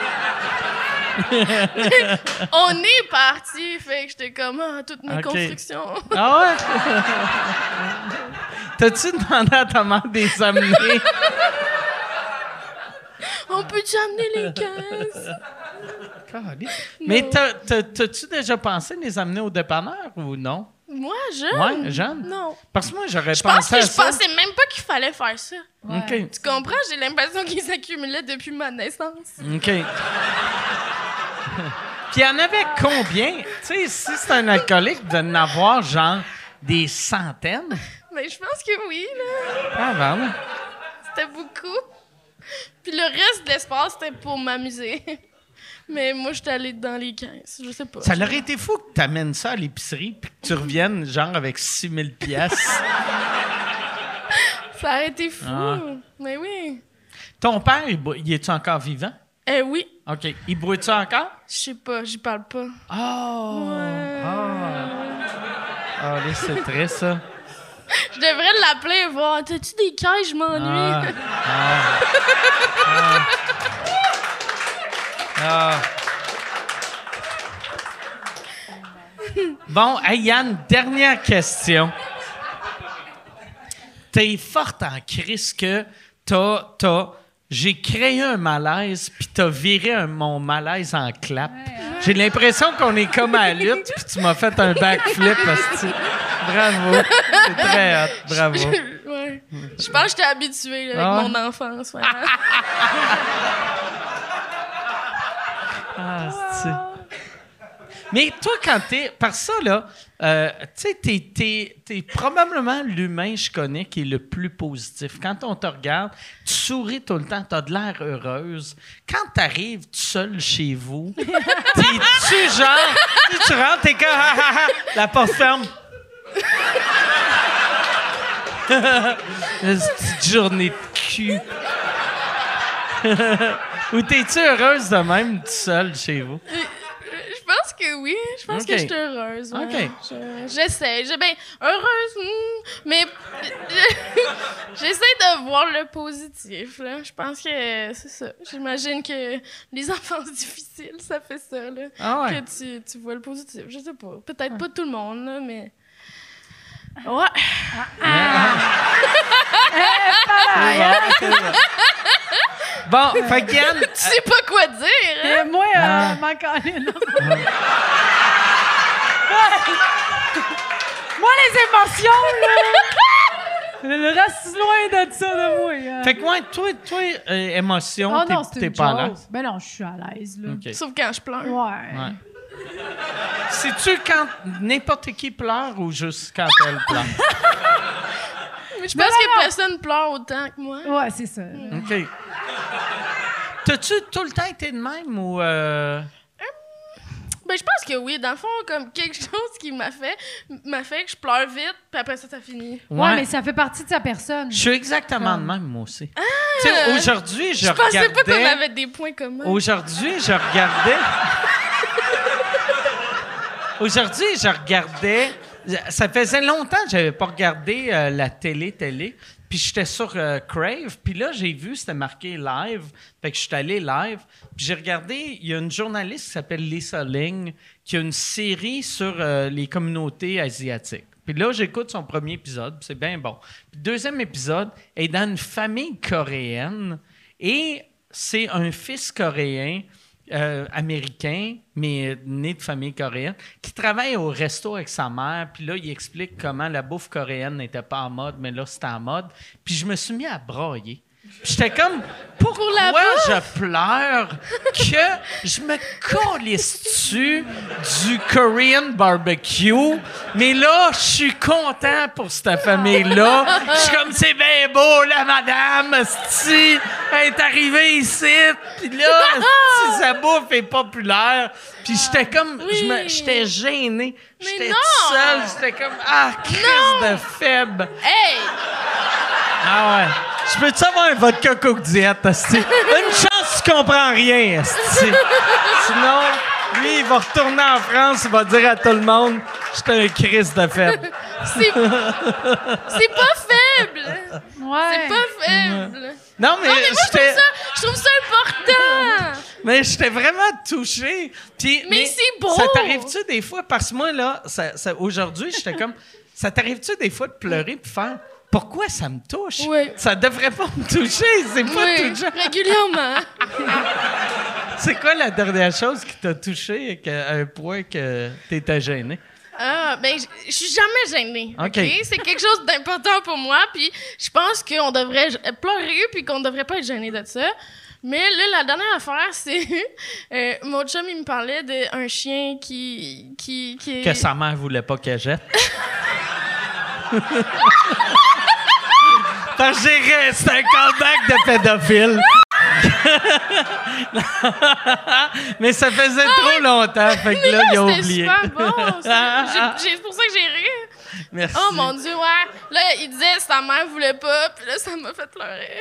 F: On est parti, fait que j'étais comme ah, toutes mes
C: Ok.
F: constructions.
C: Ah ouais? T'as-tu demandé à ta mère des amener?
F: On peut-tu amener les caisses?
C: Mais t'as- t'as- t'as-tu déjà pensé les amener au dépanneur ou non?
F: Moi, jeune?
C: Ouais, jeune?
F: Non.
C: Parce que moi, j'aurais
F: Je pense
C: pensé
F: que
C: à
F: je
C: ça.
F: pensais même pas qu'il fallait faire ça.
C: OK.
F: Tu comprends? J'ai l'impression qu'ils s'accumulaient depuis ma naissance.
C: OK. Puis il y en avait combien? Tu sais, si c'est un alcoolique, de n'avoir genre des centaines.
F: Mais je pense que oui, là.
C: Ah, vraiment?
F: C'était beaucoup. Puis le reste de l'espace, c'était pour m'amuser. Mais moi, j'étais allée dans les 15. Je sais pas.
C: Ça leur aurait été fou que tu amènes ça à l'épicerie puis que tu reviennes genre avec 6000 pièces.
F: Ça aurait été fou.
C: Ah.
F: Mais oui.
C: Ton père, il, bo- il est-tu encore vivant?
F: Eh oui.
C: OK. Il boit-tu encore?
F: Je sais pas, j'y parle pas. Euh,
C: Oh!
F: Ouais.
C: Ah, là, c'est triste, ça.
F: Je devrais l'appeler et voir. T'as-tu des cailles? Je
C: Ah,
F: m'ennuie.
C: Bon, hey, Yann, dernière question. T'es forte en crise que t'as, t'as- j'ai créé un malaise, puis t'as viré un, mon malaise en clap. J'ai l'impression qu'on est comme à la lutte, puis tu m'as fait un backflip, hostie. Bravo. C'est très hot. Bravo.
F: ouais. Je pense que j'étais habituée là,
C: Ah.
F: avec mon enfance. ouais.
C: Ah, c'est- Mais toi, quand t'es. Par ça, là, euh, tu sais, t'es, t'es- t'es probablement l'humain que je connais qui est le plus positif. Quand on te regarde, tu souris tout le temps, t'as de l'air heureuse. Quand t'arrives tout seul chez vous, t'es-tu genre. Tu sais, tu rentres, t'es comme. Ah, ah, ah, la porte ferme. Cette petite journée de cul. Ou t'es-tu heureuse de même tout seul chez vous?
F: Je pense que oui. Je pense
C: Ok.
F: que je suis heureuse. ouais.
C: Ok.
F: Je- J'essaie. Je, ben, heureuse, hmm, mais j'essaie de voir le positif. Là. Je pense que c'est ça. J'imagine que les enfances difficiles, ça fait ça. Là,
C: Ah ouais.
F: Que tu, tu vois le positif. Je sais pas. Peut-être pas tout le monde, là, mais. Ouais.
C: Bon, fait que Yann,
F: Tu sais pas quoi dire. hein?
E: Euh, moi, euh,
C: Ah.
E: ma colline. moi, les émotions, là. Le reste loin de ça de moi. hein.
C: Fait que ouais, toi, toi euh, émotion,
E: oh
C: t'es-
E: non, c'est
C: t'es
E: une
C: pas là.
E: joke. Ben non, je suis à l'aise, là.
C: OK.
F: Sauf quand je pleure.
E: Ouais.
C: Ouais. C'est-tu quand n'importe qui pleure ou juste quand elle pleure?
F: Mais je
E: Non,
F: pense
E: non,
F: que
E: non.
F: personne pleure autant que moi.
E: Ouais, c'est ça.
C: OK. T'as-tu tout le temps été de même ou... euh,
F: Ben, je pense que oui. Dans le fond, comme quelque chose qui m'a fait, m'a fait que je pleure vite, puis après ça, ça finit.
E: Ouais. mais ça fait partie de sa personne.
C: Je suis exactement de
E: Ah.
C: même, moi aussi. Tu sais, aujourd'hui, je,
F: Je pensais pas qu'on
C: regardais...
F: avait des points communs.
C: Aujourd'hui, je regardais. Aujourd'hui, je regardais. Ça faisait longtemps que j'avais pas regardé euh, la télé télé. Puis j'étais sur euh, Crave, puis là j'ai vu c'était marqué live, fait que je suis allé live, puis j'ai regardé, il y a une journaliste qui s'appelle Lisa Ling qui a une série sur euh, les communautés asiatiques. Puis là j'écoute son premier épisode, puis c'est bien bon. Puis deuxième épisode elle est dans une famille coréenne et c'est un fils coréen, euh, américain, mais né de famille coréenne, qui travaille au resto avec sa mère. Puis là, il explique comment la bouffe coréenne n'était pas en mode, mais là, c'était en mode. Puis je me suis mis à brailler. Puis J'étais comme, pourquoi
F: la
C: je pleure que je me colisse dessus du Korean barbecue? Mais là, je suis content pour cette famille-là. Je suis comme, c'est bien beau, la madame, esti, elle est arrivée ici. Puis là, esti, sa bouffe est populaire. Puis j'étais comme, je me-
F: Ah, Oui.
C: j'étais gêné. J'étais
F: non!
C: tout seul. J'étais comme, ah, crise de faible.
F: Hey!
C: Ah ouais. Je peux-tu avoir un vodka Coke Diet, asti? Une chance, tu comprends rien, asti. Sinon, lui, il va retourner en France, il va dire à tout le monde, « un Christ de faible.
F: C'est c'est pas faible. C'est pas faible. »
C: Non, mais,
F: Non, mais moi, je
C: j'étais-
F: trouve ça, je trouve ça important.
C: mais j'étais vraiment touché. Puis,
F: Mais c'est beau!
C: Ça t'arrive-tu des fois? Parce que moi, là, ça- ça- aujourd'hui, j'étais comme... Ça t'arrive-tu des fois de pleurer puis faire... Pourquoi ça me touche?
F: Oui.
C: Ça devrait pas me toucher, c'est pas
F: Oui,
C: touchant.
F: régulièrement.
C: C'est quoi la dernière chose qui t'a touché et que- à un point que t'étais gêné?
F: Ah, ben, je- je suis jamais gênée.
C: OK.
F: OK. C'est quelque chose d'important pour moi, puis je pense qu'on devrait j- pleurer, puis qu'on devrait pas être gêné de ça. Mais là, la dernière affaire, c'est. euh, mon chum, il me parlait d'un chien qui. qui, qui est-
C: Que sa mère voulait pas qu'elle jette. Parce que j'ai ré- c'est un comeback de pédophile. Mais ça faisait trop longtemps, fait que
F: Mais
C: là, il a
F: non, c'était
C: oublié.
F: super bon. C'est j'ai- j'ai- c'est pour ça que j'ai ri.
C: Merci.
F: Oh mon Dieu, ouais. Là, il disait sa mère voulait pas, puis là, ça m'a fait pleurer.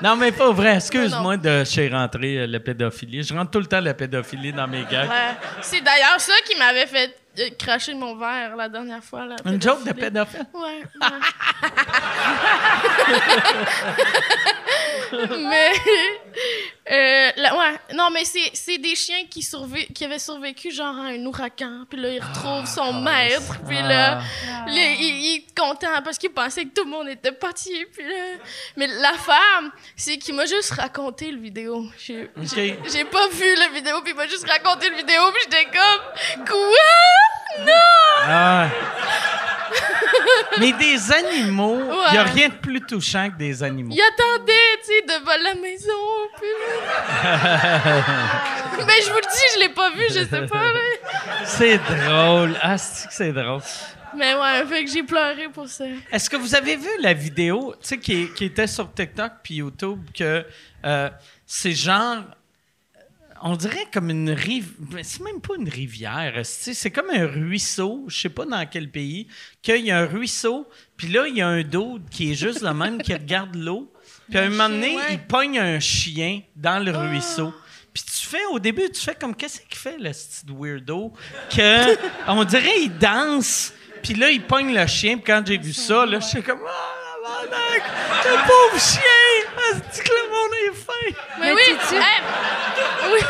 C: Non, mais pas vrai. Excuse-moi de chez rentrer euh, la pédophilie. Je rentre tout le temps la pédophilie dans mes gags.
F: Ouais. C'est d'ailleurs ça qui m'avait fait euh, cracher mon verre la dernière fois. là,
C: Une joke de
F: pédophilie.
C: pédophile.
F: Ouais. ouais. mais. euh, là, ouais. Non, mais c'est c'est des chiens qui, survi- qui avaient survécu, genre, à un ouragan. Puis là, ils retrouvent son maître. Puis là, les- il, il est content parce qu'il pensait que tout le monde était parti. Puis là. Mais la femme, c'est qu'il m'a juste raconté le vidéo. J'ai j'ai- j'ai pas vu la vidéo, puis il m'a juste raconté le vidéo. Puis j'étais comme. Quoi? Non!
C: Ah. Mais des animaux, il n'y a
F: Ouais.
C: rien de plus touchant que des animaux.
F: Il attendait, tu sais, devant la maison. Puis... là- Mais je vous le dis, je l'ai pas vu, je sais pas. là.
C: C'est drôle. Ah, c'est que c'est drôle.
F: Mais ouais, fait que j'ai pleuré pour ça.
C: Est-ce que vous avez vu la vidéo tu sais, qui, qui était sur TikTok puis YouTube que euh, c'est genre. On dirait comme une rivière. C'est même pas une rivière. tu sais, C'est comme un ruisseau. Je sais pas dans quel pays. Qu'il y a un ruisseau. Puis là, il y a un dos qui est juste le même qui regarde l'eau. Puis à un moment donné,
F: ouais.
C: il pogne un chien dans le ruisseau. Puis tu fais, au début, tu fais comme, qu'est-ce qu'il fait, le petit weirdo? Que, on dirait, il danse. Puis là, il pogne le chien. Puis quand j'ai vu ça, là, je suis comme, ah, malade! Le pauvre chien! Est-ce que le monde est fin?
F: Mais,
E: Mais
F: oui,
E: t'es-tu-
F: hey, oui,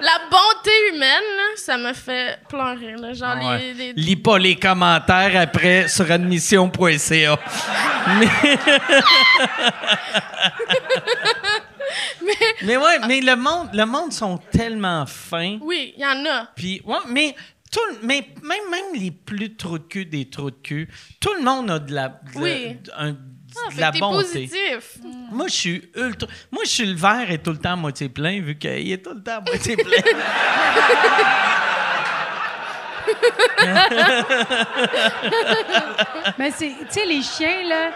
F: la bonté humaine, là, ça me fait pleurer. Là, genre
C: Ah Ouais.
F: les, les-
C: Lis pas les commentaires après sur admission.ca. mais... mais ouais, mais le monde, le monde sont tellement fins.
F: Oui, il y en a.
C: Puis, ouais, mais, tout, le- mais même, même les plus trous de cul des trous de cul, tout le monde a de la, de la-
F: Oui.
C: un- de
F: Ah, fait
C: la
F: que t'es
C: bonté.
F: positif.
C: Moi, je suis ultra. Moi, je suis le verre est tout le temps à moitié plein, vu qu'il est tout le temps à moitié plein.
E: Mais c'est, tu sais, les chiens, là,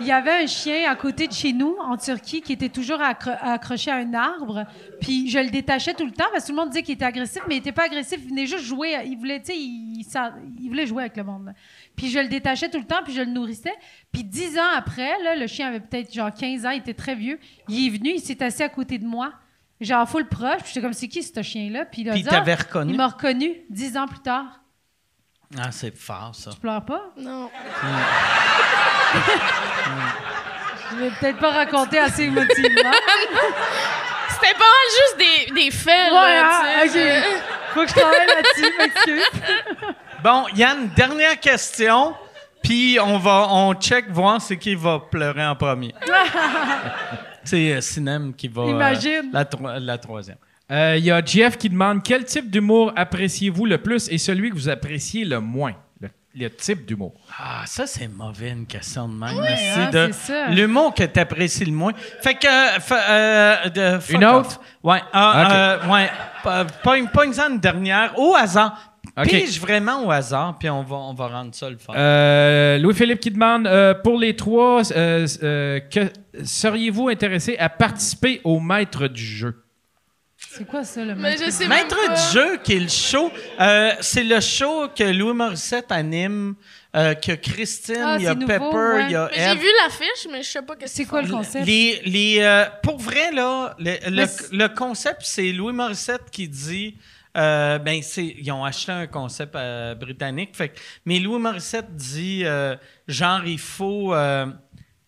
E: il y avait un chien à côté de chez nous, en Turquie, qui était toujours accro- accroché à un arbre. Puis je le détachais tout le temps parce que tout le monde disait qu'il était agressif, mais il n'était pas agressif. Il venait juste jouer. Il voulait, tu sais, il, ça- il voulait jouer avec le monde. Puis je le détachais tout le temps, puis je le nourrissais. Puis dix ans après, là, le chien avait peut-être genre 15 ans, il était très vieux. Il est venu, il s'est assis à côté de moi. Genre full proche, puis j'étais comme, c'est qui ce chien-là? Puis il a
C: Puis il
E: dit,
C: t'avait
E: Ah,
C: reconnu.
E: Il m'a reconnu dix ans plus tard.
C: Ah, c'est fort, ça.
E: Je pleure pas.
F: Non.
E: Je vais peut-être pas raconter assez émotivement.
F: C'était pas mal juste des, des faits. là,
E: Voilà,
F: tu sais.
E: ah, ok. Faut que je travaille là-dessus, m'excuse.
C: Bon, Yann, dernière question, puis on va on check voir c'est qui va pleurer en premier. c'est euh, Sinem qui va euh,
E: Imagine.
C: la, tro- la troisième.
D: Euh, Il y a Jeff qui demande quel type d'humour appréciez-vous le plus et celui que vous appréciez le moins. Le, le type d'humour.
C: Ah, ça c'est mauvais une question de même.
E: hein,
C: de
E: c'est ça.
C: l'humour que t'apprécies le moins. Fait que euh, fa- euh, de- fuck
D: Une
C: off.
D: autre?
C: Ouais, ah,
D: Ok.
C: euh, ouais. Pa- Pogne pogne-en une dernière au hasard.
D: Ok.
C: Pige vraiment au hasard, puis on va on va rendre ça le fun.
D: Euh, Louis-Philippe qui demande euh, pour les trois, euh, euh, que seriez-vous intéressé à participer au maître du jeu
E: C'est quoi ça, le
F: Mais
E: mec?
F: je sais même
C: Maître
F: pas.
C: du jeu, qui est le show, euh, c'est le show que Louis Morissette anime euh, que Christine,
E: Ah,
C: il y a
E: c'est nouveau,
C: Pepper,
E: ouais.
C: il y a
F: Mais J'ai
C: Eve.
F: vu l'affiche, mais je sais pas qu'est-ce
E: C'est quoi le concept?
C: Les, les, euh, pour vrai, là, le, le-
E: Mais c'est-
C: le concept, c'est Louis Morissette qui dit. euh, ben, c'est, ils ont acheté un concept euh, britannique. Fait, que- mais Louis Morissette dit euh, genre, il faut. euh, tu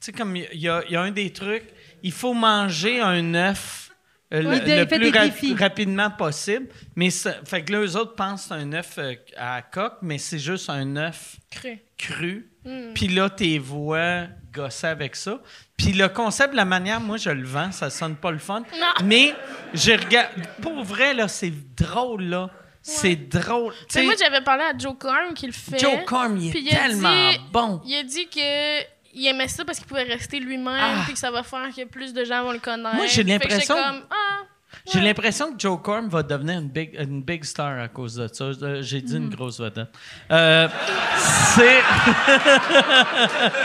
C: sais, comme il y, a- il y a un des trucs, il faut manger un œuf. euh,
E: Oui, il
C: le le
E: fait
C: plus
E: des
C: ra-
E: défis.
C: rapidement possible. Mais ça- fait que là, eux autres pensent que c'est un œuf euh, à coque, mais c'est juste un œuf
F: Creux.
C: cru.
F: Hmm.
C: Puis là, tes voix gossaient avec ça. Puis le concept, la manière, moi, je le vends, ça sonne pas le fun.
F: Non.
C: Mais j'ai regardé. Pour vrai, là, c'est drôle, là. C'est drôle. Tu
F: Mais
C: sais,
F: moi, j'avais parlé à Joe Carm qui le fait.
C: Joe Corm, il est
F: Puis a
C: tellement
F: dit-
C: bon.
F: Il a dit que il aimait ça parce qu'il pouvait rester lui-même,
C: Ah.
F: puis que ça va faire que plus de gens vont le connaître.
C: Moi, j'ai
F: Fait que j'étais
C: l'impression-
F: comme, ah,
C: J'ai
F: ouais.
C: l'impression que Joe Corm va devenir une big, une big star à cause de ça. Euh, J'ai dit une grosse vedette. Euh, c'est.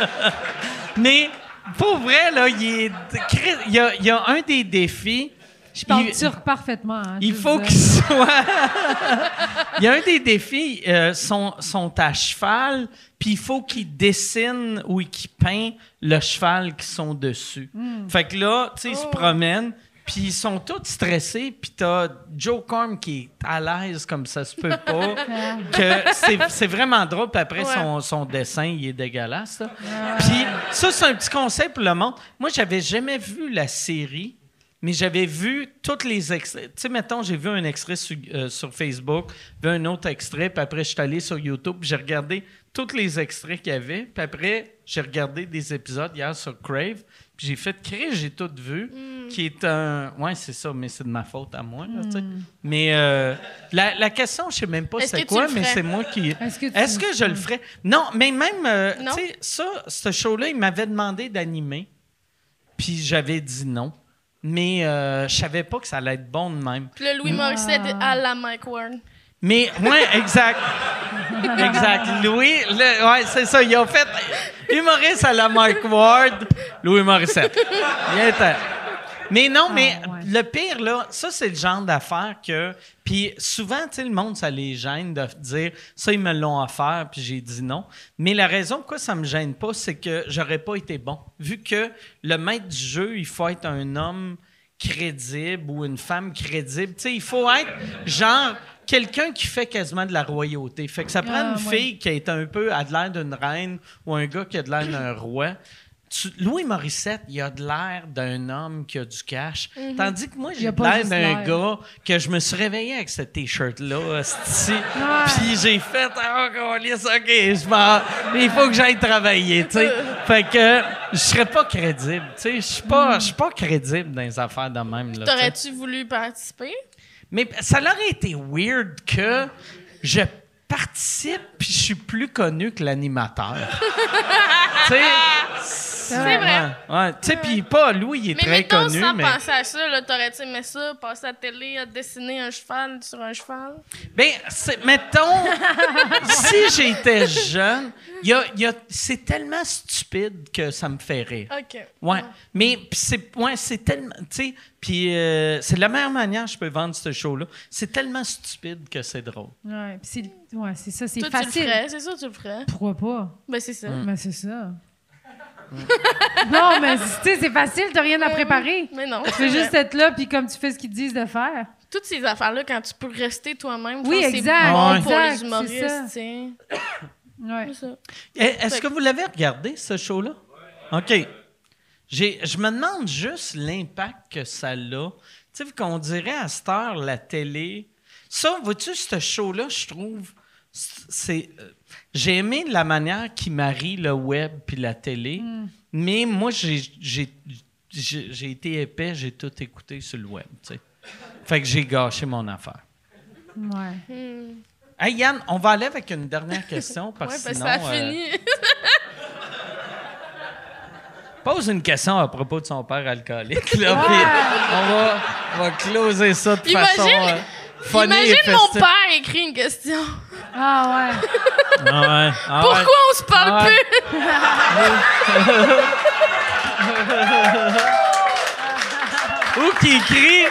C: Mais pour vrai, là, il est. Il y a, il y a un des défis.
E: Je parle
C: Il-
E: turc parfaitement. hein,
C: Il
E: je
C: faut
E: veux
C: qu'il
E: dire.
C: soit. il y a un des défis, euh, sont, sont à cheval, puis il faut qu'ils dessinent ou qu'ils peignent le cheval qui sont dessus. Fait que là, tu sais, ils se
F: Hmm. Oh.
C: promènent, puis ils sont tous stressés, puis t'as Joe Corm qui est à l'aise comme ça se peut pas. que c'est, c'est vraiment drôle, puis après,
F: Ouais.
C: son, son dessin, il est dégueulasse. là.
F: Ah.
C: Puis ça, c'est un petit conseil pour le monde. Moi, j'avais jamais vu la série. Mais j'avais vu tous les extraits. Tu sais, mettons, j'ai vu un extrait sur, euh, sur Facebook, vu un autre extrait, puis après, je suis allé sur YouTube, puis j'ai regardé tous les extraits qu'il y avait, puis après, j'ai regardé des épisodes hier sur Crave, puis j'ai fait Crave, j'ai tout vu,
F: Hmm.
C: qui est un. Ouais, c'est ça, mais c'est de ma faute à moi, là, tu sais. Mais euh, la, la question, je sais même pas
F: Hmm. Est-ce
C: c'est
F: que tu
C: quoi,
F: le
C: mais
F: ferais?
C: c'est moi qui.
E: Est-ce que tu-
C: Est-ce que je le ferais? Non, mais même, euh,
F: Non.
C: tu sais, ça, ce show-là, il m'avait demandé d'animer. Puis j'avais dit non. Mais euh, je savais pas que ça allait être bon de même.
F: Puis le Louis Morissette à la Mike Ward.
C: Mais, ouais, exact. exact. Louis, le- ouais, c'est ça. Ils ont fait humoriste à la Mike Ward, Louis Morissette. Il était- Mais non, mais
E: Ah, ouais.
C: le pire, là, ça, c'est le genre d'affaire que. Puis souvent, tu sais, le monde, ça les gêne de dire ça, ils me l'ont offert, puis j'ai dit non. Mais la raison pourquoi ça me gêne pas, c'est que j'aurais pas été bon. Vu que le maître du jeu, il faut être un homme crédible ou une femme crédible. Tu sais, il faut être genre quelqu'un qui fait quasiment de la royauté. Fait que ça prend
E: Ah,
C: une
E: ouais.
C: fille qui est un peu à de l'air d'une reine ou un gars qui a de l'air d'un roi. Tu- Louis Morissette, il a de l'air d'un homme qui a du cash. Tandis que moi,
E: Mhm. Il
C: j'ai
E: a
C: de
E: pas
C: l'air
E: juste
C: d'un
E: l'air.
C: gars que je me suis réveillé avec ce T-shirt-là, hostie.
E: Ouais.
C: Puis j'ai fait, ah, câlisse, OK, je m'en... Mais il faut que j'aille travailler, tu sais. Fait que je serais pas crédible, tu sais. Je suis pas, je suis pas crédible dans les affaires de même, là. tu sais.
F: T'aurais-tu voulu participer?
C: Mais ça aurait été weird que je participe puis je suis plus connu que l'animateur. tu sais, c'est
F: vrai.
C: Ouais, ouais. tu sais puis pas Louis, il est
F: Mais
C: très
F: mettons,
C: connu
F: sans
C: mais
F: penser à ça, là, t'aurais-tu aimé ça, passer à la télé, à dessiner un cheval sur un cheval?
C: ben c'est- mettons si j'étais jeune, il y a- il y a- c'est tellement stupide que ça me fait rire.
F: OK.
C: Ouais, mais pis c'est ouais, c'est tellement tu sais puis euh, c'est la meilleure manière que je peux vendre ce show là. C'est tellement stupide que c'est drôle.
E: Ouais, puis c'est ouais, c'est ça, c'est
F: Toi, tu le
E: facile.
F: ferais, c'est ça, tu le ferais.
E: Pourquoi pas?
F: Ben, c'est ça.
C: Hmm.
E: Mais c'est ça. Mm. non, mais tu sais, c'est facile, t'as rien à préparer.
F: Mais Ben non.
E: Tu fais
F: c'est
E: juste
F: vrai.
E: être là, puis comme tu fais ce qu'ils te disent de faire.
F: Toutes ces affaires-là, quand tu peux rester toi-même, je
E: Oui,
F: pense que
E: exact,
F: c'est bon
E: Ouais.
F: pour
E: exact,
F: les
E: c'est
F: humoristes,
E: ça.
F: tu sais.
E: Ouais.
F: C'est ça.
C: Eh, Est-ce que vous l'avez regardé, ce show-là? OK. J'ai- Je me demande juste l'impact que ça a. Tu sais, vu qu'on dirait à cette heure, la télé. Ça, vois-tu, ce show-là, je trouve. c'est euh, J'ai aimé la manière qui marie le web puis la télé,
F: Mm.
C: mais moi, j'ai- j'ai j'ai- j'ai été épais, j'ai tout écouté sur le web. tu sais. Fait que j'ai gâché mon affaire.
E: Ouais.
C: Hey Yann, on va aller avec une dernière question
F: Ouais,
C: parce que
F: parce que
C: sinon,
F: ça a
C: euh,
F: fini.
C: Pose une question à propos de son père alcoolique. là, puis on, va, on va closer ça de
F: Ah. Imagine-
C: façon euh, funny et
F: Imagine mon
C: festive.
F: père écrit une question.
E: Ah ouais.
C: Ah ouais, ah ouais.
F: Pourquoi on se parle
C: Ah ouais.
F: plus?
C: Ou qui écrit...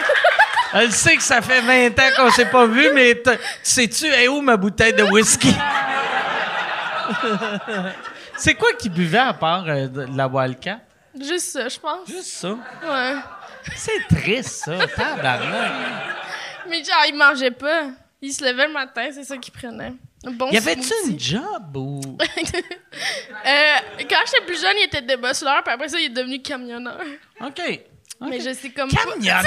C: Elle sait que ça fait 20 ans qu'on s'est pas vu, mais t- sais-tu, est où ma bouteille de whisky? C'est quoi qu'ils buvaient à part euh, de de la Wildcat?
F: Juste ça, je pense.
C: Juste ça.
F: Ouais.
C: C'est triste, ça. Tabarnak.
F: Mais genre, ils mangeaient pas. Ils se levaient le matin, c'est ça qu'ils prenaient. Un Bon
C: Y avait-tu
F: smoothie.
C: une job ou.
F: Euh, quand j'étais plus jeune, il était débosseleur, puis après ça, il est devenu camionneur.
C: OK.
F: Mais je sais comme pas-
C: Camionneur!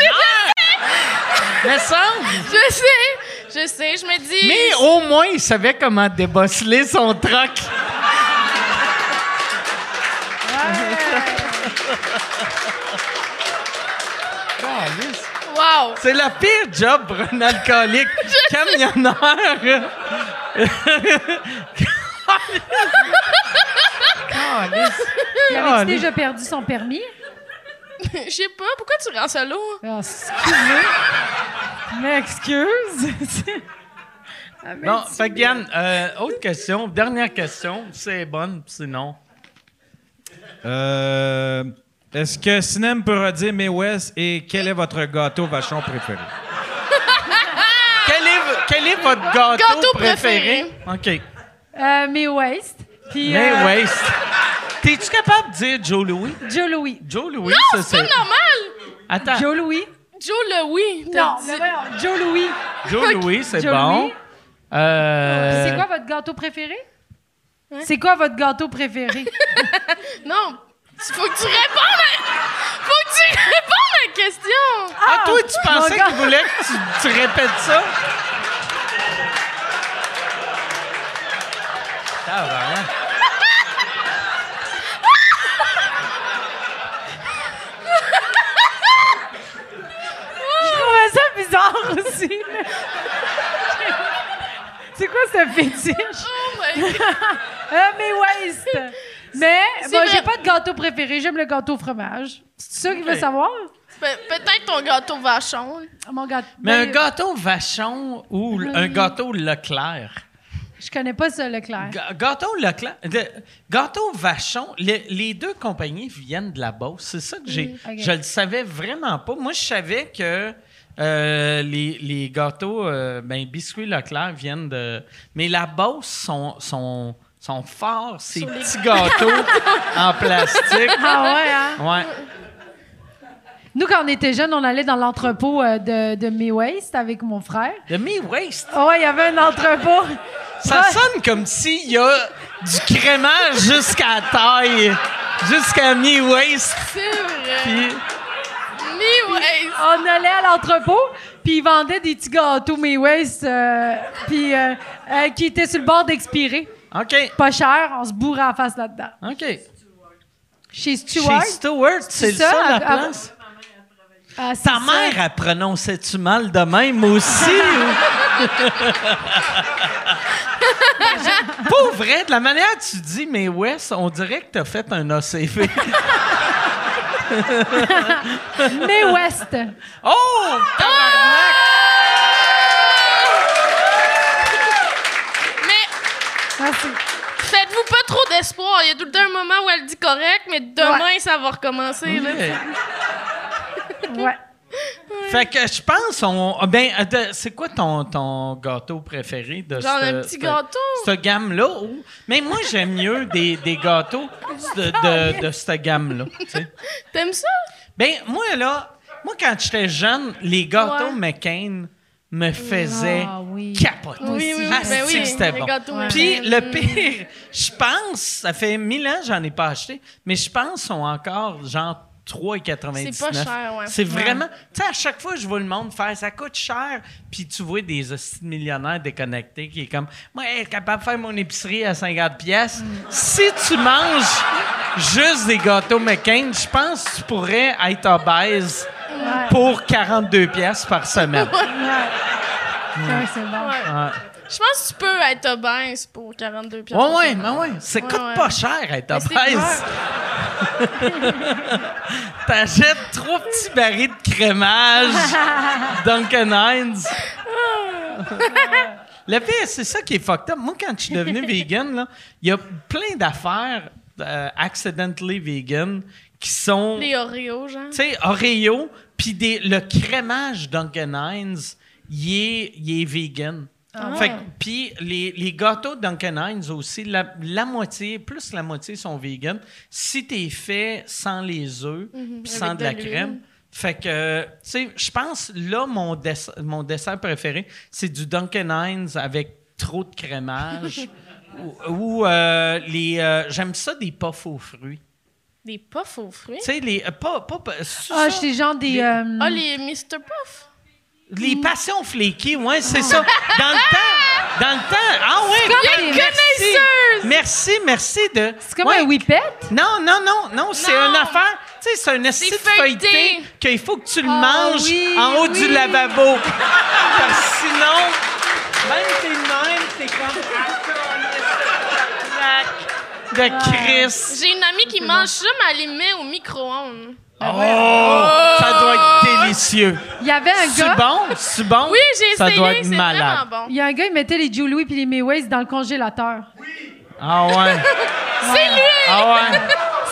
C: Mais semble.
F: Je sais, je sais, je me dis.
C: Mais au moins, il savait comment débosseler son truck.
F: Wow!
C: C'est le pire job pour un alcoolique. Camionneur.
E: Il
C: Ah,
E: avait
C: lui-
E: déjà perdu son permis?
F: Je sais pas, pourquoi tu rends solo?
E: Ah, excusez. M'excuse. Ah, mais
C: Non,
E: tu-
C: fait que Yann, euh, autre question, dernière question, c'est bonne, sinon.
D: Euh, Est-ce que Sinem peut redire mes West et quel est votre gâteau vachon préféré?
C: Quel est, v- quel est votre gâteau,
F: Gâteau
C: préféré? OK.
E: Euh, mes Waste. Puis
C: Mais
E: euh,
C: waste. T'es-tu capable de dire Joe Louis?
E: Joe Louis.
C: Joe Louis, ça
F: C'est
C: c'est.
F: pas normal!
C: Attends,
E: Joe Louis?
F: Joe le oui. t'as
E: Non,
F: dit.
E: mais voyons, Joe Louis.
C: Joe Louis, c'est
E: Joe
C: bon.
E: Louis.
C: Euh,
E: C'est quoi votre gâteau préféré? C'est quoi votre gâteau préféré?
F: Non! tu- Faut que tu répondes à... Faut que tu répondes à la question!
C: Ah, toi, tu pensais
E: gars-
C: qu'il voulait que tu, tu répètes ça? Tabarnak.
E: Je trouvais ça bizarre aussi. là. C'est quoi ce fétiche?
F: Oh my God.
E: Euh, mes Waste. Mais
F: C'est
E: bon, j'ai
F: vrai.
E: pas de gâteau préféré. J'aime le gâteau au fromage. C'est ça qu'il veut savoir?
F: Pe- Peut-être ton gâteau vachon. là.
E: Mon gâteau.
C: Mais un
E: ben,
C: gâteau vachon ou l- un gâteau Leclerc?
E: Je connais pas ça, Leclerc.
C: Ga- Gâteau Leclerc. de- gâteau Vachon, le- les deux compagnies viennent de la Beauce. C'est ça que j'ai.
E: ok.
C: Je le savais vraiment pas. Moi, je savais que euh, les, les gâteaux, euh, ben, biscuits Leclerc viennent de. Mais la Beauce sont, sont, sont forts, ces
F: Sur les-
C: petits gâteaux en plastique.
E: Ah ouais, hein?
C: Ouais.
E: Nous, quand on était jeunes, on allait dans l'entrepôt euh, de, de May Waste avec mon frère.
C: De Me Waste.
E: Ah ouais, il y avait un entrepôt.
C: Ça
E: Ah,
C: sonne comme s'il y a du crémage jusqu'à la taille, jusqu'à Me Waste.
F: C'est vrai.
C: Puis-
F: Anyways.
E: On allait à l'entrepôt, puis ils vendaient des petits gâteaux May Waste, euh, puis euh, euh, qui étaient sur le bord d'expirer.
C: OK.
E: Pas cher, on se bourrait en face là-dedans.
C: OK.
E: Chez Stewart.
C: Chez Stewart, c'est
E: ça,
C: ça, la
E: à- à-
C: place.
E: ah, c'est
C: Ta
E: ça.
C: mère, elle prononçait-tu mal de même aussi? ou- Ben, Pour vrai, de la manière que tu dis, mais Wes, on dirait que t'as fait un ACV.
E: May West.
C: Oh!
F: Mais
E: Merci.
F: faites-vous pas trop d'espoir. Il y a tout le temps un moment où elle dit correct, mais demain, ça va recommencer. là.
C: tabarnak!
E: Ouais.
C: Fait que je pense, on. ah, Ben, attends, c'est quoi ton, ton gâteau préféré de
F: Genre
C: ce-
F: un petit
C: ce-
F: gâteau?
C: Cette gamme-là? ou- Mais moi, j'aime mieux des, des gâteaux de, de, de cette gamme-là. tu sais.
F: T'aimes ça?
C: Ben, moi, là, moi, quand j'étais jeune, les gâteaux
F: Ouais.
C: McCain me faisaient
E: Ah oui.
C: capoter.
E: Moi aussi, oui,
C: Asti
E: ben
C: que
E: oui,
C: c'était
F: les
C: bon.
F: gâteaux
E: Ouais.
C: Puis
F: McCain.
C: le pire, je pense, ça fait mille ans que j'en ai pas acheté, mais je pense qu'ils sont encore genre 3,99.
F: C'est pas cher, ouais.
C: C'est
F: Ouais.
C: vraiment... Tu sais, à chaque fois, je vois le monde faire, ça coûte cher, puis tu vois des hosties de millionnaires déconnectés qui est comme, moi, je suis capable de faire mon épicerie à 50 pièces. Si tu manges juste des gâteaux McCain, je pense que tu pourrais être obèse
E: Ouais.
C: pour 42 pièces par semaine.
E: Ah, Ouais, c'est bon.
F: Ouais.
C: Ouais.
F: Je pense que tu peux être obèse pour 42 pièces.
C: Ouais, ouais, mais ouais. Ça
F: Ouais,
C: coûte
F: ouais.
C: pas cher être
F: Mais c'est
C: obèse. T'achètes trois petits barils de crémage Duncan Hines. Le pire, c'est ça qui est fucked up. Moi, quand je suis devenu vegan, là, il y a plein d'affaires euh, accidentally vegan qui sont,
F: Les Oreos, genre.
C: tu sais, Oreo, puis des- le crémage Duncan Hines, il est, il est vegan. Fait que- Puis les, les gâteaux Duncan Hines aussi, la, la moitié, plus la moitié sont vegan. Si t'es fait sans les œufs, puis sans
F: Avec
C: de la
F: de l'huile.
C: crème. Fait que, tu sais, je pense, là, mon, dess- mon dessert préféré, c'est du Duncan Hines avec trop de crémage. ou ou, euh, les. euh, J'aime ça des puffs aux fruits.
F: Des puffs aux fruits.
C: Tu sais, les. euh, pas, pas, pas- c'est
E: Ah,
C: ça?
E: c'est genre des.
C: Les-
E: euh,
F: Ah, les Mr. Puff.
C: Les passions fléquies, ouais, c'est ça. Dans le temps, dans le temps. Ah oui,
E: comme
C: ben,
E: des
C: merci. Merci, merci de.
E: C'est comme
C: Ouais.
E: un whippet.
C: Non, non, non, non, c'est
F: Non.
C: une affaire. Tu sais, c'est un esti de
F: feuilleté.
C: feuilleté qu'il faut que tu le
E: Ah,
C: manges
E: oui,
C: en haut du
E: oui.
C: lavabo. Parce que sinon, même t'es de même, t'es comme. Ah, calice de sac De Chris.
F: J'ai une amie qui mange ça, mais elle les met au micro-ondes.
C: Oh, ça doit être délicieux.
E: Il y avait un
C: C'est
E: gars.
C: bon, c'est bon.
F: Oui, j'ai
C: Ça doit
F: essayé,
C: être
F: c'est vraiment
C: malade.
F: bon.
E: Il y a un gars, il mettait les Joe Louis puis les Mayways dans le congélateur.
C: Ah ouais.
F: C'est lui!
C: Ah ouais.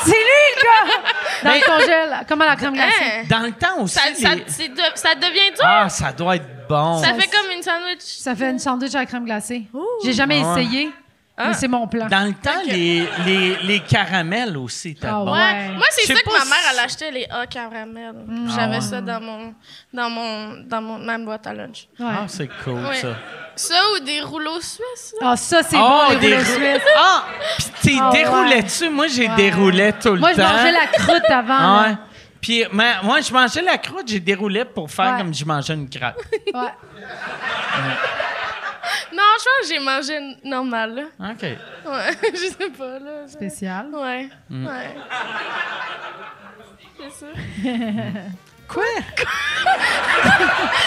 E: C'est lui, le gars! Dans
C: Mais-
E: le congèle, comme à la crème glacée.
F: Hein?
C: Dans le temps aussi.
F: Ça, ça,
C: les-
F: c'est de- ça devient dur.
C: Ah, ça doit être bon.
F: ça fait comme une sandwich.
E: Ça fait une sandwich à la crème glacée. J'ai jamais
C: Ah ouais.
E: essayé, mais c'est mon plan.
C: Dans le temps, les, les, les caramels aussi étaient
E: Ah
C: bons.
F: Ouais. Mm.
E: Ouais.
F: Moi,
C: Je
F: c'est
C: sais
F: ça que
C: pas
F: ma mère,
C: si-
F: elle achetait les A caramel. J'avais ça dans mon, dans mon, dans mon, ma boîte à lunch.
E: Ouais.
C: Ah, c'est cool,
F: Ouais.
C: ça.
F: Ça ou des rouleaux suisses, là.
E: Ah, ça, c'est
C: Ah,
E: bon, les
C: des
E: rouleaux
C: rou-
E: suisses.
C: Ah! Puis t'es
E: Ah, ouais.
C: déroulais-tu? Moi, j'ai déroulé tout le
E: Moi, je
C: temps.
E: mangeais la croûte avant.
C: Ah, ouais.
E: là.
C: Puis ma- moi, je mangeais la croûte, j'ai déroulé pour faire
E: Ouais.
C: comme je mangeais une crêpe.
E: Ouais.
F: Non, je pense que j'ai mangé n- normal, là.
C: OK.
F: Ouais, je sais pas, là. je-
E: Spécial.
F: Ouais,
C: Mm.
F: ouais. C'est ça.
C: Quoi?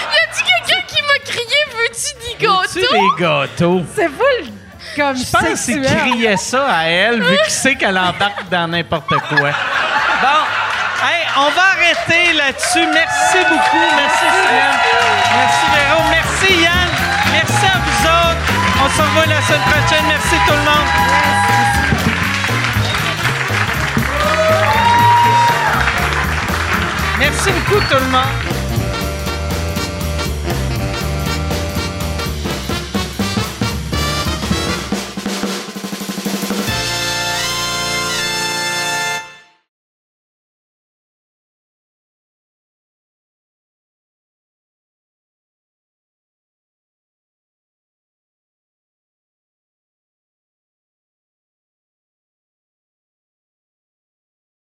F: Y a-tu quelqu'un qui m'a crié « Veux-tu des
C: Tu
F: gâteaux?
C: les gâteaux?
E: C'est full comme
C: Je pense qu'il
E: sexuel.
C: criait ça à elle, vu qu'il sait qu'elle embarque dans n'importe quoi. Bon, hey, on va arrêter là-dessus. Merci beaucoup. Merci, Sam. Merci, Véro. Merci, Yann. Merci à vous autres. On se revoit la semaine prochaine. Merci, tout le monde. Merci beaucoup, tout le monde.